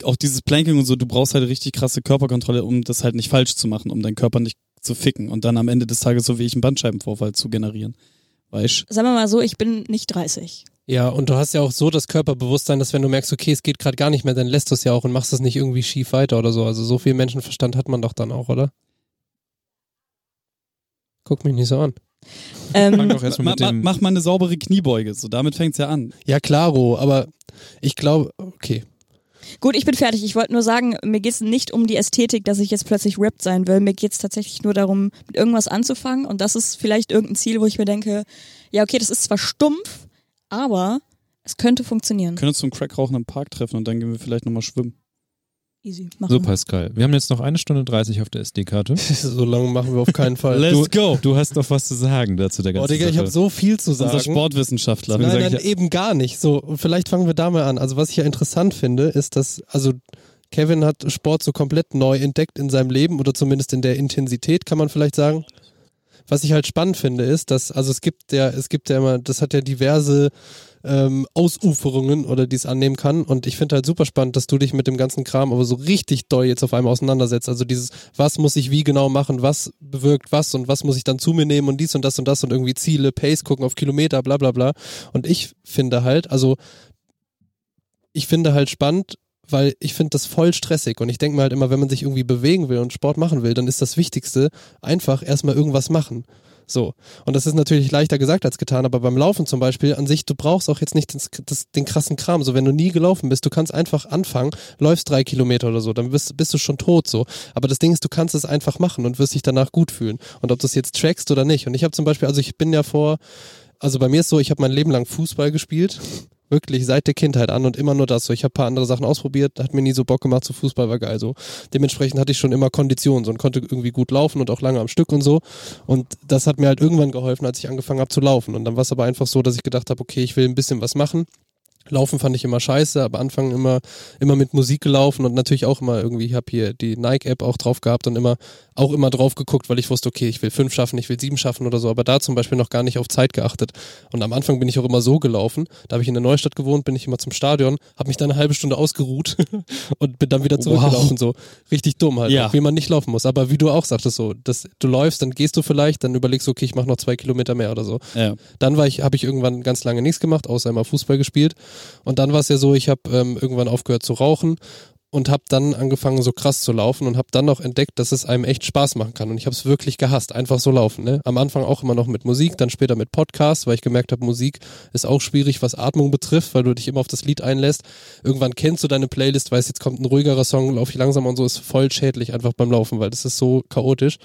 D: auch dieses Planking und so, du brauchst halt richtig krasse Körperkontrolle, um das halt nicht falsch zu machen, um deinen Körper nicht zu ficken und dann am Ende des Tages so wie ich einen Bandscheibenvorfall zu generieren. Weißt?
A: Sagen wir mal so, ich bin nicht 30.
C: Ja, und du hast ja auch so das Körperbewusstsein, dass wenn du merkst, okay, es geht gerade gar nicht mehr, dann lässt du es ja auch und machst es nicht irgendwie schief weiter oder so. Also so viel Menschenverstand hat man doch dann auch, oder? Guck mich nicht so an.
B: Fang
A: Ähm,
B: doch erstmal
D: Ma,
B: mit
D: ma,
B: dem.
D: mach mal eine saubere Kniebeuge, so damit fängt's ja an.
C: Ja, klaro, aber ich glaube, okay.
A: gut, ich bin fertig. Ich wollte nur sagen, mir geht es nicht um die Ästhetik, dass ich jetzt plötzlich rappt sein will. Mir geht es tatsächlich nur darum, mit irgendwas anzufangen. Und das ist vielleicht irgendein Ziel, wo ich mir denke, ja, okay, das ist zwar stumpf, aber es könnte funktionieren.
D: Könntest du einen Crack rauchen im Park treffen und dann gehen wir vielleicht nochmal schwimmen.
A: Easy. Machen.
B: So, Pascal, wir haben jetzt noch eine Stunde 30 auf der SD-Karte.
C: So lange machen wir auf keinen Fall.
D: Let's go.
B: Du hast noch was zu sagen dazu, der ganzen
C: Boah, Digga, ich
B: Sache.
C: habe so viel zu
D: Unser
C: sagen.
D: Sportwissenschaftler.
C: Nein,
B: Deswegen sag
C: nein,
B: ich
C: eben gar nicht. So, und vielleicht fangen wir da mal an. Also, was ich ja interessant finde, ist, dass, also, Kevin hat Sport so komplett neu entdeckt in seinem Leben oder zumindest in der Intensität, kann man vielleicht sagen. Was ich halt spannend finde, ist, dass, also, es gibt ja, es gibt ja immer, das hat ja diverse ähm, Ausuferungen oder die es annehmen kann. Und ich finde halt super spannend, dass du dich mit dem ganzen Kram aber so richtig doll jetzt auf einmal auseinandersetzt. Also dieses, was muss ich wie genau machen, was bewirkt was und was muss ich dann zu mir nehmen und dies und das und das und irgendwie Ziele, Pace gucken auf Kilometer, bla bla bla. Und ich finde halt, also ich finde halt spannend, weil ich finde das voll stressig und ich denke mir halt immer, wenn man sich irgendwie bewegen will und Sport machen will, dann ist das Wichtigste einfach erstmal irgendwas machen. So. Und das ist natürlich leichter gesagt als getan, aber beim Laufen zum Beispiel an sich, du brauchst auch jetzt nicht das, das, den krassen Kram. So, wenn du nie gelaufen bist, du kannst einfach anfangen, läufst drei Kilometer oder so, dann bist, bist du schon tot so. Aber das Ding ist, du kannst es einfach machen und wirst dich danach gut fühlen. Und ob du es jetzt trackst oder nicht. Und ich habe zum Beispiel, also ich bin ja vor, also bei mir ist so, ich habe mein Leben lang Fußball gespielt. Wirklich seit der Kindheit an und immer nur das so. Ich habe paar andere Sachen ausprobiert, hat mir nie so Bock gemacht, so Fußball war geil so. Dementsprechend hatte ich schon immer Konditionen so und konnte irgendwie gut laufen und auch lange am Stück und so. Und das hat mir halt irgendwann geholfen, als ich angefangen habe zu laufen. Und dann war es aber einfach so, dass ich gedacht habe, okay, ich will ein bisschen was machen. Laufen fand ich immer scheiße, aber Anfang immer, immer mit Musik gelaufen und natürlich auch immer irgendwie, ich habe hier die Nike-App auch drauf gehabt und immer, auch immer drauf geguckt, weil ich wusste, okay, ich will fünf schaffen, ich will sieben schaffen oder so, aber da zum Beispiel noch gar nicht auf Zeit geachtet. Und am Anfang bin ich auch immer so gelaufen, da habe ich in der Neustadt gewohnt, bin ich immer zum Stadion, habe mich dann eine halbe Stunde ausgeruht und bin dann wieder zurückgelaufen, so. Richtig dumm halt,
D: Ja.
C: wie man nicht laufen muss. Aber wie du auch sagtest, so, dass du läufst, dann gehst du vielleicht, dann überlegst du, okay, ich mache noch zwei Kilometer mehr oder so.
D: Ja.
C: Dann war ich, habe ich irgendwann ganz lange nichts gemacht, außer immer Fußball gespielt. Und dann war es ja so, ich habe ähm, irgendwann aufgehört zu rauchen und habe dann angefangen, so krass zu laufen und habe dann noch entdeckt, dass es einem echt Spaß machen kann. Und ich habe es wirklich gehasst, einfach so laufen. Ne? Am Anfang auch immer noch mit Musik, dann später mit Podcasts, weil ich gemerkt habe, Musik ist auch schwierig, was Atmung betrifft, weil du dich immer auf das Lied einlässt. Irgendwann kennst du deine Playlist, weißt, jetzt kommt ein ruhigerer Song, lauf ich langsamer und so, ist voll schädlich einfach beim Laufen, weil das ist so chaotisch.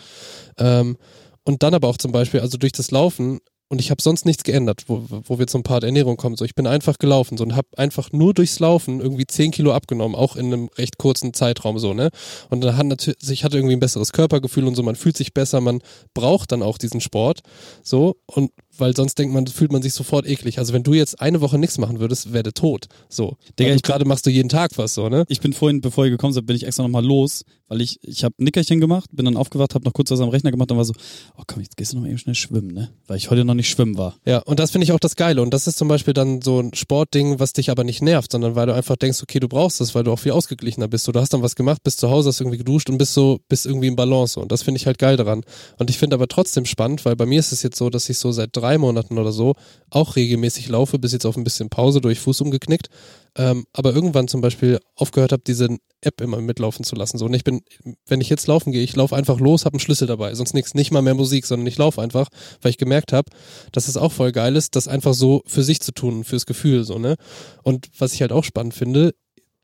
C: Ähm, und dann aber auch zum Beispiel, also durch das Laufen, und ich habe sonst nichts geändert, wo, wo wir zum Part Ernährung kommen. So, ich bin einfach gelaufen so, und habe einfach nur durchs Laufen irgendwie 10 Kilo abgenommen, auch in einem recht kurzen Zeitraum so, ne? Und dann hat natürlich, ich hatte irgendwie ein besseres Körpergefühl und so, man fühlt sich besser, man braucht dann auch diesen Sport. So, und weil sonst denkt man, fühlt man sich sofort eklig. Also wenn du jetzt eine Woche nichts machen würdest, wäre tot. So.
D: Digga,
C: Digga,
D: ich bin-
C: gerade machst du jeden Tag was so, ne?
D: Ich bin vorhin, bevor ihr gekommen seid, bin ich extra nochmal los, weil ich, ich habe Nickerchen gemacht, bin dann aufgewacht, habe noch kurz was am Rechner gemacht und war so, oh komm, jetzt gehst du noch mal eben schnell schwimmen, ne? Weil ich heute noch nicht schwimmen war.
C: Ja, und das finde ich auch das Geile. Und das ist zum Beispiel dann so ein Sportding, was dich aber nicht nervt, sondern weil du einfach denkst, okay, du brauchst das, weil du auch viel ausgeglichener bist. So, du hast dann was gemacht, bist zu Hause, hast irgendwie geduscht und bist so, bist irgendwie im Balance. So. Und das finde ich halt geil daran. Und ich finde aber trotzdem spannend, weil bei mir ist es jetzt so, dass ich so seit drei Monaten oder so auch regelmäßig laufe, bis jetzt auf ein bisschen Pause durch Fuß umgeknickt. Ähm, aber irgendwann zum Beispiel aufgehört habe, diese App immer mitlaufen zu lassen. So, und ich bin, wenn ich jetzt laufen gehe, ich laufe einfach los, habe einen Schlüssel dabei, sonst nichts, nicht mal mehr Musik, sondern ich laufe einfach, weil ich gemerkt habe, dass es auch voll geil ist, das einfach so für sich zu tun, fürs Gefühl so, ne? Und was ich halt auch spannend finde,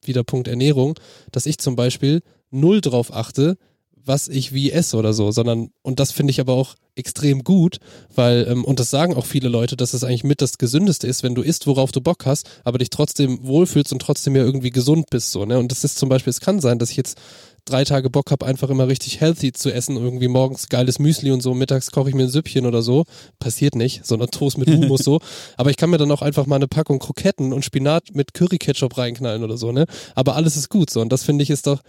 C: wieder Punkt Ernährung, dass ich zum Beispiel null drauf achte, was ich wie esse oder so, sondern, und das finde ich aber auch extrem gut, weil, ähm, und das sagen auch viele Leute, dass es eigentlich mit das Gesündeste ist, wenn du isst, worauf du Bock hast, aber dich trotzdem wohlfühlst und trotzdem ja irgendwie gesund bist, so, ne? Und das ist zum Beispiel, es kann sein, dass ich jetzt drei Tage Bock habe, einfach immer richtig healthy zu essen, irgendwie morgens geiles Müsli und so, mittags koche ich mir ein Süppchen oder so, passiert nicht, sondern Toast mit Humus so, aber ich kann mir dann auch einfach mal eine Packung Kroketten und Spinat mit Curry-Ketchup reinknallen oder so, ne? Aber alles ist gut, so, und das finde ich ist doch,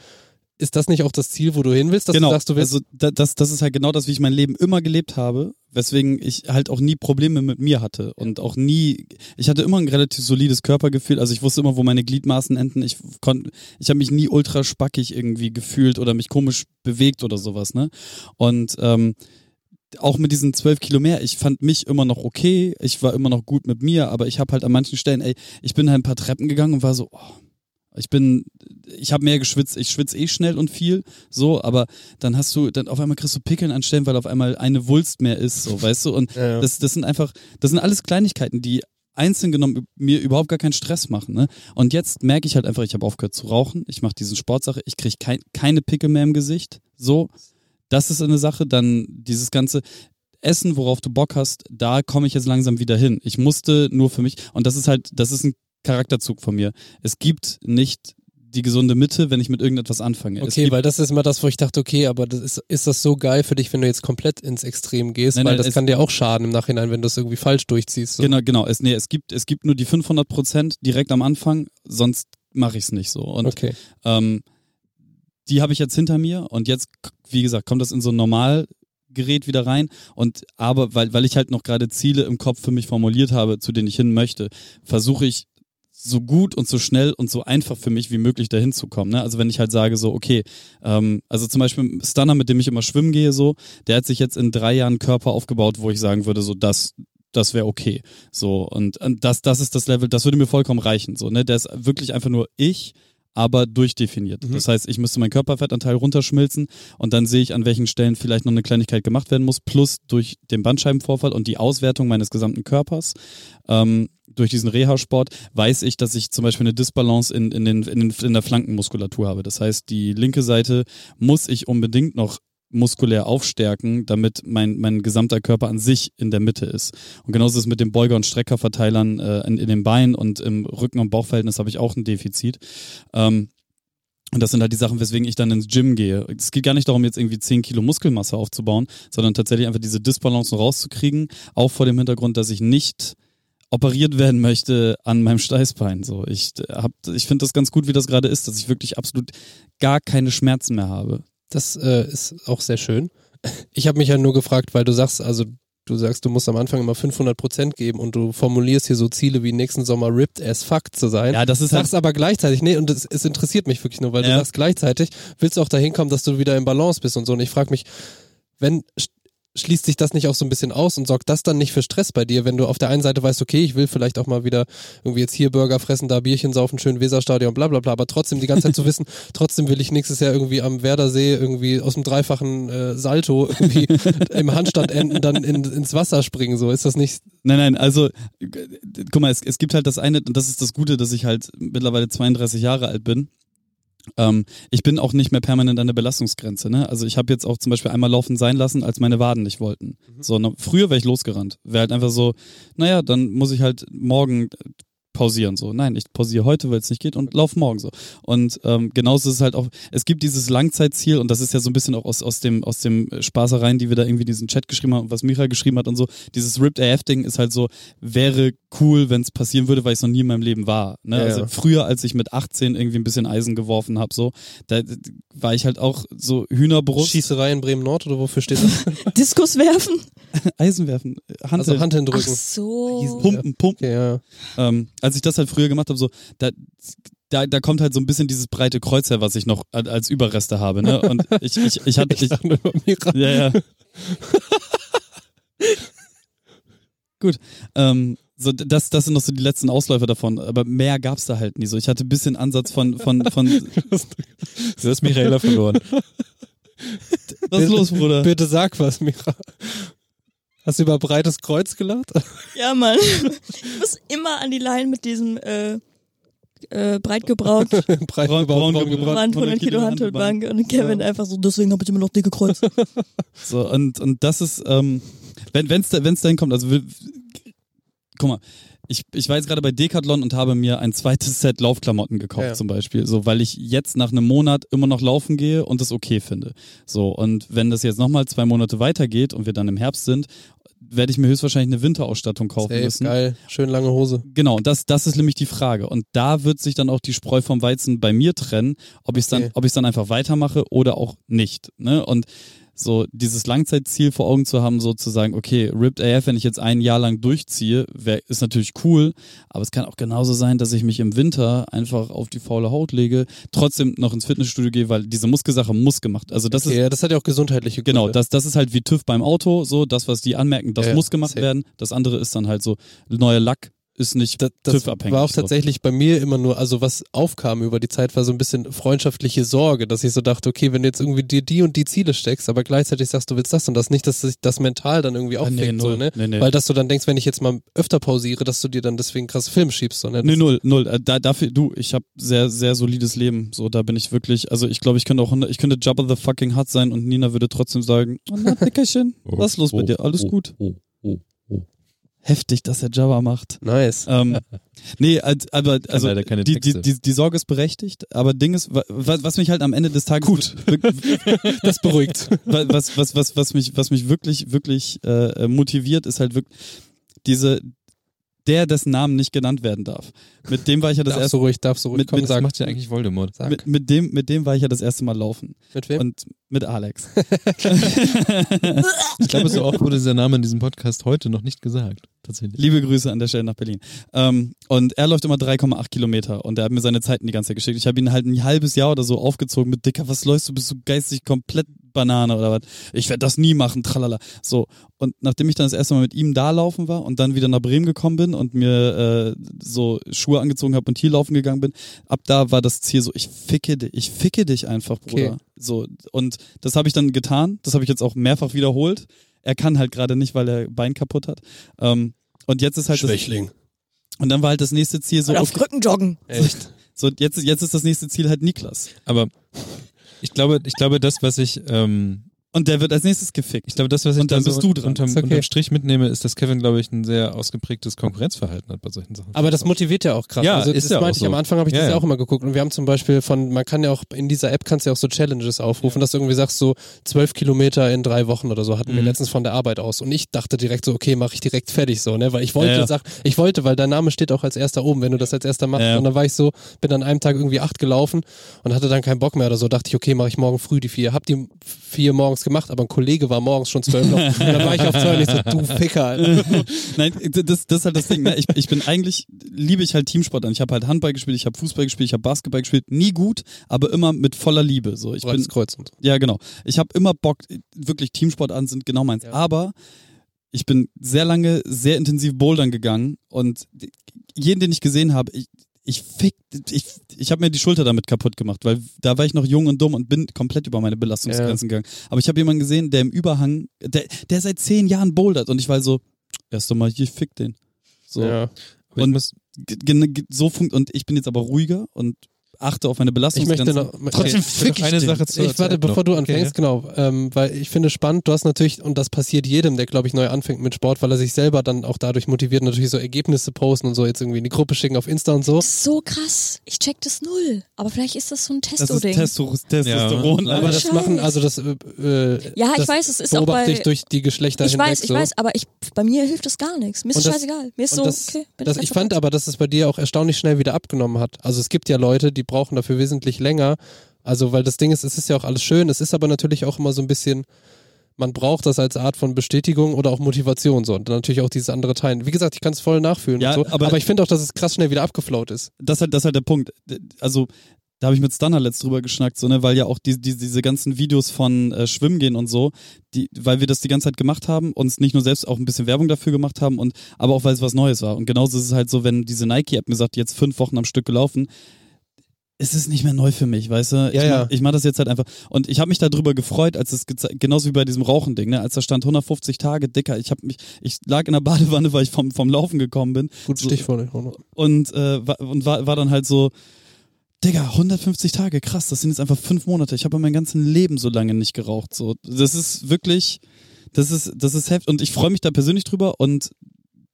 C: ist das nicht auch das Ziel, wo du hin willst, dass
D: genau.
C: du sagst, du willst
D: also da, das, das ist halt genau das, wie ich mein Leben immer gelebt habe, weswegen ich halt auch nie Probleme mit mir hatte und auch nie, ich hatte immer ein relativ solides Körpergefühl, also ich wusste immer, wo meine Gliedmaßen enden, ich konnte, ich habe mich nie ultra spackig irgendwie gefühlt oder mich komisch bewegt oder sowas, ne? Und ähm, auch mit diesen zwölf Kilo mehr, ich fand mich immer noch okay, ich war immer noch gut mit mir, aber ich habe halt an manchen Stellen, ey, ich bin halt ein paar Treppen gegangen und war so, oh, ich bin, ich habe mehr geschwitzt, ich schwitze eh schnell und viel, so, aber dann hast du, dann auf einmal kriegst du Pickeln an Stellen, weil auf einmal eine Wulst mehr ist, so, weißt du? Und
C: Ja, ja.
D: das, das sind einfach, das sind alles Kleinigkeiten, die einzeln genommen mir überhaupt gar keinen Stress machen. Ne? Und jetzt merke ich halt einfach, ich habe aufgehört zu rauchen, ich mache diesen Sportsache, ich kriege kein, keine Pickel mehr im Gesicht, so. Das ist eine Sache, dann dieses ganze, Essen, worauf du Bock hast, da komme ich jetzt langsam wieder hin. Ich musste nur für mich, und das ist halt, das ist ein Charakterzug von mir. Es gibt nicht die gesunde Mitte, wenn ich mit irgendetwas anfange. es
C: Okay,
D: gibt,
C: weil das ist immer das, wo ich dachte, okay, aber das ist, ist das so geil für dich, wenn du jetzt komplett ins Extrem gehst,
D: Nein,
C: weil
D: nein,
C: das
D: es-
C: kann dir auch schaden im Nachhinein, wenn du es irgendwie falsch durchziehst. So.
D: genau, genau. Es, nee, es gibt, es gibt nur die 500 Prozent direkt am Anfang, sonst mache ich es nicht so. Und
C: Okay.
D: ähm, die habe ich jetzt hinter mir und jetzt, wie gesagt, kommt das in so ein Normalgerät wieder rein und aber weil, weil ich halt noch gerade Ziele im Kopf für mich formuliert habe, zu denen ich hin möchte, versuche ich so gut und so schnell und so einfach für mich wie möglich dahin zu kommen. Ne? Also wenn ich halt sage so, okay, ähm, also zum Beispiel Stunner, mit dem ich immer schwimmen gehe, so, der hat sich jetzt in drei Jahren einen Körper aufgebaut, wo ich sagen würde, so das, das wäre okay. So, und, und das, das ist das Level, das würde mir vollkommen reichen. So, ne? Der ist wirklich einfach nur ich, aber durchdefiniert.
C: Mhm.
D: Das heißt, ich müsste meinen Körperfettanteil runterschmilzen und dann sehe ich, an welchen Stellen vielleicht noch eine Kleinigkeit gemacht werden muss, plus durch den Bandscheibenvorfall und die Auswertung meines gesamten Körpers. Ähm, durch diesen Reha-Sport weiß ich, dass ich zum Beispiel eine Disbalance in, in, den, in, den, in der Flankenmuskulatur habe. Das heißt, die linke Seite muss ich unbedingt noch muskulär aufstärken, damit mein, mein gesamter Körper an sich in der Mitte ist. Und genauso ist es mit den Beuger- und Streckerverteilern äh, in, in den Beinen und im Rücken- und Bauchverhältnis habe ich auch ein Defizit. Ähm, und das sind halt die Sachen, weswegen ich dann ins Gym gehe. Es geht gar nicht darum, jetzt irgendwie 10 Kilo Muskelmasse aufzubauen, sondern tatsächlich einfach diese Disbalancen rauszukriegen, auch vor dem Hintergrund, dass ich nicht operiert werden möchte an meinem Steißbein. So, ich äh, hab, ich finde das ganz gut, wie das gerade ist, dass ich wirklich absolut gar keine Schmerzen mehr habe.
C: Das äh, ist auch sehr schön. Ich habe mich ja nur gefragt, weil du sagst, also du sagst, du musst am Anfang immer 500 Prozent geben und du formulierst hier so Ziele wie nächsten Sommer ripped as fuck zu sein.
D: Ja, das ist halt,
C: Äh, sagst aber gleichzeitig, nee, und es, es interessiert mich wirklich nur, weil du
D: Ja.
C: sagst gleichzeitig, willst du auch dahin kommen, dass du wieder im Balance bist und so. Und ich frage mich, wenn sch- schließt sich das nicht auch so ein bisschen aus und sorgt das dann nicht für Stress bei dir, wenn du auf der einen Seite weißt, okay, ich will vielleicht auch mal wieder irgendwie jetzt hier Burger fressen, da Bierchen saufen, schön Weserstadion, bla bla bla, aber trotzdem die ganze Zeit zu wissen, trotzdem will ich nächstes Jahr irgendwie am Werdersee irgendwie aus dem dreifachen äh, Salto irgendwie im Handstand enden, dann in, ins Wasser springen, so ist das nicht,
D: nein, nein, also, g- guck mal, es, es gibt halt das eine, und das ist das Gute, dass ich halt mittlerweile 32 Jahre alt bin. Ähm, ich bin auch nicht mehr permanent an der Belastungsgrenze. Ne? Also ich habe jetzt auch zum Beispiel einmal laufen sein lassen, als meine Waden nicht wollten.
C: Mhm.
D: So, ne, früher wäre ich losgerannt. Wäre halt einfach so, naja, dann muss ich halt morgen äh, pausieren. So, nein, ich pausiere heute, weil es nicht geht und lauf morgen so. Und ähm, genauso ist es halt auch, es gibt dieses Langzeitziel und das ist ja so ein bisschen auch aus, aus dem, aus dem äh, Spaßereien, die wir da irgendwie in diesen Chat geschrieben haben und was Micha geschrieben hat und so. Dieses Ripped AF-Ding ist halt so, wäre cool, wenn es passieren würde, weil ich es noch nie in meinem Leben war. Ne?
C: Ja,
D: also
C: ja.
D: früher, als ich mit 18 irgendwie ein bisschen Eisen geworfen habe, so, da äh, war ich halt auch so Hühnerbrust.
C: Schießerei in Bremen-Nord oder wofür steht das?
A: Diskus werfen?
D: Eisen werfen, Hand,
C: Also Hanteln
A: Ach
C: drücken.
A: so.
D: Pumpen, Pumpen.
C: Okay, ja.
D: Ähm, als ich das halt früher gemacht habe, so, da, da, da kommt halt so ein bisschen dieses breite Kreuz her, was ich noch a- als Überreste habe. Ne? Und ich, ich, ich hatte.
C: Ich
D: Ich,
C: dachte nur Mira.
D: ja, ja. Gut. Ähm, so, d- das, das sind noch so die letzten Ausläufer davon, aber mehr gab's da halt nie so. Ich hatte ein bisschen Ansatz von, von, von
B: Du hast Michaela verloren.
D: was ist los, Bruder?
C: Bitte sag was, Mira. Hast du über breites Kreuz gelacht?
A: Ja, Mann. Ich muss immer an die Line mit diesem äh, äh, breit gebraut,
C: Breit
D: Braun-
C: gebaut,
D: braun
C: braun
D: gebrannt.
C: gebrannt.
A: waren 100 Kilo Handelbank und Kevin einfach so, deswegen habe ich immer noch dicke Kreuze.
D: So, und, und das ist, ähm, wenn es da, wenn's dahin kommt, also wir- guck mal, ich, ich war jetzt gerade bei Decathlon und habe mir ein zweites Set Laufklamotten gekauft
C: Ja.
D: zum Beispiel, so weil ich jetzt nach einem Monat immer noch laufen gehe und das okay finde. So, und wenn das jetzt nochmal zwei Monate weitergeht und wir dann im Herbst sind, werde ich mir höchstwahrscheinlich eine Winterausstattung kaufen
C: Safe,
D: müssen.
C: geil, schön lange Hose.
D: Genau, und das, das ist nämlich die Frage. Und da wird sich dann auch die Spreu vom Weizen bei mir trennen, ob ich es dann,
C: Okay.
D: ob ich's dann einfach weitermache oder auch nicht. Ne? Und so dieses Langzeitziel vor Augen zu haben, so zu sagen, okay, Ripped AF, wenn ich jetzt ein Jahr lang durchziehe, wär, ist natürlich cool, aber es kann auch genauso sein, dass ich mich im Winter einfach auf die faule Haut lege, trotzdem noch ins Fitnessstudio gehe, weil diese Muskelsache muss gemacht. Also das
C: Okay,
D: ist
C: ja, das hat ja auch gesundheitliche Gründe.
D: Genau, das, das ist halt wie TÜV beim Auto, so das, was die anmerken, das
C: Ja,
D: muss gemacht
C: safe.
D: werden. Das andere ist dann halt so, neuer Lack ist nicht
C: das, das
D: TÜV-abhängig.
C: war auch
D: so.
C: tatsächlich bei mir immer nur, also was aufkam über die Zeit, war so ein bisschen freundschaftliche Sorge, dass ich so dachte, okay, wenn du jetzt irgendwie dir die und die Ziele steckst, aber gleichzeitig sagst, du willst das und das nicht, dass sich das mental dann irgendwie
D: Ah,
C: auffängt,
D: nee,
C: so,
D: null.
C: ne?
D: Nee, nee.
C: Weil dass du dann denkst, wenn ich jetzt mal öfter pausiere, dass du dir dann deswegen krass Film schiebst, so, ne?
D: Nee, null, null. Äh, Da, dafür, du, ich habe sehr, sehr solides Leben. So, da bin ich wirklich, also ich glaube, ich könnte auch, ich könnte Jabba the fucking Hutt sein und Nina würde trotzdem sagen, oh, na, Dickerchen, was ist los
C: oh,
D: mit dir? Alles gut. Heftig, dass er Jabba macht.
C: Nice.
D: Ähm, nee, als- aber also
F: leider keine
D: die, die,
F: Texte.
D: die, die Sorge ist berechtigt, aber Ding ist, wa- was, was mich halt am Ende des Tages gut.
C: Das beruhigt.
D: Wa- was, was, was, was, mich, was mich wirklich, wirklich äh, motiviert, ist halt wirklich diese, der, dessen Namen nicht genannt werden darf. Mit dem war ich ja das
C: darfst
D: erste
C: du ruhig, darfst du ruhig.
D: Mit-
C: Komm,
D: mit-
F: Was
C: sag.
F: macht denn eigentlich Voldemort?
C: sag.
D: mit, mit, dem, mit dem war ich ja das erste Mal laufen.
C: Mit wem?
D: Und mit Alex.
F: Ich glaube, so oft wurde dieser Name in diesem Podcast heute noch nicht gesagt. Tatsächlich.
D: Liebe Grüße an der Stelle nach Berlin. Ähm, und er läuft immer 3,8 Kilometer und er hat mir seine Zeiten die ganze Zeit geschickt. Ich habe ihn halt ein halbes Jahr oder so aufgezogen mit Dicker, was läufst du? Bist du geistig komplett Banane oder was? Ich werde das nie machen, tralala. So. Und nachdem ich dann das erste Mal mit ihm da laufen war und dann wieder nach Bremen gekommen bin und mir äh, so Schuhe angezogen habe und hier laufen gegangen bin, ab da war das Ziel so, ich ficke dich, ich ficke dich einfach, Bruder.
C: Okay.
D: So, und das habe ich dann getan, das habe ich jetzt auch mehrfach wiederholt. Er kann halt gerade nicht, weil er Bein kaputt hat. Ähm, und jetzt ist halt
C: Schwächling.
D: das, und dann war halt das nächste Ziel so,
A: Oder auf
D: okay,
A: Krücken joggen.
C: Echt.
D: so jetzt, jetzt ist das nächste Ziel halt Niklas.
B: Aber ich glaube, ich glaube, das, was ich, ähm,
D: Und der wird als nächstes gefickt.
B: ich glaube, das, was ich
D: Und dann
B: da so
D: bist du dran.
B: Unterm,
C: Ist okay.
B: unterm Strich mitnehme, ist, dass Kevin, glaube ich, ein sehr ausgeprägtes Konkurrenzverhalten hat bei solchen Sachen.
C: Aber das motiviert ja auch krass.
B: Ja,
C: also
B: ist
C: das
B: ja auch
C: meinte ich
B: so.
C: am Anfang habe ich
B: Ja,
C: das ja
B: ja.
C: auch immer geguckt. Und wir haben zum Beispiel von, man kann ja auch in dieser App kannst ja auch so Challenges aufrufen, dass du irgendwie sagst, so zwölf Kilometer in drei Wochen oder so hatten
B: Mhm.
C: wir letztens von der Arbeit aus. Und ich dachte direkt so, okay, mache ich direkt fertig so, ne? Weil ich wollte,
D: Ja, ja.
C: Sag, ich wollte, weil dein Name steht auch als erster oben, wenn du das als erster machst.
D: Ja, ja.
C: Und dann war ich so, bin an einem Tag irgendwie acht gelaufen und hatte dann keinen Bock mehr oder so. Dachte ich, okay, mache ich morgen früh die vier. Hab die vier morgens gemacht, aber ein Kollege war morgens schon zwölf. noch. und dann war ich auf zwölf. Ich so, du Ficker. Alter.
D: Nein, das, das ist halt das Ding. Ne? Ich, ich bin eigentlich, liebe ich halt Teamsport an. Ich habe halt Handball gespielt, ich habe Fußball gespielt, ich habe Basketball gespielt. Nie gut, aber immer mit voller Liebe. So, ich bin,
C: Breites Kreuz und so.
D: ja genau. Ich habe immer Bock, wirklich Teamsport an sind genau meins.
C: Ja.
D: Aber ich bin sehr lange, sehr intensiv Bouldern gegangen und jeden, den ich gesehen habe, ich, ich fick, ich, ich habe mir die Schulter damit kaputt gemacht, weil da war ich noch jung und dumm und bin komplett über meine Belastungsgrenzen gegangen. Aber ich habe jemanden gesehen, der im Überhang, der, der seit zehn Jahren bouldert und ich war so, erst einmal, ich fick den. So.
C: Ja.
B: Aber ich
D: und-
B: muss,
D: Ge- ge- ge- So funkt, und ich bin jetzt aber ruhiger und achte auf meine
C: Ich möchte
D: Belastungsgrenzen.
C: noch,
D: Trotzdem
B: ich will noch
D: fick ich
B: eine
D: den.
B: Sache zu
C: Ich warte, bevor du anfängst, genau, ähm, weil ich finde spannend, du hast natürlich, und das passiert jedem, der glaube ich neu anfängt mit Sport, weil er sich selber dann auch dadurch motiviert, natürlich so Ergebnisse posten und so jetzt irgendwie in die Gruppe schicken auf Insta und so.
A: So krass. Ich check das null. Aber vielleicht ist das so ein
D: das ist
A: Testo-Ding.
D: Testo- Testosteron.
C: Aber das
A: Scheiß.
C: machen, also das, äh, äh,
A: Ja, ich
C: das
A: weiß, es ist auch
C: beobachte
A: bei-
C: ich durch die Geschlechter
A: Ich
C: hinweg
A: weiß, ich
C: so.
A: weiß, aber ich, bei mir hilft das gar nichts. Mir ist
C: Und das-
A: scheißegal. Mir ist
C: Und
A: so,
C: das,
A: okay. bin
C: das,
A: jetzt
C: ich
A: einfach
C: fand
A: kurz.
C: aber, dass es bei dir auch erstaunlich schnell wieder abgenommen hat. Also es gibt ja Leute, die brauchen dafür wesentlich länger. Also weil das Ding ist, es ist ja auch alles schön, es ist aber natürlich auch immer so ein bisschen, man braucht das als Art von Bestätigung oder auch Motivation so und dann natürlich auch dieses andere Teilen. Wie gesagt, ich kann es voll nachfühlen
D: Ja,
C: und so, aber,
D: aber-
C: ich finde auch, dass es krass schnell wieder abgeflaut ist.
D: das ist halt, das ist halt der Punkt. Also, da habe ich mit Stunner letzt drüber geschnackt, so, ne, weil ja auch die, die, diese ganzen Videos von äh, Schwimmen gehen und so, die, weil wir das die ganze Zeit gemacht haben, uns nicht nur selbst auch ein bisschen Werbung dafür gemacht haben und aber auch weil es was Neues war. Und genauso ist es halt so, wenn diese Nike-App mir sagt, jetzt fünf Wochen am Stück gelaufen, es ist nicht mehr neu für mich, weißt du? ich
C: Ja, ja.
D: mach- ich mache das jetzt halt einfach. Und ich habe mich darüber gefreut, als es geze- genauso wie bei diesem Rauchending, ne? als da stand 150 Tage dicker. Ich habe mich, ich lag in der Badewanne, weil ich vom, vom Laufen gekommen bin
C: Gut
D: So.
C: Stichwort. ne?
D: und, äh, wa- und war, war dann halt so, Digga, 150 Tage, krass, das sind jetzt einfach fünf Monate. Ich habe in meinem ganzen Leben so lange nicht geraucht. So, das ist wirklich, das ist, das ist heftig und ich freue mich da persönlich drüber und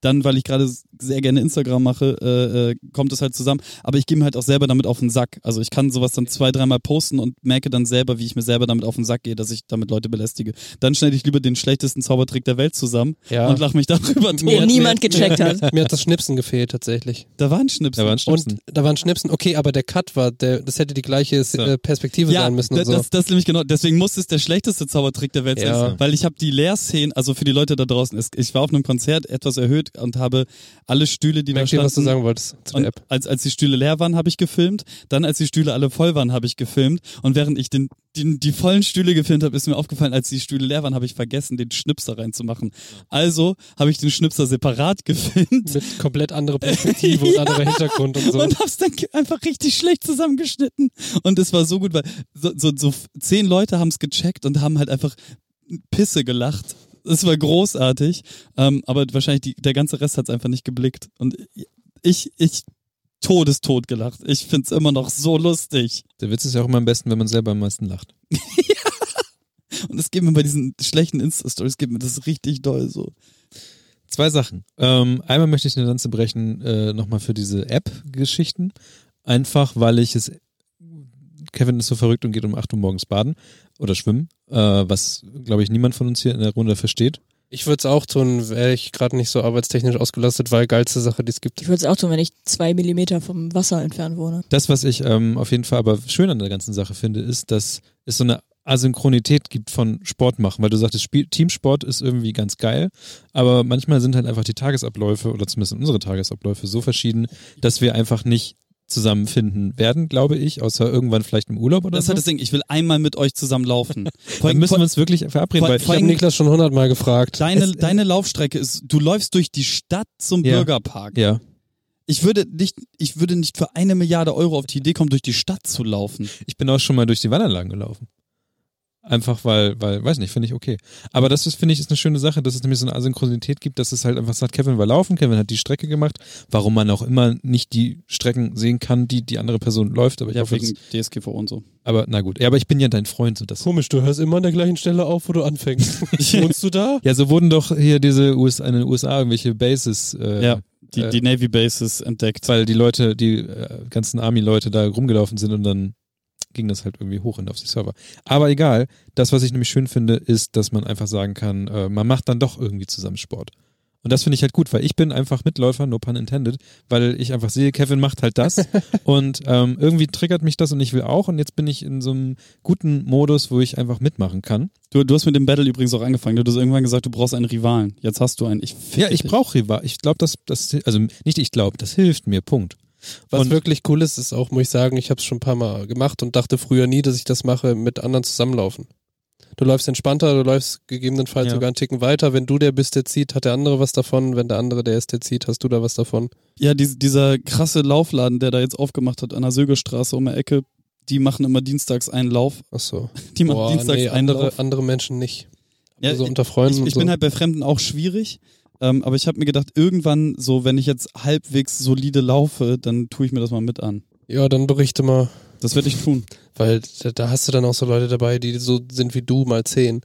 D: dann, weil ich gerade s- sehr gerne Instagram mache, äh, äh, kommt es halt zusammen. Aber ich gehe mir halt auch selber damit auf den Sack. Also ich kann sowas dann zwei, dreimal posten und merke dann selber, wie ich mir selber damit auf den Sack gehe, dass ich damit Leute belästige. Dann schneide ich lieber den schlechtesten Zaubertrick der Welt zusammen
C: Ja.
D: und lache mich darüber tot.
C: Mir hat-
A: niemand
C: mir-
A: gecheckt hat.
C: Mir hat das Schnipsen gefehlt tatsächlich.
D: Da war ein Schnips.
B: Da war ein
C: Und
B: Schnipsen.
C: da waren Schnipsen, okay, aber der Cut war, der, das hätte die gleiche äh, Perspektive sein müssen
D: da-
C: und so.
D: das, das nämlich genau. Deswegen muss es der schlechteste Zaubertrick der Welt
C: Ja.
D: sein, weil ich habe die Leerszenen, also für die Leute da draußen, es, ich war auf einem Konzert etwas erhöht und habe alle Stühle, die
C: Merkt ihr,
D: da standen,
C: was du sagen wolltest zu der
D: und
C: App?
D: als, als die Stühle leer waren, habe ich gefilmt. Dann, als die Stühle alle voll waren, habe ich gefilmt. Und während ich den, den, die vollen Stühle gefilmt habe, ist mir aufgefallen, als die Stühle leer waren, habe ich vergessen, den Schnipser reinzumachen. Also habe ich den Schnipser separat gefilmt
C: Mit komplett andere Perspektive und anderer Hintergrund und so.
D: und hab's dann ge- einfach richtig schlecht zusammengeschnitten. Und es war so gut, weil so, so, so f- zehn Leute haben's gecheckt und haben halt einfach Pisse gelacht. Es war großartig. Ähm, aber wahrscheinlich die, der ganze Rest hat's einfach nicht geblickt. Und ich, ich todestot gelacht. Ich find's immer noch so lustig.
B: Der Witz ist ja auch immer am besten, wenn man selber am meisten lacht.
D: Und es geht mir bei diesen schlechten Insta-Stories, geht mir das richtig doll so.
B: Zwei Sachen. Ähm, einmal möchte ich eine Lanze brechen, äh, nochmal für diese App-Geschichten. Einfach, weil ich es. Kevin ist so verrückt und geht um 8 Uhr morgens baden oder schwimmen, äh, was, glaube ich, niemand von uns hier in der Runde versteht.
C: Ich würde es auch tun, wäre ich gerade nicht so arbeitstechnisch ausgelastet, weil geilste Sache, die es gibt.
A: Ich würde es auch tun, wenn ich zwei Millimeter vom Wasser entfernt wohne.
B: Das, was ich ähm, auf jeden Fall aber schön an der ganzen Sache finde, ist, dass es so eine Asynchronität gibt von Sport machen, weil du sagtest, Spiel Teamsport ist irgendwie ganz geil, aber manchmal sind halt einfach die Tagesabläufe oder zumindest unsere Tagesabläufe so verschieden, dass wir einfach nicht zusammenfinden werden, glaube ich, außer irgendwann vielleicht im Urlaub oder
D: Das
B: so.
D: hat das Ding, ich will einmal mit euch zusammen laufen.
B: Dann müssen wir uns wirklich verabreden,
D: Vor-
B: weil
C: Ich habe Niklas schon hundertmal gefragt.
D: Deine,
B: Es-
D: deine Laufstrecke ist, du läufst durch die Stadt zum
B: Ja.
D: Bürgerpark.
B: ja,
D: Ich würde nicht, ich würde nicht für eine Milliarde Euro auf die Idee kommen, durch die Stadt zu laufen.
B: ich bin auch schon mal durch die Wanderlagen gelaufen. Einfach weil, weil, weiß nicht, finde ich okay. Aber das ist, finde ich, ist eine schöne Sache, dass es nämlich so eine Asynchronität gibt, dass es halt einfach sagt, Kevin war laufen, Kevin hat die Strecke gemacht, warum man auch immer nicht die Strecken sehen kann, die die andere Person läuft. Aber ich hoffe, das,
D: DSGVO und so.
B: aber na gut. Ja, aber ich bin ja dein Freund, so das.
C: Komisch, du hörst immer an der gleichen Stelle auf, wo du anfängst. Wohnst du da?
B: Ja, so wurden doch hier diese US, in den USA irgendwelche Bases, äh,
D: Ja, die,
B: äh,
D: die Navy Bases entdeckt.
B: weil die Leute, die äh, ganzen Army-Leute da rumgelaufen sind und dann ging das halt irgendwie hoch und auf die Server. Aber egal, das, was ich nämlich schön finde, ist, dass man einfach sagen kann, äh, man macht dann doch irgendwie zusammen Sport. Und das finde ich halt gut, weil ich bin einfach Mitläufer, no pun intended, weil ich einfach sehe, Kevin macht halt das und ähm, irgendwie triggert mich das und ich will auch und jetzt bin ich in so einem guten Modus, wo ich einfach mitmachen kann.
D: Du, du hast mit dem Battle übrigens auch angefangen. Du hast irgendwann gesagt, du brauchst einen Rivalen. Jetzt hast du einen. Ich fick
B: Ja, ich
D: dich.
B: brauche Rival. Ich glaube, das, das, also nicht ich glaube, das hilft mir, Punkt.
C: Was
B: Und-
C: wirklich cool ist, ist auch, muss ich sagen, ich habe es schon ein paar Mal gemacht und dachte früher nie, dass ich das mache, mit anderen zusammenlaufen. Du läufst entspannter, du läufst gegebenenfalls
B: Ja.
C: sogar einen Ticken weiter. Wenn du der bist, der zieht, hat der andere was davon. Wenn der andere der ist, der zieht, hast du da was davon.
D: Ja, die, dieser krasse Laufladen, der da jetzt aufgemacht hat an der Sögestraße um der Ecke, die machen immer dienstags einen Lauf.
C: Ach so.
D: Die machen
C: Boah,
D: dienstags
C: nee,
D: einen
C: andere,
D: Lauf.
C: andere Menschen nicht.
D: Ja,
C: also unter Freunden
D: Ich,
C: und
D: ich
C: so.
D: bin halt bei Fremden auch schwierig, ähm, aber ich habe mir gedacht, irgendwann so, wenn ich jetzt halbwegs solide laufe, dann tue ich mir das mal mit an.
C: ja, dann berichte mal.
D: Das werde ich tun.
C: Weil da, da hast du dann auch so Leute dabei, die so sind wie du mal zehn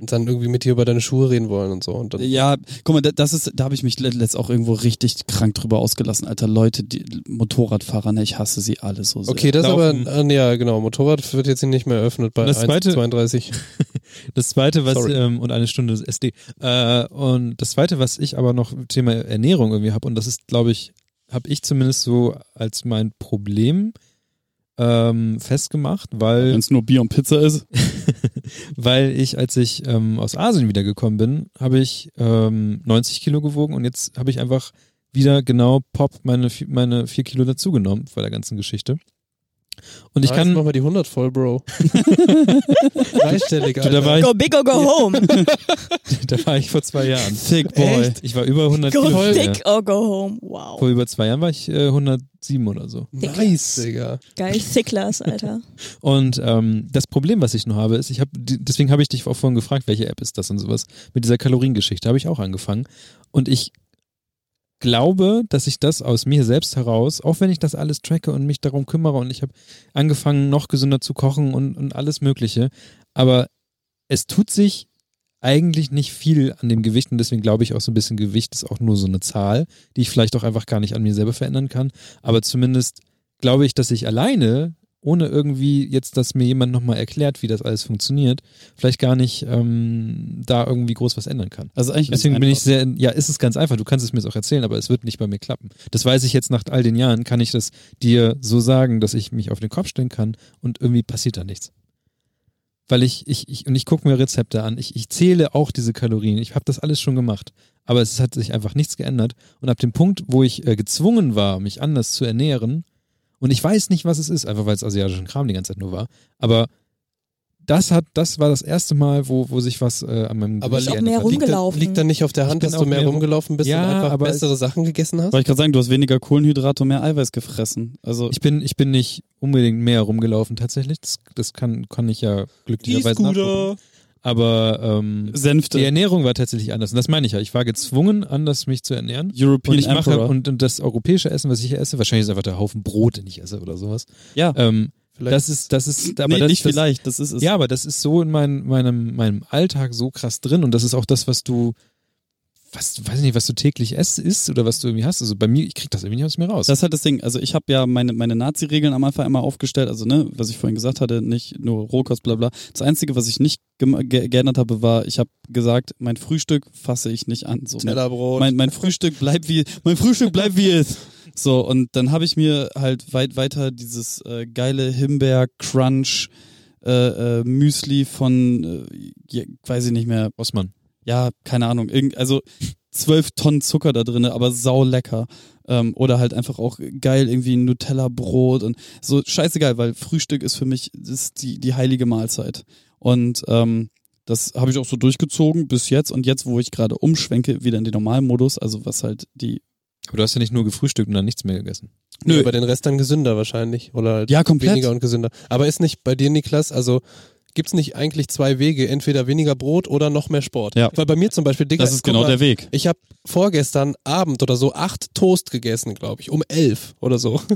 C: und dann irgendwie mit dir über deine Schuhe reden wollen und so. Und dann,
D: Ja, guck mal, da- das ist, da habe ich mich let- letzt auch irgendwo richtig krank drüber ausgelassen, Alter. Leute, die Motorradfahrer, ne, ich hasse sie alle so sehr.
C: okay, das
B: Laufen.
C: aber, äh, ja genau, Motorrad wird jetzt hier nicht mehr eröffnet bei
B: Und das zweite-
C: 1,32.
B: Das zweite, was
C: Sorry.
B: ähm, und eine Stunde SD. Äh, und das zweite, was ich aber noch Thema Ernährung irgendwie habe und das ist, glaube ich, habe ich zumindest so als mein Problem ähm, festgemacht, weil
D: Wenn es nur Bier und Pizza ist.
B: weil ich, als ich ähm, aus Asien wiedergekommen bin, habe ich ähm, 90 Kilo gewogen und jetzt habe ich einfach wieder genau Pop meine, vi- meine vier Kilo dazugenommen bei der ganzen Geschichte. Und ich
C: Ah,
B: kann,
C: Jetzt machen wir die 100 voll, Bro. Dreistellig,
B: du,
C: Alter.
B: da war, ich,
A: Go big or go home.
B: da war ich vor zwei Jahren.
D: Thick Boy.
B: Echt? Ich war über 100
A: Go
B: Kilo. schwer.
A: big or go home. Wow.
B: Vor über zwei Jahren war ich äh, 107 oder so.
C: nice, Digga.
A: Geil. Sicklers, Alter.
B: Und ähm, das Problem, was ich noch habe, ist, ich habe, deswegen habe ich dich auch vorhin gefragt, welche App ist das und sowas. Mit dieser Kaloriengeschichte habe ich auch angefangen. Und ich glaube, dass ich das aus mir selbst heraus, auch wenn ich das alles tracke und mich darum kümmere und ich habe angefangen, noch gesünder zu kochen und, und alles Mögliche, aber es tut sich eigentlich nicht viel an dem Gewicht und deswegen glaube ich auch so ein bisschen Gewicht ist auch nur so eine Zahl, die ich vielleicht auch einfach gar nicht an mir selber verändern kann. Aber zumindest glaube ich, dass ich alleine, ohne irgendwie jetzt, dass mir jemand nochmal erklärt, wie das alles funktioniert, vielleicht gar nicht ähm, da irgendwie groß was ändern kann.
D: Also eigentlich ganz
B: Deswegen bin ich
D: einfach.
B: sehr, ja, ist es ganz einfach. Du kannst es mir jetzt auch erzählen, aber es wird nicht bei mir klappen. Das weiß ich jetzt nach all den Jahren, kann ich das dir so sagen, dass ich mich auf den Kopf stellen kann und irgendwie passiert da nichts. Weil ich, ich, ich und ich gucke mir Rezepte an, ich, ich zähle auch diese Kalorien, ich habe das alles schon gemacht, aber es hat sich einfach nichts geändert. Und ab dem Punkt, wo ich äh, gezwungen war, mich anders zu ernähren, und ich weiß nicht, was es ist, einfach weil es asiatischen Kram die ganze Zeit nur war, aber das hat, das war das erste Mal, wo, wo sich was äh, an meinem
C: Aber
B: Gewicht
A: Ist auch
B: geändert
A: mehr
B: hat.
C: Liegt, da,
A: Rumgelaufen.
C: liegt dann nicht auf der
B: Ich
C: Hand,
B: bin
C: dass du
B: auch
C: mehr
B: mehr rum-
C: rumgelaufen bist
B: Ja,
C: und einfach
B: aber
C: bessere Sachen gegessen hast?
D: Wollte ich gerade sagen, du hast weniger Kohlenhydrate und mehr Eiweiß gefressen. Also
B: Ich bin, ich bin nicht unbedingt mehr rumgelaufen tatsächlich. Das, das kann, kann ich ja glücklicherweise nachgucken. Aber ähm, die
D: Sänfte.
B: Ernährung war tatsächlich anders. Und das meine ich ja. Ich war gezwungen, anders mich zu ernähren.
D: European
B: Und ich mache
D: Emperor.
B: und, und das europäische Essen, was ich hier esse, wahrscheinlich ist einfach der Haufen Brot, den ich esse oder sowas.
D: ja,
B: Ähm,
C: Vielleicht-
B: das ist, das ist, aber
D: nee,
B: das,
D: nicht
B: das,
D: vielleicht, das ist es.
B: ja, aber das ist so in mein, meinem, meinem Alltag so krass drin und das ist auch das, was du, was, weiß ich nicht, was du täglich ess, isst oder was du irgendwie hast. Also bei mir, ich krieg das irgendwie nicht aus mir raus.
D: Das ist halt das Ding. Also ich habe ja meine, meine Nazi-Regeln am Anfang immer aufgestellt. Also ne, was ich vorhin gesagt hatte, nicht nur Rohkost, bla bla. Das Einzige, was ich nicht gem- ge geändert habe, war, ich habe gesagt, mein Frühstück fasse ich nicht an. So,
C: Tellerbrot.
D: mein, mein Frühstück bleibt wie mein Frühstück bleibt wie es. So und dann habe ich mir halt weit weiter dieses äh, geile Himbeer Crunch äh, äh, Müsli von äh, ja, weiß ich nicht mehr
B: Osman.
D: ja, keine Ahnung, irgend, also zwölf Tonnen Zucker da drin, aber sau lecker. Ähm, oder halt einfach auch geil irgendwie ein Nutella-Brot und so scheißegal, weil Frühstück ist für mich das ist die, die heilige Mahlzeit. Und ähm, das habe ich auch so durchgezogen bis jetzt und jetzt, wo ich gerade umschwenke, wieder in den normalen Modus, also was halt die.
B: Aber du hast ja nicht nur gefrühstückt und dann nichts mehr gegessen.
C: Nö.
D: Nö.
C: Aber den Rest dann gesünder wahrscheinlich. Oder halt
D: Ja, komplett.
C: weniger und gesünder. Aber ist nicht bei dir, Niklas, also gibt's nicht eigentlich zwei Wege, entweder weniger Brot oder noch mehr Sport?
D: Ja.
C: Weil bei mir zum Beispiel, Digga, guck
B: genau
C: mal,
D: genau Weg.
C: Ich habe vorgestern Abend oder so acht Toast gegessen, glaube ich, um elf oder so.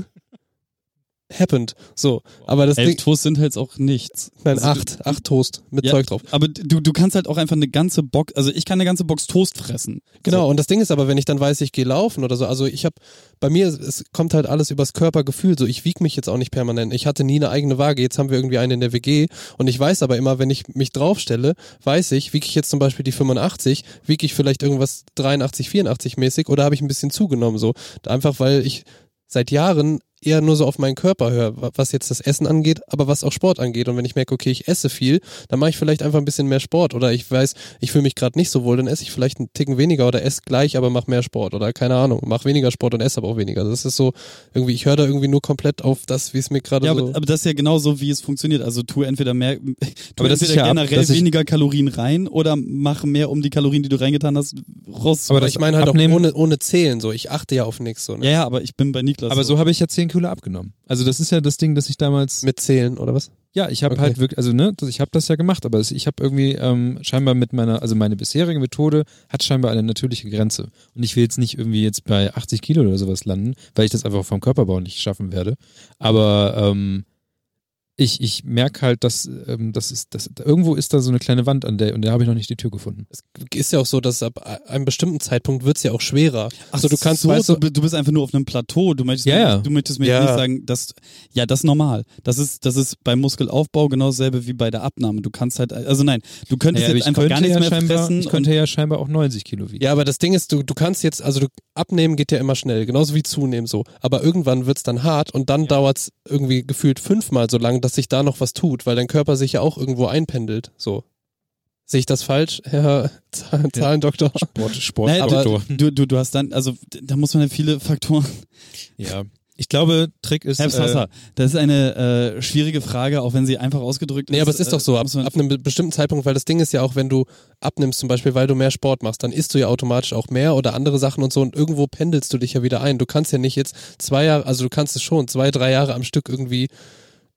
C: Happened. So. Aber das
D: Elf
C: Ding.
D: Toast sind halt auch nichts.
C: Nein,
D: Also du-
C: acht. Acht Toast mit
D: Ja.
C: Zeug drauf.
D: Aber du, du kannst halt auch einfach eine ganze Box, also ich kann eine ganze Box Toast fressen.
C: Genau, und das Ding ist aber, wenn ich dann weiß, ich gehe laufen oder so, also ich habe, bei mir, es- es kommt halt alles übers Körpergefühl, so ich wiege mich jetzt auch nicht permanent. Ich hatte nie eine eigene Waage, jetzt haben wir irgendwie eine in der WG und ich weiß aber immer, wenn ich mich draufstelle, weiß ich, wiege ich jetzt zum Beispiel die 85, wiege ich vielleicht irgendwas 83, 84 mäßig oder habe ich ein bisschen zugenommen so. Einfach weil ich seit Jahren eher nur so auf meinen Körper höre, wa- was jetzt das Essen angeht, aber was auch Sport angeht. Und wenn ich merke, okay, ich esse viel, dann mache ich vielleicht einfach ein bisschen mehr Sport. Oder ich weiß, ich fühle mich gerade nicht so wohl, dann esse ich vielleicht einen Ticken weniger oder esse gleich, aber mach mehr Sport. Oder keine Ahnung, mach weniger Sport und esse aber auch weniger. Das ist so, irgendwie, ich höre da irgendwie nur komplett auf das, wie es mir gerade
D: Ja,
C: so...
D: aber, aber das ist ja genau so, wie es funktioniert. Also tu entweder mehr, tu
B: Aber das ist
D: entweder
B: ja ab-
D: generell
B: das ist-
D: weniger Kalorien rein oder mach mehr, um die Kalorien, die du reingetan hast, raus.
B: Aber
C: aber
B: das
C: ich meine halt
B: Abnehmen-
C: auch ohne, ohne Zählen so. Ich achte ja auf nichts so. Ne?
D: ja, ja, aber ich bin bei Niklas.
B: Aber so habe ich ja 10 Kilo abgenommen. Also das ist ja das Ding, dass ich damals
C: Mit Zählen oder was?
B: Ja, ich habe
C: Okay.
B: halt wirklich, also ne, das- ich habe das ja gemacht, aber es- ich habe irgendwie ähm, scheinbar mit meiner, also meine bisherige Methode hat scheinbar eine natürliche Grenze. Und ich will jetzt nicht irgendwie jetzt bei 80 Kilo oder sowas landen, weil ich das einfach vom Körperbau nicht schaffen werde. Aber ähm, ich, ich merke halt, dass, ähm, das ist, dass irgendwo ist da so eine kleine Wand an der und da habe ich noch nicht die Tür gefunden.
C: Ist ja auch so, dass ab einem bestimmten Zeitpunkt wird's ja auch schwerer.
D: Ach
C: so, du kannst,
D: so,
C: weißt du,
D: du, bi- du bist einfach nur auf einem Plateau. Du möchtest,
B: Ja, ja.
D: du möchtest mir
C: Ja.
D: nicht sagen, dass ja, das ist normal. Das ist, das ist beim Muskelaufbau genau dasselbe wie bei der Abnahme. Du kannst halt, also nein, du könntest
B: aber
D: jetzt einfach gar nichts
B: ja
D: mehr
B: scheinbar,
D: fressen.
B: ich könnte ja scheinbar auch 90 Kilo wiegen.
C: Ja, aber das Ding ist, du, du kannst jetzt, also du, abnehmen geht ja immer schnell, genauso wie zunehmen so. Aber irgendwann wird's dann hart und dann dauert's irgendwie gefühlt fünfmal so lang, dass sich da noch was tut, weil dein Körper sich ja auch irgendwo einpendelt. So. Sehe ich das falsch, Herr Zah- Zahlendoktor?
B: Sport,
D: und,
B: Sport,
D: Nein,
B: aber,
D: aber du, du hast dann, also da muss man ja viele Faktoren
B: ja. Ich glaube, Trick ist.
D: Herr Sasser, das ist eine äh, schwierige Frage, auch wenn sie einfach ausgedrückt ist.
C: Nee, aber es ist doch so,
D: Äh,
C: ab,
D: muss man-
C: ab einem be- bestimmten Zeitpunkt, weil das Ding ist ja auch, wenn du abnimmst zum Beispiel, weil du mehr Sport machst, dann isst du ja automatisch auch mehr oder andere Sachen und so und irgendwo pendelst du dich ja wieder ein. Du kannst ja nicht jetzt zwei Jahre, also du kannst es schon, zwei, drei Jahre am Stück irgendwie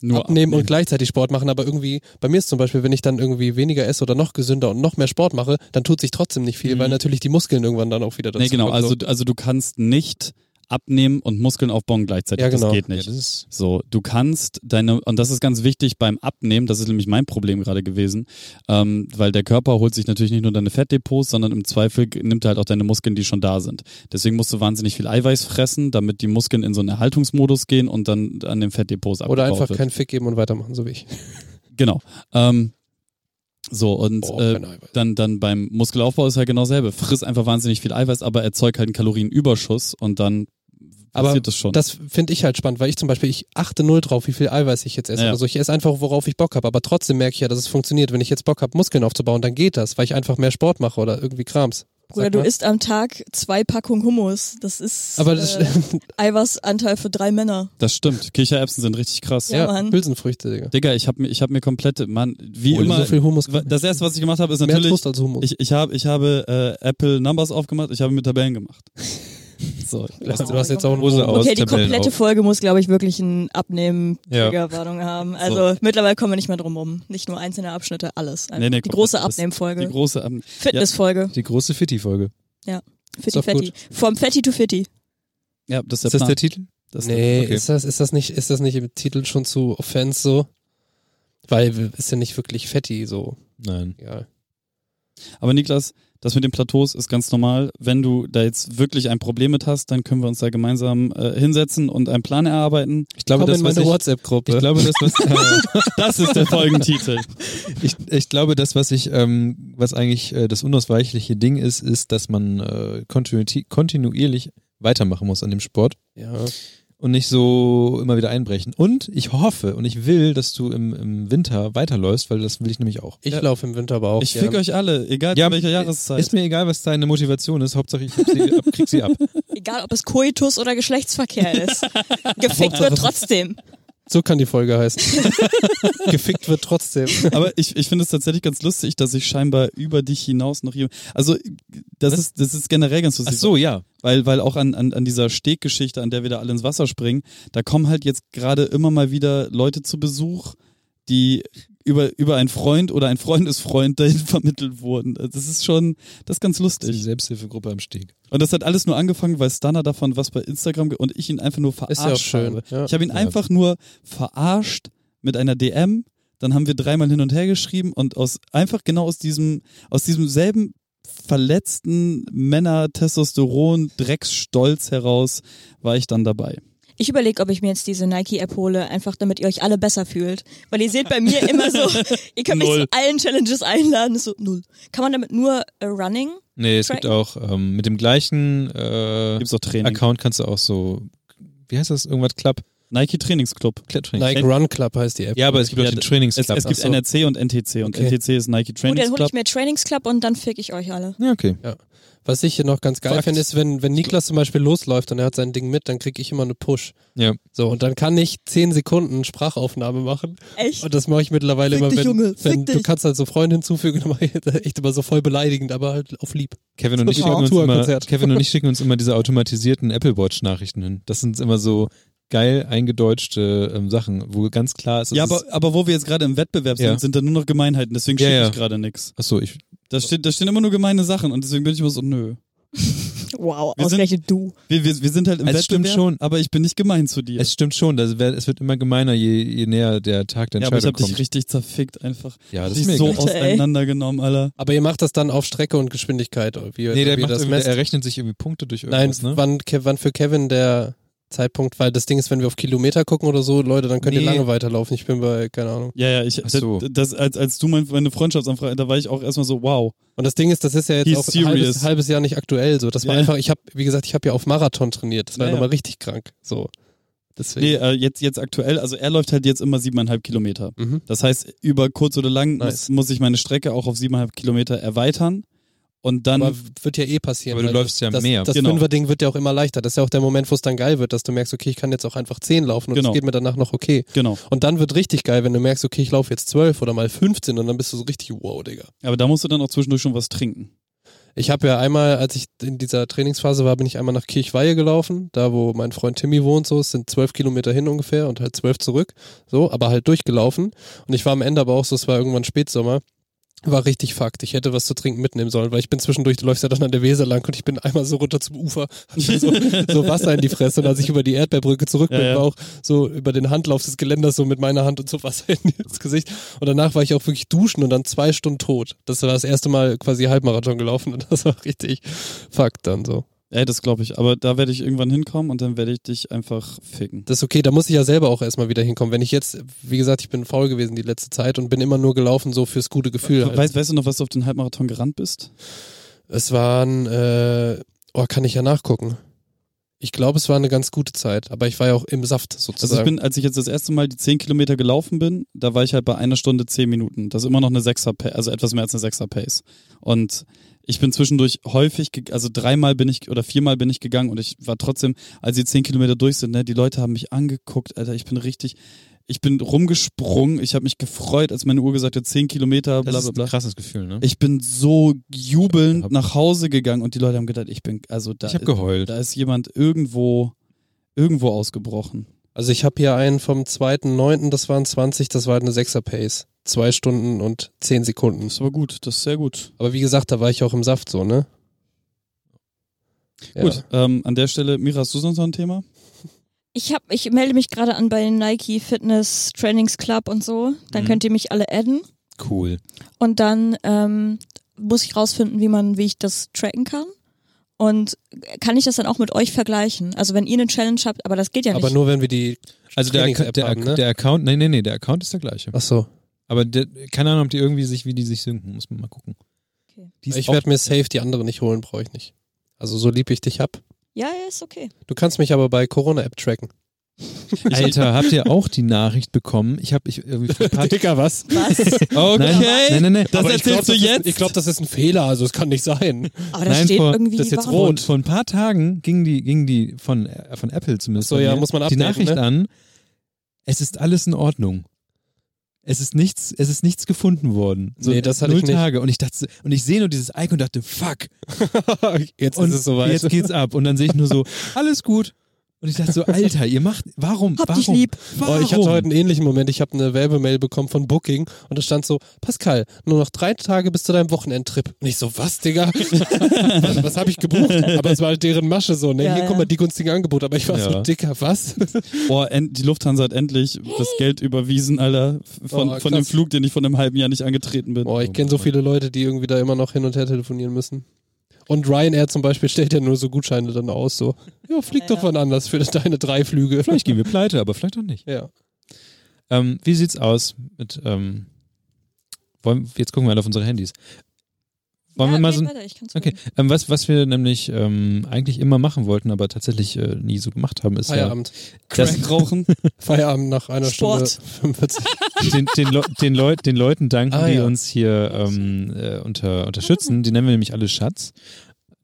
D: Nur
C: abnehmen und gleichzeitig Sport machen, aber irgendwie, bei mir ist zum Beispiel, wenn ich dann irgendwie weniger esse oder noch gesünder und noch mehr Sport mache, dann tut sich trotzdem nicht viel, weil natürlich die Muskeln irgendwann dann auch wieder dazu
D: Mhm. nee, genau,
C: kommen,
D: also,
C: so.
D: also du kannst nicht abnehmen und Muskeln aufbauen gleichzeitig.
C: Ja, genau.
D: Das geht
B: Äh, ja,
D: nicht.
B: das ist,
D: So, du kannst deine, und das ist ganz wichtig beim Abnehmen, das ist nämlich mein Problem gerade gewesen, ähm, weil der Körper holt sich natürlich nicht nur deine Fettdepots, sondern im Zweifel g- nimmt er halt auch deine Muskeln, die schon da sind. Deswegen musst du wahnsinnig viel Eiweiß fressen, damit die Muskeln in so einen Erhaltungsmodus gehen und dann an den Fettdepots abgebaut
C: Oder einfach
D: wird.
C: keinen Fick geben und weitermachen, so wie ich.
D: Genau. Ähm, so, und
C: Boah,
D: äh,
C: kein Eiweiß.
D: dann, dann beim Muskelaufbau ist halt genau dasselbe. Friss einfach wahnsinnig viel Eiweiß, aber erzeug halt einen Kalorienüberschuss und dann
C: Aber
D: passiert das schon.
C: Das finde ich halt spannend, weil ich zum Beispiel, ich achte null drauf, wie viel Eiweiß ich jetzt esse.
D: Ja.
C: Also ich esse einfach, worauf ich Bock habe. Aber trotzdem merke ich ja, dass es funktioniert. Wenn ich jetzt Bock habe, Muskeln aufzubauen, dann geht das, weil ich einfach mehr Sport mache oder irgendwie Krams. Sag
A: Bruder, du
C: mal.
A: isst am Tag zwei Packungen Hummus. Das ist
C: Aber das,
A: äh, Eiweißanteil für drei Männer.
D: das stimmt. Kichererbsen sind richtig krass.
A: Ja,
C: ja,
A: Mann.
C: Hülsenfrüchte, Digga.
D: Digga, ich habe mir, ich hab mir komplette, Mann, wie
C: Ohne
D: immer.
C: so viel Hummus.
D: das erste, was ich gemacht habe, ist
C: Mehr
D: natürlich,
C: Toast als Hummus.
D: ich, ich, hab, ich habe äh, Apple Numbers aufgemacht, ich habe mir Tabellen gemacht. So,
C: du hast, du hast jetzt auch einen
B: Hose
C: Hummus.
B: aus.
A: Okay, die
B: Tabellen
A: komplette
B: auf.
A: Folge muss, glaube ich, wirklich ein abnehmen
B: Ja.
A: Triggerwarnung haben. Also mittlerweile kommen wir nicht mehr drum rum. Nicht nur einzelne Abschnitte, alles.
D: Nee,
A: die
D: nee, komm,
A: große
D: das- die
A: Abnehmfolge.
D: große. Ähm,
A: Fitnessfolge.
B: äh, die große Fitti-Folge.
A: Fitty
C: doch
A: Fetti. Vom Fetti to Fitti.
D: ja, das ist
B: Ist
D: der
B: das
D: Plan.
B: der Titel?
D: Das-
C: Nee,
B: okay.
C: ist, das, ist, das nicht, ist das nicht im Titel schon zu Offense so? Weil ist ja nicht wirklich fetti, so.
B: Nein.
C: Egal.
D: Aber Niklas, das mit den Plateaus ist ganz normal. Wenn du da jetzt wirklich ein Problem mit hast, dann können wir uns da gemeinsam äh, hinsetzen und einen Plan erarbeiten.
B: Ich glaube,
C: Komm
B: das,
C: in
B: was
C: meine
B: ich,
C: WhatsApp-Gruppe.
B: ich glaube, das, was,
D: Das ist der Folgentitel.
B: ich, ich glaube, das, was ich, ähm, was eigentlich äh, das unausweichliche Ding ist, ist, dass man äh, kontinuiti- kontinuierlich weitermachen muss an dem Sport
C: ja.
B: und nicht so immer wieder einbrechen. Und ich hoffe und ich will, dass du im, im Winter weiterläufst, weil das will ich nämlich auch.
C: Ich laufe im Winter aber auch.
D: Ich
C: gerne.
D: fick euch alle, egal
B: Ja,
D: zu welcher Jahreszeit.
B: Ist mir egal, was deine Motivation ist, Hauptsache ich hab sie ab, krieg sie ab.
A: Egal, ob es Koitus oder Geschlechtsverkehr ist. Gefickt wird trotzdem.
C: So kann die Folge heißen. Gefickt wird trotzdem.
D: Aber ich, ich finde es tatsächlich ganz lustig, dass ich scheinbar über dich hinaus noch jemand. Also, das ist, das ist generell ganz lustig.
B: ja.
D: Weil, weil auch an, an, an dieser Steggeschichte, an der wir da alle ins Wasser springen, da kommen halt jetzt gerade immer mal wieder Leute zu Besuch, die über, über einen Freund oder ein Freundesfreund dahin vermittelt wurden. Also Das ist schon, das ist ganz
B: Die
D: lustig.
B: Selbsthilfegruppe am Steg.
D: Und das hat alles nur angefangen, weil Stana davon was bei Instagram ge- und ich ihn einfach nur verarscht
C: Ist
B: Ah,
C: ja auch schön.
D: habe.
C: Ja.
D: Ich habe ihn einfach nur verarscht mit einer DM. Dann haben wir dreimal hin und her geschrieben und aus einfach genau aus diesem aus diesem selben verletzten Männer Testosteron Drecksstolz heraus war ich dann dabei.
A: Ich überlege, ob ich mir jetzt diese Nike-App hole, einfach damit ihr euch alle besser fühlt. Weil ihr seht bei mir immer so, ihr könnt mich zu
D: Null.
A: allen Challenges einladen. Ist so, null. Kann man damit nur äh, Running?
B: Nee, es
A: Tracken.
B: gibt auch ähm, mit dem gleichen äh,
D: Gibt's auch Training.
B: Account kannst du auch so, wie heißt das, irgendwas Club?
D: Nike Trainingsclub.
B: Klettring.
C: Nike Run Club heißt die App.
B: Ja, aber es gibt
D: Ja,
B: auch den
D: d- Es,
B: Trainingsclub.
D: es gibt
C: Ach so.
D: NRC und NTC und
C: Okay.
D: NTC ist Nike
A: Gut, dann
D: Trainings
A: hole
D: Club.
A: ich mir Trainingsclub und dann fick ich euch alle.
B: Ja, okay.
C: Was ich hier noch ganz geil
B: Fakt.
C: finde, ist, wenn, wenn Niklas zum Beispiel losläuft und er hat sein Ding mit, dann kriege ich immer eine Push.
B: Ja.
C: So, und dann kann ich 10 Sekunden Sprachaufnahme machen.
A: Echt?
C: Und das mache ich mittlerweile
A: Fick
C: immer,
A: dich,
C: wenn,
A: Junge, fick
C: wenn du
A: dich.
C: kannst halt so Freunde hinzufügen, dann mache ich das echt immer so voll beleidigend, aber halt auf lieb.
B: Kevin und, ich
C: Ja.
B: schicken uns immer,
C: Tourkonzert.
B: Kevin und ich schicken uns immer diese automatisierten Apple Watch Nachrichten hin. Das sind immer so geil eingedeutschte ähm, Sachen, wo ganz klar ist, es
D: Ja,
B: ist
D: aber, aber wo wir jetzt gerade im Wettbewerb sind,
B: Ja.
D: sind da nur noch Gemeinheiten, deswegen
B: Ja,
D: schicke
B: ja.
D: ich gerade nichts.
B: achso, ich
D: Da, steht, da stehen immer nur gemeine Sachen und deswegen bin ich immer so, nö.
A: Wow,
D: Wir sind-
A: ausgerechnet du.
D: Wir, wir, wir sind halt im
B: Es
D: Wettbewerb,
B: stimmt schon.
D: aber ich bin nicht gemein zu dir.
B: es stimmt schon, das wär, es wird immer gemeiner, je, je näher der Tag der
D: ja, aber ich
B: Entscheidung
D: hab dich
B: kommt.
D: richtig zerfickt einfach.
B: Ja, das
D: dich
B: ist mir
D: so
B: egal.
A: Alter, ey.
D: auseinandergenommen, Alter.
C: Aber ihr macht das dann auf Strecke und Geschwindigkeit, oder wie,
B: Nee, der
C: wie ihr
B: macht
C: das
B: irgendwie-
C: messt.
B: der errechnet sich irgendwie Punkte durch
C: Nein,
B: irgendwas, ne?
C: wann, Ke- wann für Kevin der Zeitpunkt, weil das Ding ist, wenn wir auf Kilometer gucken oder so, Leute, dann könnt ihr
B: Nee.
C: lange weiterlaufen. Ich bin bei, keine Ahnung.
D: Ja, ja, ich,
B: Ach so.
D: das, das, als, als du mein- meine Freundschaftsanfrage, da war ich auch erstmal so, wow.
C: Und das Ding ist, das ist ja jetzt
D: He's
C: auch ein
D: serious.
C: halbes, halbes Jahr nicht aktuell so. Das war
D: Ja.
C: einfach, ich habe, wie gesagt, ich habe ja auf Marathon trainiert. Das war ja,
D: Ja, ja.
C: nochmal richtig krank. So.
D: Nee,
C: Deswegen.
D: äh, jetzt, jetzt aktuell, also er läuft halt jetzt immer siebeneinhalb Kilometer.
C: Mhm.
D: Das heißt, über kurz oder lang
C: Nice.
D: muss, muss ich meine Strecke auch auf siebeneinhalb Kilometer erweitern. Und dann,
C: Aber wird ja eh passieren.
B: Aber du
C: weil
B: läufst ja
C: das,
B: mehr.
C: Das
D: Genau.
C: Fünfer-Ding wird ja auch immer leichter. Das ist ja auch der Moment, wo es dann geil wird, dass du merkst, okay, ich kann jetzt auch einfach 10 laufen und es
D: Genau.
C: geht mir danach noch okay.
D: genau.
C: Und dann wird richtig geil, wenn du merkst, okay, ich laufe jetzt 12 oder mal 15 und dann bist du so richtig, wow, Digga.
D: Aber da musst du dann auch zwischendurch schon was trinken.
C: Ich habe ja einmal, als ich in dieser Trainingsphase war, bin ich einmal nach Kirchweihe gelaufen, da wo mein Freund Timmy wohnt, so, es sind zwölf Kilometer hin ungefähr und halt zwölf zurück, so, aber halt durchgelaufen. Und ich war am Ende aber auch so, es war irgendwann Spätsommer, war richtig fucked. Ich hätte was zu trinken mitnehmen sollen, weil ich bin zwischendurch, du läufst ja dann an der Weser lang und ich bin einmal so runter zum Ufer, hab mir so, so Wasser in die Fresse und als ich über die Erdbeerbrücke zurück bin,
D: Ja, ja.
C: war auch so über den Handlauf des Geländers so mit meiner Hand und so Wasser in ins Gesicht. Und danach war ich auch wirklich duschen und dann zwei Stunden tot. Das war das erste Mal quasi Halbmarathon gelaufen und das war richtig fuck dann so.
D: Ey, das glaube ich. Aber da werde ich irgendwann hinkommen und dann werde ich dich einfach ficken.
C: Das ist okay, da muss ich ja selber auch erstmal wieder hinkommen. Wenn ich jetzt, wie gesagt, ich bin faul gewesen die letzte Zeit und bin immer nur gelaufen so fürs gute Gefühl. Halt.
D: Weißt, weißt du noch, was du auf den Halbmarathon gerannt bist?
C: Es waren, äh, oh, kann ich ja nachgucken. Ich glaube, es war eine ganz gute Zeit, aber ich war ja auch im Saft sozusagen.
D: Also ich bin, als ich jetzt das erste Mal die 10 Kilometer gelaufen bin, da war ich halt bei einer Stunde 10 Minuten. Das ist immer noch eine 6er Pace, also etwas mehr als eine 6er Pace. Und ich bin zwischendurch häufig, ge- also dreimal bin ich oder viermal bin ich gegangen und ich war trotzdem, als die 10 Kilometer durch sind, ne, die Leute haben mich angeguckt, Alter, ich bin richtig, ich bin rumgesprungen, ich habe mich gefreut, als meine Uhr gesagt hat, 10 Kilometer, bla
B: Das
D: bla
B: ist
D: bla.
B: ein krasses Gefühl, ne?
D: Ich bin so jubelnd nach Hause gegangen und die Leute haben gedacht, ich bin, also da,
B: Ich habe geheult.
D: da ist jemand irgendwo, irgendwo ausgebrochen.
C: Also ich habe hier einen vom 2.9., das waren 20, das war halt eine 6er Pace. Zwei Stunden und zehn Sekunden.
D: Das war gut, das ist sehr gut.
C: Aber wie gesagt, da war ich auch im Saft so, ne? Ja.
D: Gut, ähm, an der Stelle, Mira, hast du sonst noch ein Thema?
A: Ich, hab, ich melde mich gerade an bei Nike Fitness Trainings Club und so. Dann
B: Mhm.
A: könnt ihr mich alle adden.
B: Cool.
A: Und dann ähm, muss ich rausfinden, wie man, wie ich das tracken kann. Und kann ich das dann auch mit euch vergleichen? Also wenn ihr eine Challenge habt, aber das geht ja
C: Aber
A: nicht.
C: nur wenn wir die
B: Also der, Acc-
C: Trainings-App
B: der,
C: haben, ne?
B: der Account, nee, nee, nee, der Account ist der gleiche.
C: Ach so.
B: Aber der, keine Ahnung, ob die irgendwie sich, wie die sich sinken, muss man mal gucken.
A: Okay.
B: Die ist
C: Ich
B: auch-
C: werde mir safe die andere nicht holen, brauche ich nicht. Also so lieb ich dich hab.
A: Ja, ja, ist okay.
C: Du kannst mich aber bei Corona-App tracken.
B: Alter, habt ihr auch die Nachricht bekommen? Ich habe ich irgendwie vor ein paar
C: Dicker, was?
A: Was?
B: Okay. Nein, nein, nein. nein.
D: Das
C: Aber ich glaub,
D: erzählst du
C: das
D: jetzt?
C: Ist, ich glaube, das ist ein Fehler, also es kann nicht sein.
A: Aber da
B: Nein,
A: steht
B: vor-
A: irgendwie
C: das ist jetzt
A: warum.
B: Vor- Vor ein paar Tagen ging die, ging die von, äh, von Apple zumindest.
C: Ach so,
B: bei
C: ja,
B: mir
C: muss man
B: Die
C: updaten,
B: Nachricht
C: ne?
B: an, es ist alles in Ordnung. Es ist nichts, es ist nichts gefunden worden. So
C: Nee, das hatte
B: null
C: ich nicht.
B: Tage. Und ich dachte, und ich sehe nur dieses Icon und dachte, fuck.
C: jetzt
B: Und
C: ist es soweit.
B: jetzt geht's ab. Und dann sehe ich nur so, alles gut. Und ich dachte so, Alter, ihr macht, warum,
A: Hab
B: warum?
A: dich lieb.
B: Warum?
C: Oh, ich hatte heute einen ähnlichen Moment. Ich habe eine Werbemail bekommen von Booking und da stand so, Pascal, nur noch drei Tage bis zu deinem Wochenendtrip. Und ich so, was, Digga? was habe ich gebucht? Aber es war halt deren Masche so, ne?
A: Ja,
C: Hier,
A: ja.
C: guck mal, die günstigen Angebote. Aber ich war so,
B: Ja.
C: Dicker, was?
D: Boah, end, die Lufthansa hat endlich das Geld überwiesen, Alter, von,
C: Oh,
D: von dem
C: krass.
D: Flug, den ich vor einem halben Jahr nicht angetreten bin.
C: Boah, ich kenne so viele Leute, die irgendwie da immer noch hin und her telefonieren müssen. Und Ryanair zum Beispiel stellt ja nur so Gutscheine dann aus, so, ja, flieg
A: Ja,
C: doch von anders für deine drei Flüge.
B: Vielleicht gehen wir pleite, aber vielleicht auch nicht.
C: Ja.
B: Ähm, wie sieht's aus mit, ähm, wollen, jetzt gucken wir alle auf unsere Handys. Wollen
A: ja,
B: wir mal
A: nee,
B: so, ein-
A: warte, ich kann's
B: Okay,
A: machen.
B: ähm, was, was wir nämlich ähm, eigentlich immer machen wollten, aber tatsächlich äh, nie so gemacht haben, ist ja
C: Feierabend.
B: das,
D: Crack rauchen.
C: Feierabend nach einer
A: Sport.
C: Stunde 45.
B: den, den, Leu- den, Leu den Leuten danken,
C: Ah,
B: die
C: ja.
B: uns hier ähm, äh, unter, unterstützen. Die nennen wir nämlich alle Schatz.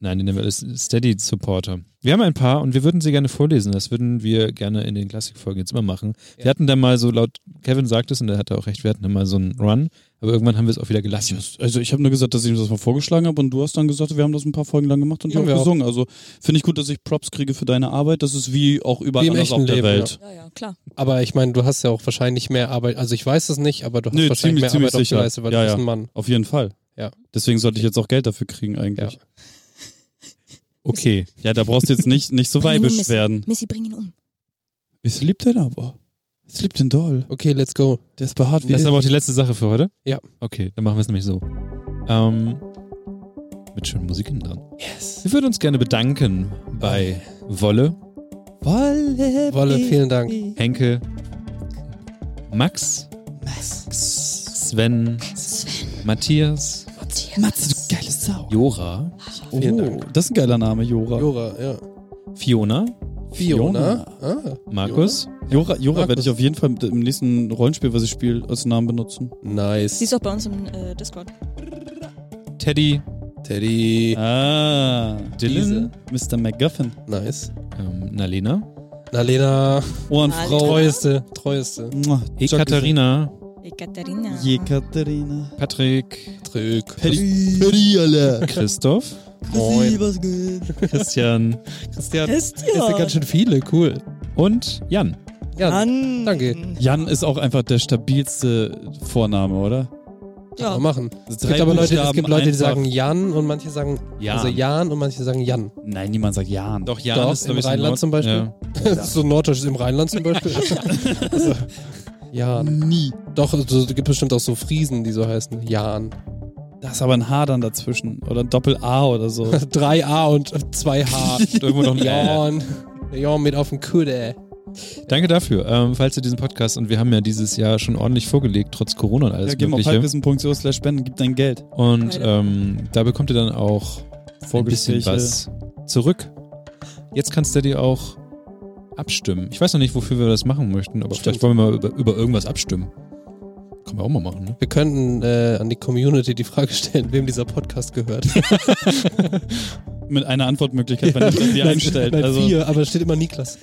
B: Nein, die nennen wir alles Steady Supporter. Wir haben ein paar und wir würden sie gerne vorlesen. Das würden wir gerne in den Klassikfolgen jetzt immer machen. Wir hatten da mal so, laut Kevin sagt es, und er hat auch recht, wir hatten da mal so einen Run, aber irgendwann haben wir es auch wieder gelassen.
D: Also ich habe nur gesagt, dass ich ihm das mal vorgeschlagen habe und du hast dann gesagt, wir haben das ein paar Folgen lang gemacht und
C: Ja,
D: haben
C: wir auch.
D: gesungen. Also finde ich gut, dass ich Props kriege für deine Arbeit. Das ist wie auch überall
C: Wie im
D: anders
C: echten
D: auf der
C: Leben,
D: Welt.
C: ja.
A: Ja, ja, klar.
C: Aber ich meine, du hast ja auch wahrscheinlich mehr Arbeit, also ich weiß es nicht, aber du hast
D: Nö,
C: wahrscheinlich
D: ziemlich,
C: mehr
D: ziemlich
C: Arbeit
D: sicher.
C: aufgeleistet, weil
D: Ja,
C: du
D: ja.
C: bist ein Mann.
D: Auf jeden Fall.
C: Ja.
D: Deswegen sollte ich jetzt auch Geld dafür kriegen eigentlich.
C: Ja.
B: Okay.
D: Ja, da brauchst du jetzt nicht, nicht so
A: Bring ihn um,
D: weibisch
A: Missy.
D: werden.
A: Missy, bring ihn um.
D: Ich lieb den aber. Ich lieb den doll.
C: Okay, let's go.
D: Der ist behaart wie
B: Das ist aber auch die letzte Sache für heute?
C: Ja.
B: Okay, dann machen wir es nämlich so. Ähm, mit schönen Musik hinten dran. Yes. Wir würden uns gerne bedanken bei Wolle,
D: Wolle.
C: Wolle, vielen Dank.
B: Henke, Max, Sven, Matthias,
D: Matze, du geile Sau.
B: Jora,
D: Oh,
C: Vielen Dank.
D: Das ist ein geiler Name, Jora.
C: Jora, ja.
B: Fiona,
C: Fiona. Ah,
B: Markus,
D: Jora, Jora werde
C: Markus.
D: ich auf jeden Fall im nächsten Rollenspiel, was ich spiele, als Namen benutzen.
C: nice.
A: Sie ist auch bei uns im äh, Discord.
B: Teddy,
C: Teddy.
D: Ah,
B: Dylan?
D: Mr. McGuffin.
C: Nice.
B: Ähm, Nalena.
C: Nalena.
D: Oh, Ohrenfrau.
C: Treueste. Treueste.
D: Mua.
B: Ekaterina.
A: Ekaterina.
D: Jekaterina.
B: Patrick.
C: Trüg.
D: Periale.
B: Christoph.
C: Moin.
D: Was geht?
B: Christian.
C: Christian. Es
A: Ist
C: sind ganz schön viele. Cool.
B: Und Jan.
C: Ja.
A: Mann.
C: Danke.
D: Jan ist auch einfach der stabilste Vorname, oder?
C: Mal
A: Ja.
C: machen. Es gibt
D: Drei
C: aber Leute, es
D: Buchstaben
C: gibt Leute die
D: einfach.
C: sagen Jan und manche sagen
B: Jan.
C: also Jan und manche sagen Jan.
D: Nein, niemand sagt Jan.
B: Doch, Jan
C: Doch,
B: ist,
C: im
B: glaube ich, so ein
C: Rheinland
B: Nord-
C: zum Beispiel.
B: Ja.
C: so norddeutsch im Rheinland zum Beispiel. also, Jan.
D: Nie.
C: Doch, es also, gibt bestimmt auch so Friesen, die so heißen. Jan.
D: Da ist aber ein H dann dazwischen. Oder ein Doppel-A oder so.
C: 3a und 2h.
B: Und irgendwo noch ein Jan.
C: Jan. Jan mit auf den Kude.
B: Danke dafür. Ähm, falls ihr diesen Podcast, und wir haben ja dieses Jahr schon ordentlich vorgelegt, trotz Corona und alles
D: ja, geh mal auf
B: Mögliche.
D: halbwissen.co slash spenden, gib dein Geld.
B: Und ähm, da bekommt ihr dann auch ein bisschen
D: Vorgespräche.
B: was zurück. Jetzt kannst du dir auch abstimmen. Ich weiß noch nicht, wofür wir das machen möchten, aber
C: Stimmt.
B: vielleicht wollen wir mal über, über irgendwas abstimmen. Können wir auch mal machen, ne?
C: Wir könnten äh, an die Community die Frage stellen, wem dieser Podcast gehört.
D: Mit einer Antwortmöglichkeit, wenn ihr das hier einstellt.
C: Nein,
D: Also,
C: vier, aber es steht immer Niklas.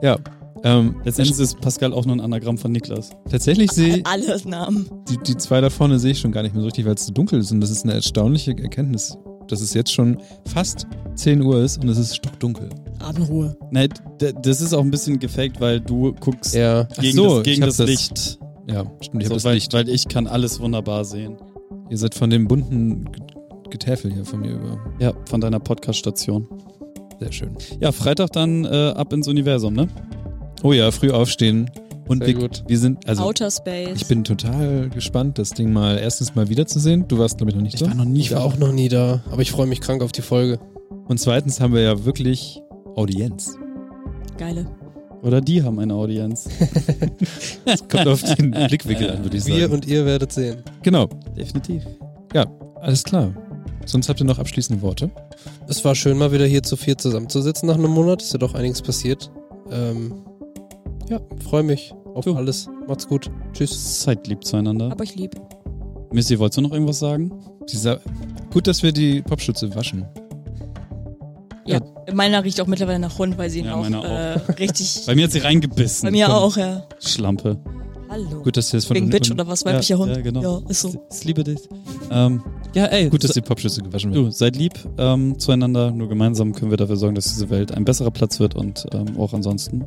B: Ja. Ähm,
D: letztendlich ist Pascal auch nur ein Anagramm von Niklas.
B: tatsächlich sehe
A: Alle Namen.
B: die, die zwei da vorne sehe ich schon gar nicht mehr so richtig, weil es so dunkel ist. Und das ist eine erstaunliche Erkenntnis, dass es jetzt schon fast 10 Uhr ist und es ist stockdunkel.
A: Abendruhe.
D: Nein, d- das ist auch ein bisschen gefaked, weil du guckst
C: ja.
D: gegen
B: so,
D: das,
B: ich
D: gegen
B: hab
D: das,
B: das-
D: Licht.
B: Ja, stimmt. Ich
D: so,
B: habe das
D: Also weil,
B: Licht.
D: weil ich kann alles wunderbar sehen.
B: Ihr seid von dem bunten Get- Getäfel hier von mir über.
D: Ja, von deiner Podcast-Station.
B: Sehr schön.
D: Ja, Freitag dann äh, ab ins Universum, ne?
B: Oh ja, früh aufstehen. Und
C: Sehr
B: wir,
C: gut.
B: wir sind, also
A: Outer Space.
B: ich bin total gespannt, das Ding mal erstens mal wiederzusehen. Du warst, glaube ich, noch nicht da.
D: noch nie
C: Ich war auch noch nie da, aber ich freue mich krank auf die Folge.
B: Und zweitens haben wir ja wirklich Audienz.
A: Geile.
D: Oder die haben eine Audienz.
B: Das kommt auf den Blickwinkel an, würde ich sagen.
C: Wir und ihr werdet sehen.
B: genau,
D: Definitiv.
B: alles klar. Sonst habt ihr noch abschließende Worte.
C: Es war schön, mal wieder hier zu vier zusammenzusitzen nach einem Monat. Ist ja doch einiges passiert. Ähm, ja, freue mich auf
D: Du.
C: alles. Macht's gut. Tschüss.
D: Seid lieb zueinander.
A: Aber ich lieb.
D: Missy, wolltest du noch irgendwas sagen?
B: Dieser, gut, dass wir die Popschütze waschen.
A: Ja. Meiner riecht auch mittlerweile nach Hund, weil sie ihn
D: Ja,
A: auch,
D: meiner
A: Äh, richtig.
D: Bei mir hat sie reingebissen.
A: Bei mir
D: Komm,
A: auch, ja.
D: Schlampe.
A: Hallo.
B: Gut, dass ihr es von
A: Wegen
B: un-
A: Bitch
B: un-
A: oder was, weiblicher Hund?
D: Ja, genau.
A: Ja, ist so.
D: Ich liebe dich. Ähm, ja, ey.
B: Gut, dass die Popschütze gewaschen wird.
D: Du, seid lieb ähm, zueinander. Nur gemeinsam können wir dafür sorgen, dass diese Welt ein besserer Platz wird und ähm, auch ansonsten.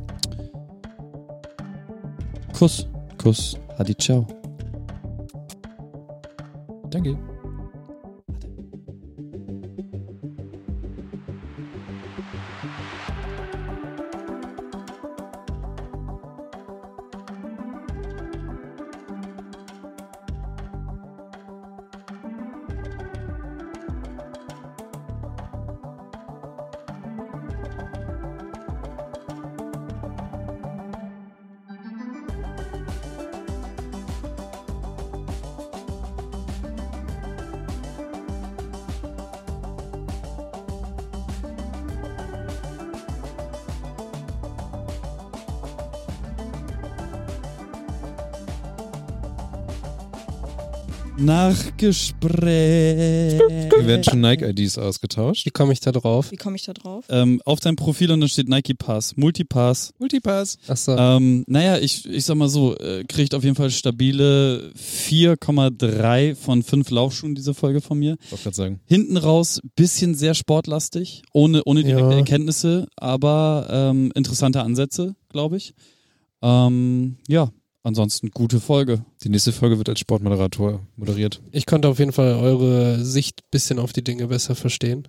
D: Kuss, Kuss, Hadi, ciao.
B: Danke.
D: Nachgespräch.
B: Hier
A: Äh.
B: werden schon Nike-IDs ausgetauscht.
C: Wie komme ich da drauf?
A: Wie komme ich da drauf?
D: Ähm, auf deinem Profil und dann steht Nike Pass, Multipass.
B: Multipass.
C: Achso.
D: Ähm, naja, ich, ich sag mal so, äh, kriegt auf jeden Fall stabile 4,3 von 5 Laufschuhen diese Folge von mir.
B: Ich wollte gerade sagen.
D: Hinten raus bisschen sehr sportlastig, ohne, ohne direkte
C: Ja.
D: Erkenntnisse, aber ähm, interessante Ansätze, glaube ich. Ähm, ja, ansonsten gute Folge.
B: Die nächste Folge wird als Sportmoderator moderiert.
C: Ich konnte auf jeden Fall eure Sicht ein bisschen auf die Dinge besser verstehen.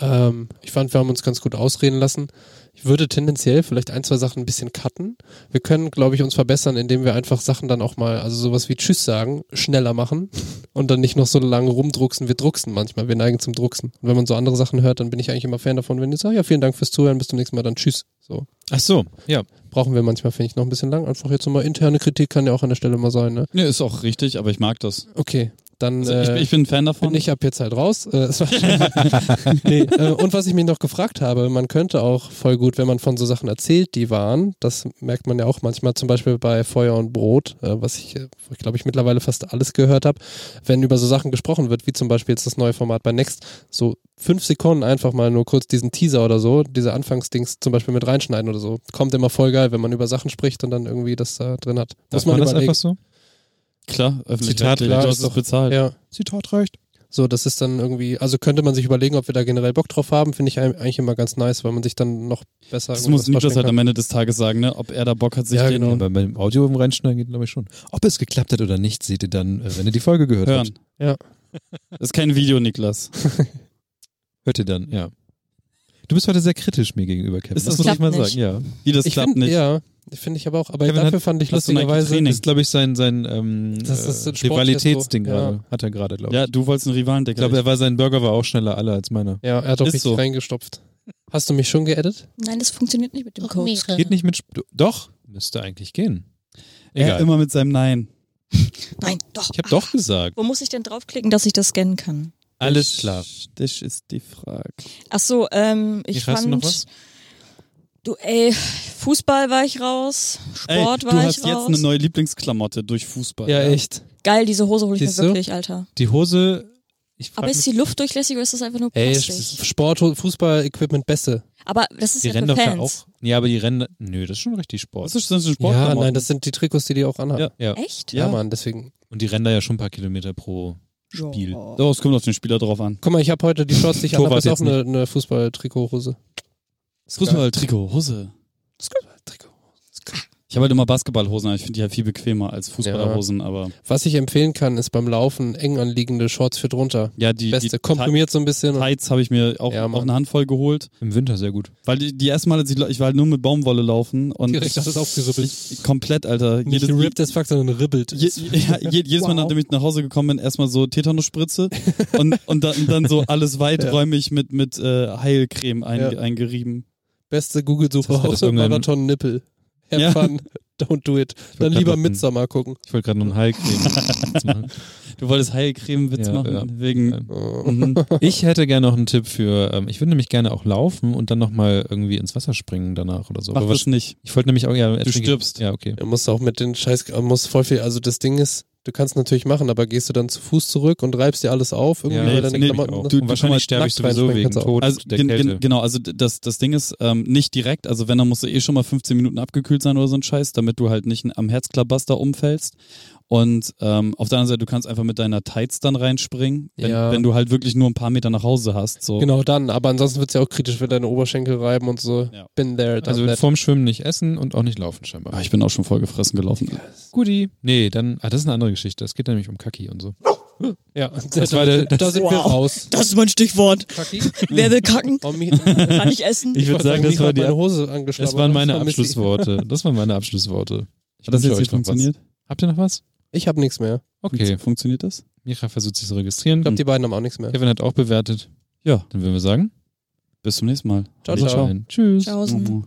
C: Ähm, ich fand, wir haben uns ganz gut ausreden lassen. Ich würde tendenziell vielleicht ein, zwei Sachen ein bisschen cutten. Wir können, glaube ich, uns verbessern, indem wir einfach Sachen dann auch mal, also sowas wie Tschüss sagen, schneller machen und dann nicht noch so lange rumdrucksen. Wir drucksen manchmal, wir neigen zum Drucksen. Und wenn man so andere Sachen hört, dann bin ich eigentlich immer Fan davon, wenn ihr sagt, ja, vielen Dank fürs Zuhören, bis zum nächsten Mal, dann Tschüss. So.
B: Ach so, ja.
C: Brauchen wir manchmal, finde ich, noch ein bisschen lang. Einfach jetzt nochmal interne Kritik kann ja auch an der Stelle mal sein, ne?
D: Ne, ist auch richtig, aber ich mag das.
C: Okay. Dann
D: Also ich,
C: äh,
D: ich bin ein Fan davon.
C: bin ich ab jetzt halt raus. Äh, es war schon- nee, äh, und was ich mich noch gefragt habe, man könnte auch voll gut, wenn man von so Sachen erzählt, die waren, das merkt man ja auch manchmal, zum Beispiel bei Feuer und Brot, äh, was ich, äh, wo ich glaube ich mittlerweile fast alles gehört habe, wenn über so Sachen gesprochen wird, wie zum Beispiel jetzt das neue Format bei Next, so fünf Sekunden einfach mal nur kurz diesen Teaser oder so, diese Anfangsdings zum Beispiel mit reinschneiden oder so. Kommt immer voll geil, wenn man über Sachen spricht und dann irgendwie das da drin hat.
B: Darf man das einfach so?
D: Klar, öffentlich.
B: Zitat,
D: rechtlich,
C: klar,
D: du
C: ist
D: hast es
C: doch-
D: bezahlt.
C: Ja.
B: Zitat reicht.
C: So, das ist dann irgendwie, also könnte man sich überlegen, ob wir da generell Bock drauf haben, finde ich ein- eigentlich immer ganz nice, weil man sich dann noch besser.
D: Das
C: irgendwas
D: muss Niklas
C: vorstellen
D: halt
C: kann.
D: am Ende des Tages sagen, ne? ob er da Bock hat, sich
C: Ja,
D: den
C: genau.
B: Aber beim Audio im Reinschneiden geht, glaube ich, schon. Ob es geklappt hat oder nicht, seht ihr dann, äh, wenn ihr die Folge gehört
D: hören.
B: habt.
C: Ja.
D: Das ist kein Video, Niklas.
B: Hört ihr dann, ja. Du bist heute sehr kritisch mir gegenüber, Kevin.
D: Ist
B: das
D: das-
B: muss ich mal
A: Klappt nicht.
B: sagen, ja.
D: Wie das
C: Ich
D: klappt
C: finde
D: nicht.
C: ja, finde ich aber auch. Aber
B: Kevin,
C: dafür fand ich
D: hast du ein
C: lustigerweise,
D: Training?
B: Das ist, glaube ich, sein, sein ähm,
C: Das ist
B: äh,
C: ein Sport-
B: Rivalitätsding
C: Ja.
B: gerade. Hat er gerade, glaube ich.
D: Ja, du wolltest einen Rivalen
B: Ich glaube, er war sein Burger war auch schneller alle als meiner.
C: ja, er hat auch
D: Ist
C: richtig
D: so.
C: reingestopft. Hast du mich schon geedit?
A: Nein, das funktioniert nicht mit dem
G: Auch
A: Code.
G: mehrere.
B: Geht nicht mit. Sp doch, müsste eigentlich gehen.
D: er
B: Egal.
D: immer mit seinem Nein.
A: Nein, doch.
B: Ich habe doch gesagt.
A: Wo muss ich denn draufklicken, dass ich das scannen kann?
B: Alles klar.
D: Das ist die Frage.
A: Ach so, ähm, ich
B: Hast du noch was?
A: fand. Du, ey, Fußball war ich raus,
D: Ey,
A: Sport
D: du
A: war
D: hast
A: ich
D: jetzt
A: raus.
D: eine neue Lieblingsklamotte durch Fußball.
C: Ja, echt.
A: Geil, diese Hose hole ich mir
C: Siehst du?
A: wirklich, Alter.
B: Die Hose. Ich frag
A: Aber ist
B: mich,
A: die Luft durchlässig oder ist das einfach nur
C: Ey,
A: Plastik?
C: Sport, Fußball, Equipment, Beste.
A: Aber das ist
B: die
A: ja
B: rennen
A: für
B: doch da
A: Fans.
B: auch. Ja, aber die rennen. Nö, das ist schon richtig Sport.
D: Das ist das sind
C: Ja,
D: Sportklamotten.
C: nein, das sind die Trikots, die die auch anhaben.
D: Ja.
B: ja.
A: Echt?
C: Ja,
D: Ja.
C: Mann, deswegen.
B: Und die rennen da ja schon ein paar Kilometer pro Spiel.
D: Oh, es kommt auf den Spieler drauf an.
C: Guck mal, ich habe heute die Shorts, die ich anhabe,
B: Torwart
C: ist auch
B: jetzt
C: eine, eine Fußball-Trikot-Hose.
D: Fußball, Trikot, Hose.
C: Trikot.
D: Ich habe halt immer Basketballhosen, aber ich finde die halt viel bequemer als Fußballerhosen, aber
C: Was ich empfehlen kann, ist beim Laufen eng anliegende Shorts für drunter.
D: ja, die, die
C: Beste, komprimiert so ein bisschen. und-
D: Tights habe ich mir auch,
C: Ja, Mann.
D: auch eine Handvoll geholt,
B: Im Winter sehr gut.
D: weil die, die ersten Mal, als ich, lau- ich war halt nur mit Baumwolle laufen und
C: Direkt hat es aufgeribbelt.
D: Ich, komplett, Alter.
C: Nicht
D: Jedes,
C: gerippt as fuck, sondern ribbelt.
D: Je, ja, je, jedes Mal,
A: Wow.
D: nachdem ich nach Hause gekommen bin, erstmal so Tetanusspritze und, und, dann, und dann so alles weiträumig mit, mit äh, Heilcreme ein,
C: Ja.
D: eingerieben.
C: Beste Google-Suche
B: Das heißt,
C: auch
B: das irgendein-
C: Marathon Nippel. Have
D: Ja.
C: fun, don't do it. Dann
B: grad
C: lieber
B: noch-
C: Midsommar gucken.
B: Ich wollte gerade noch einen Hulk nehmen.
D: Du wolltest Heilcreme-Witz
B: Ja,
D: machen,
B: ja.
D: wegen.
B: Oh.
D: Mhm.
B: ich hätte gerne noch einen Tipp für. Ähm, ich würde nämlich gerne auch laufen und dann nochmal irgendwie ins Wasser springen danach oder so.
D: Mach
B: Aber was,
D: das nicht.
B: ich wollte nämlich auch. Ja, du
D: stirbst.
B: Ja, okay.
C: Er muss auch mit den Scheiß, er muss voll viel, also das Ding ist, du kannst natürlich machen, aber gehst du dann zu Fuß zurück und reibst dir alles auf? Irgendwie
B: Ja,
C: weil
B: nee,
C: deine
B: nee,
C: Klamotten- ne?
B: auch.
C: das-
B: Du- wahrscheinlich
C: nackt
B: sterbe ich sowieso
C: reinspringen
B: wegen
C: kannst du auch.
B: Tod
D: Also,
B: der
D: gen,
B: Kälte.
D: gen, genau, also d- das, das Ding ist, ähm, nicht direkt, also wenn, dann musst du eh schon mal 15 Minuten abgekühlt sein oder so ein Scheiß, damit du halt nicht am Herzklabaster umfällst. Und ähm, auf der anderen Seite, du kannst einfach mit deiner Tights dann reinspringen, wenn,
C: Ja.
D: wenn du halt wirklich nur ein paar Meter nach Hause hast. So.
C: Genau dann, aber ansonsten wird's ja auch kritisch, wenn deine Oberschenkel reiben und so.
D: Ja.
C: Bin there, done
B: Also
C: that.
B: vorm Schwimmen nicht essen und auch nicht laufen scheinbar.
D: Ah, ich bin auch schon voll gefressen gelaufen.
B: Guti. Nee, dann, ah, das ist eine andere Geschichte. Es geht nämlich um Kaki und so.
C: ja,
B: Das war der-
C: da sind wir
A: Wow.
C: raus.
A: Das ist mein Stichwort.
C: Kaki,
A: Wer will kacken?
C: oh, mich,
A: Kann ich essen?
B: Ich würde sagen, das, war die,
C: meine Hose angeschlagen.
B: das waren meine Abschlussworte. Das waren meine Abschlussworte. Ich
D: Hat das
B: wünsche
D: jetzt
B: euch
D: hier
B: noch was.
D: funktioniert?
B: Habt ihr noch was?
C: Ich habe nichts mehr.
B: Okay.
D: Funktioniert das?
B: Micha versucht sich zu
C: Ich
B: registrieren.
C: glaube, die beiden haben auch nichts mehr.
B: Kevin hat auch bewertet.
D: Ja. Also,
B: Dann würden wir sagen,
D: Bis zum nächsten Mal.
C: Ciao, ciao.
B: rein. Tschüss.
A: Tschaußen.
D: Mhm.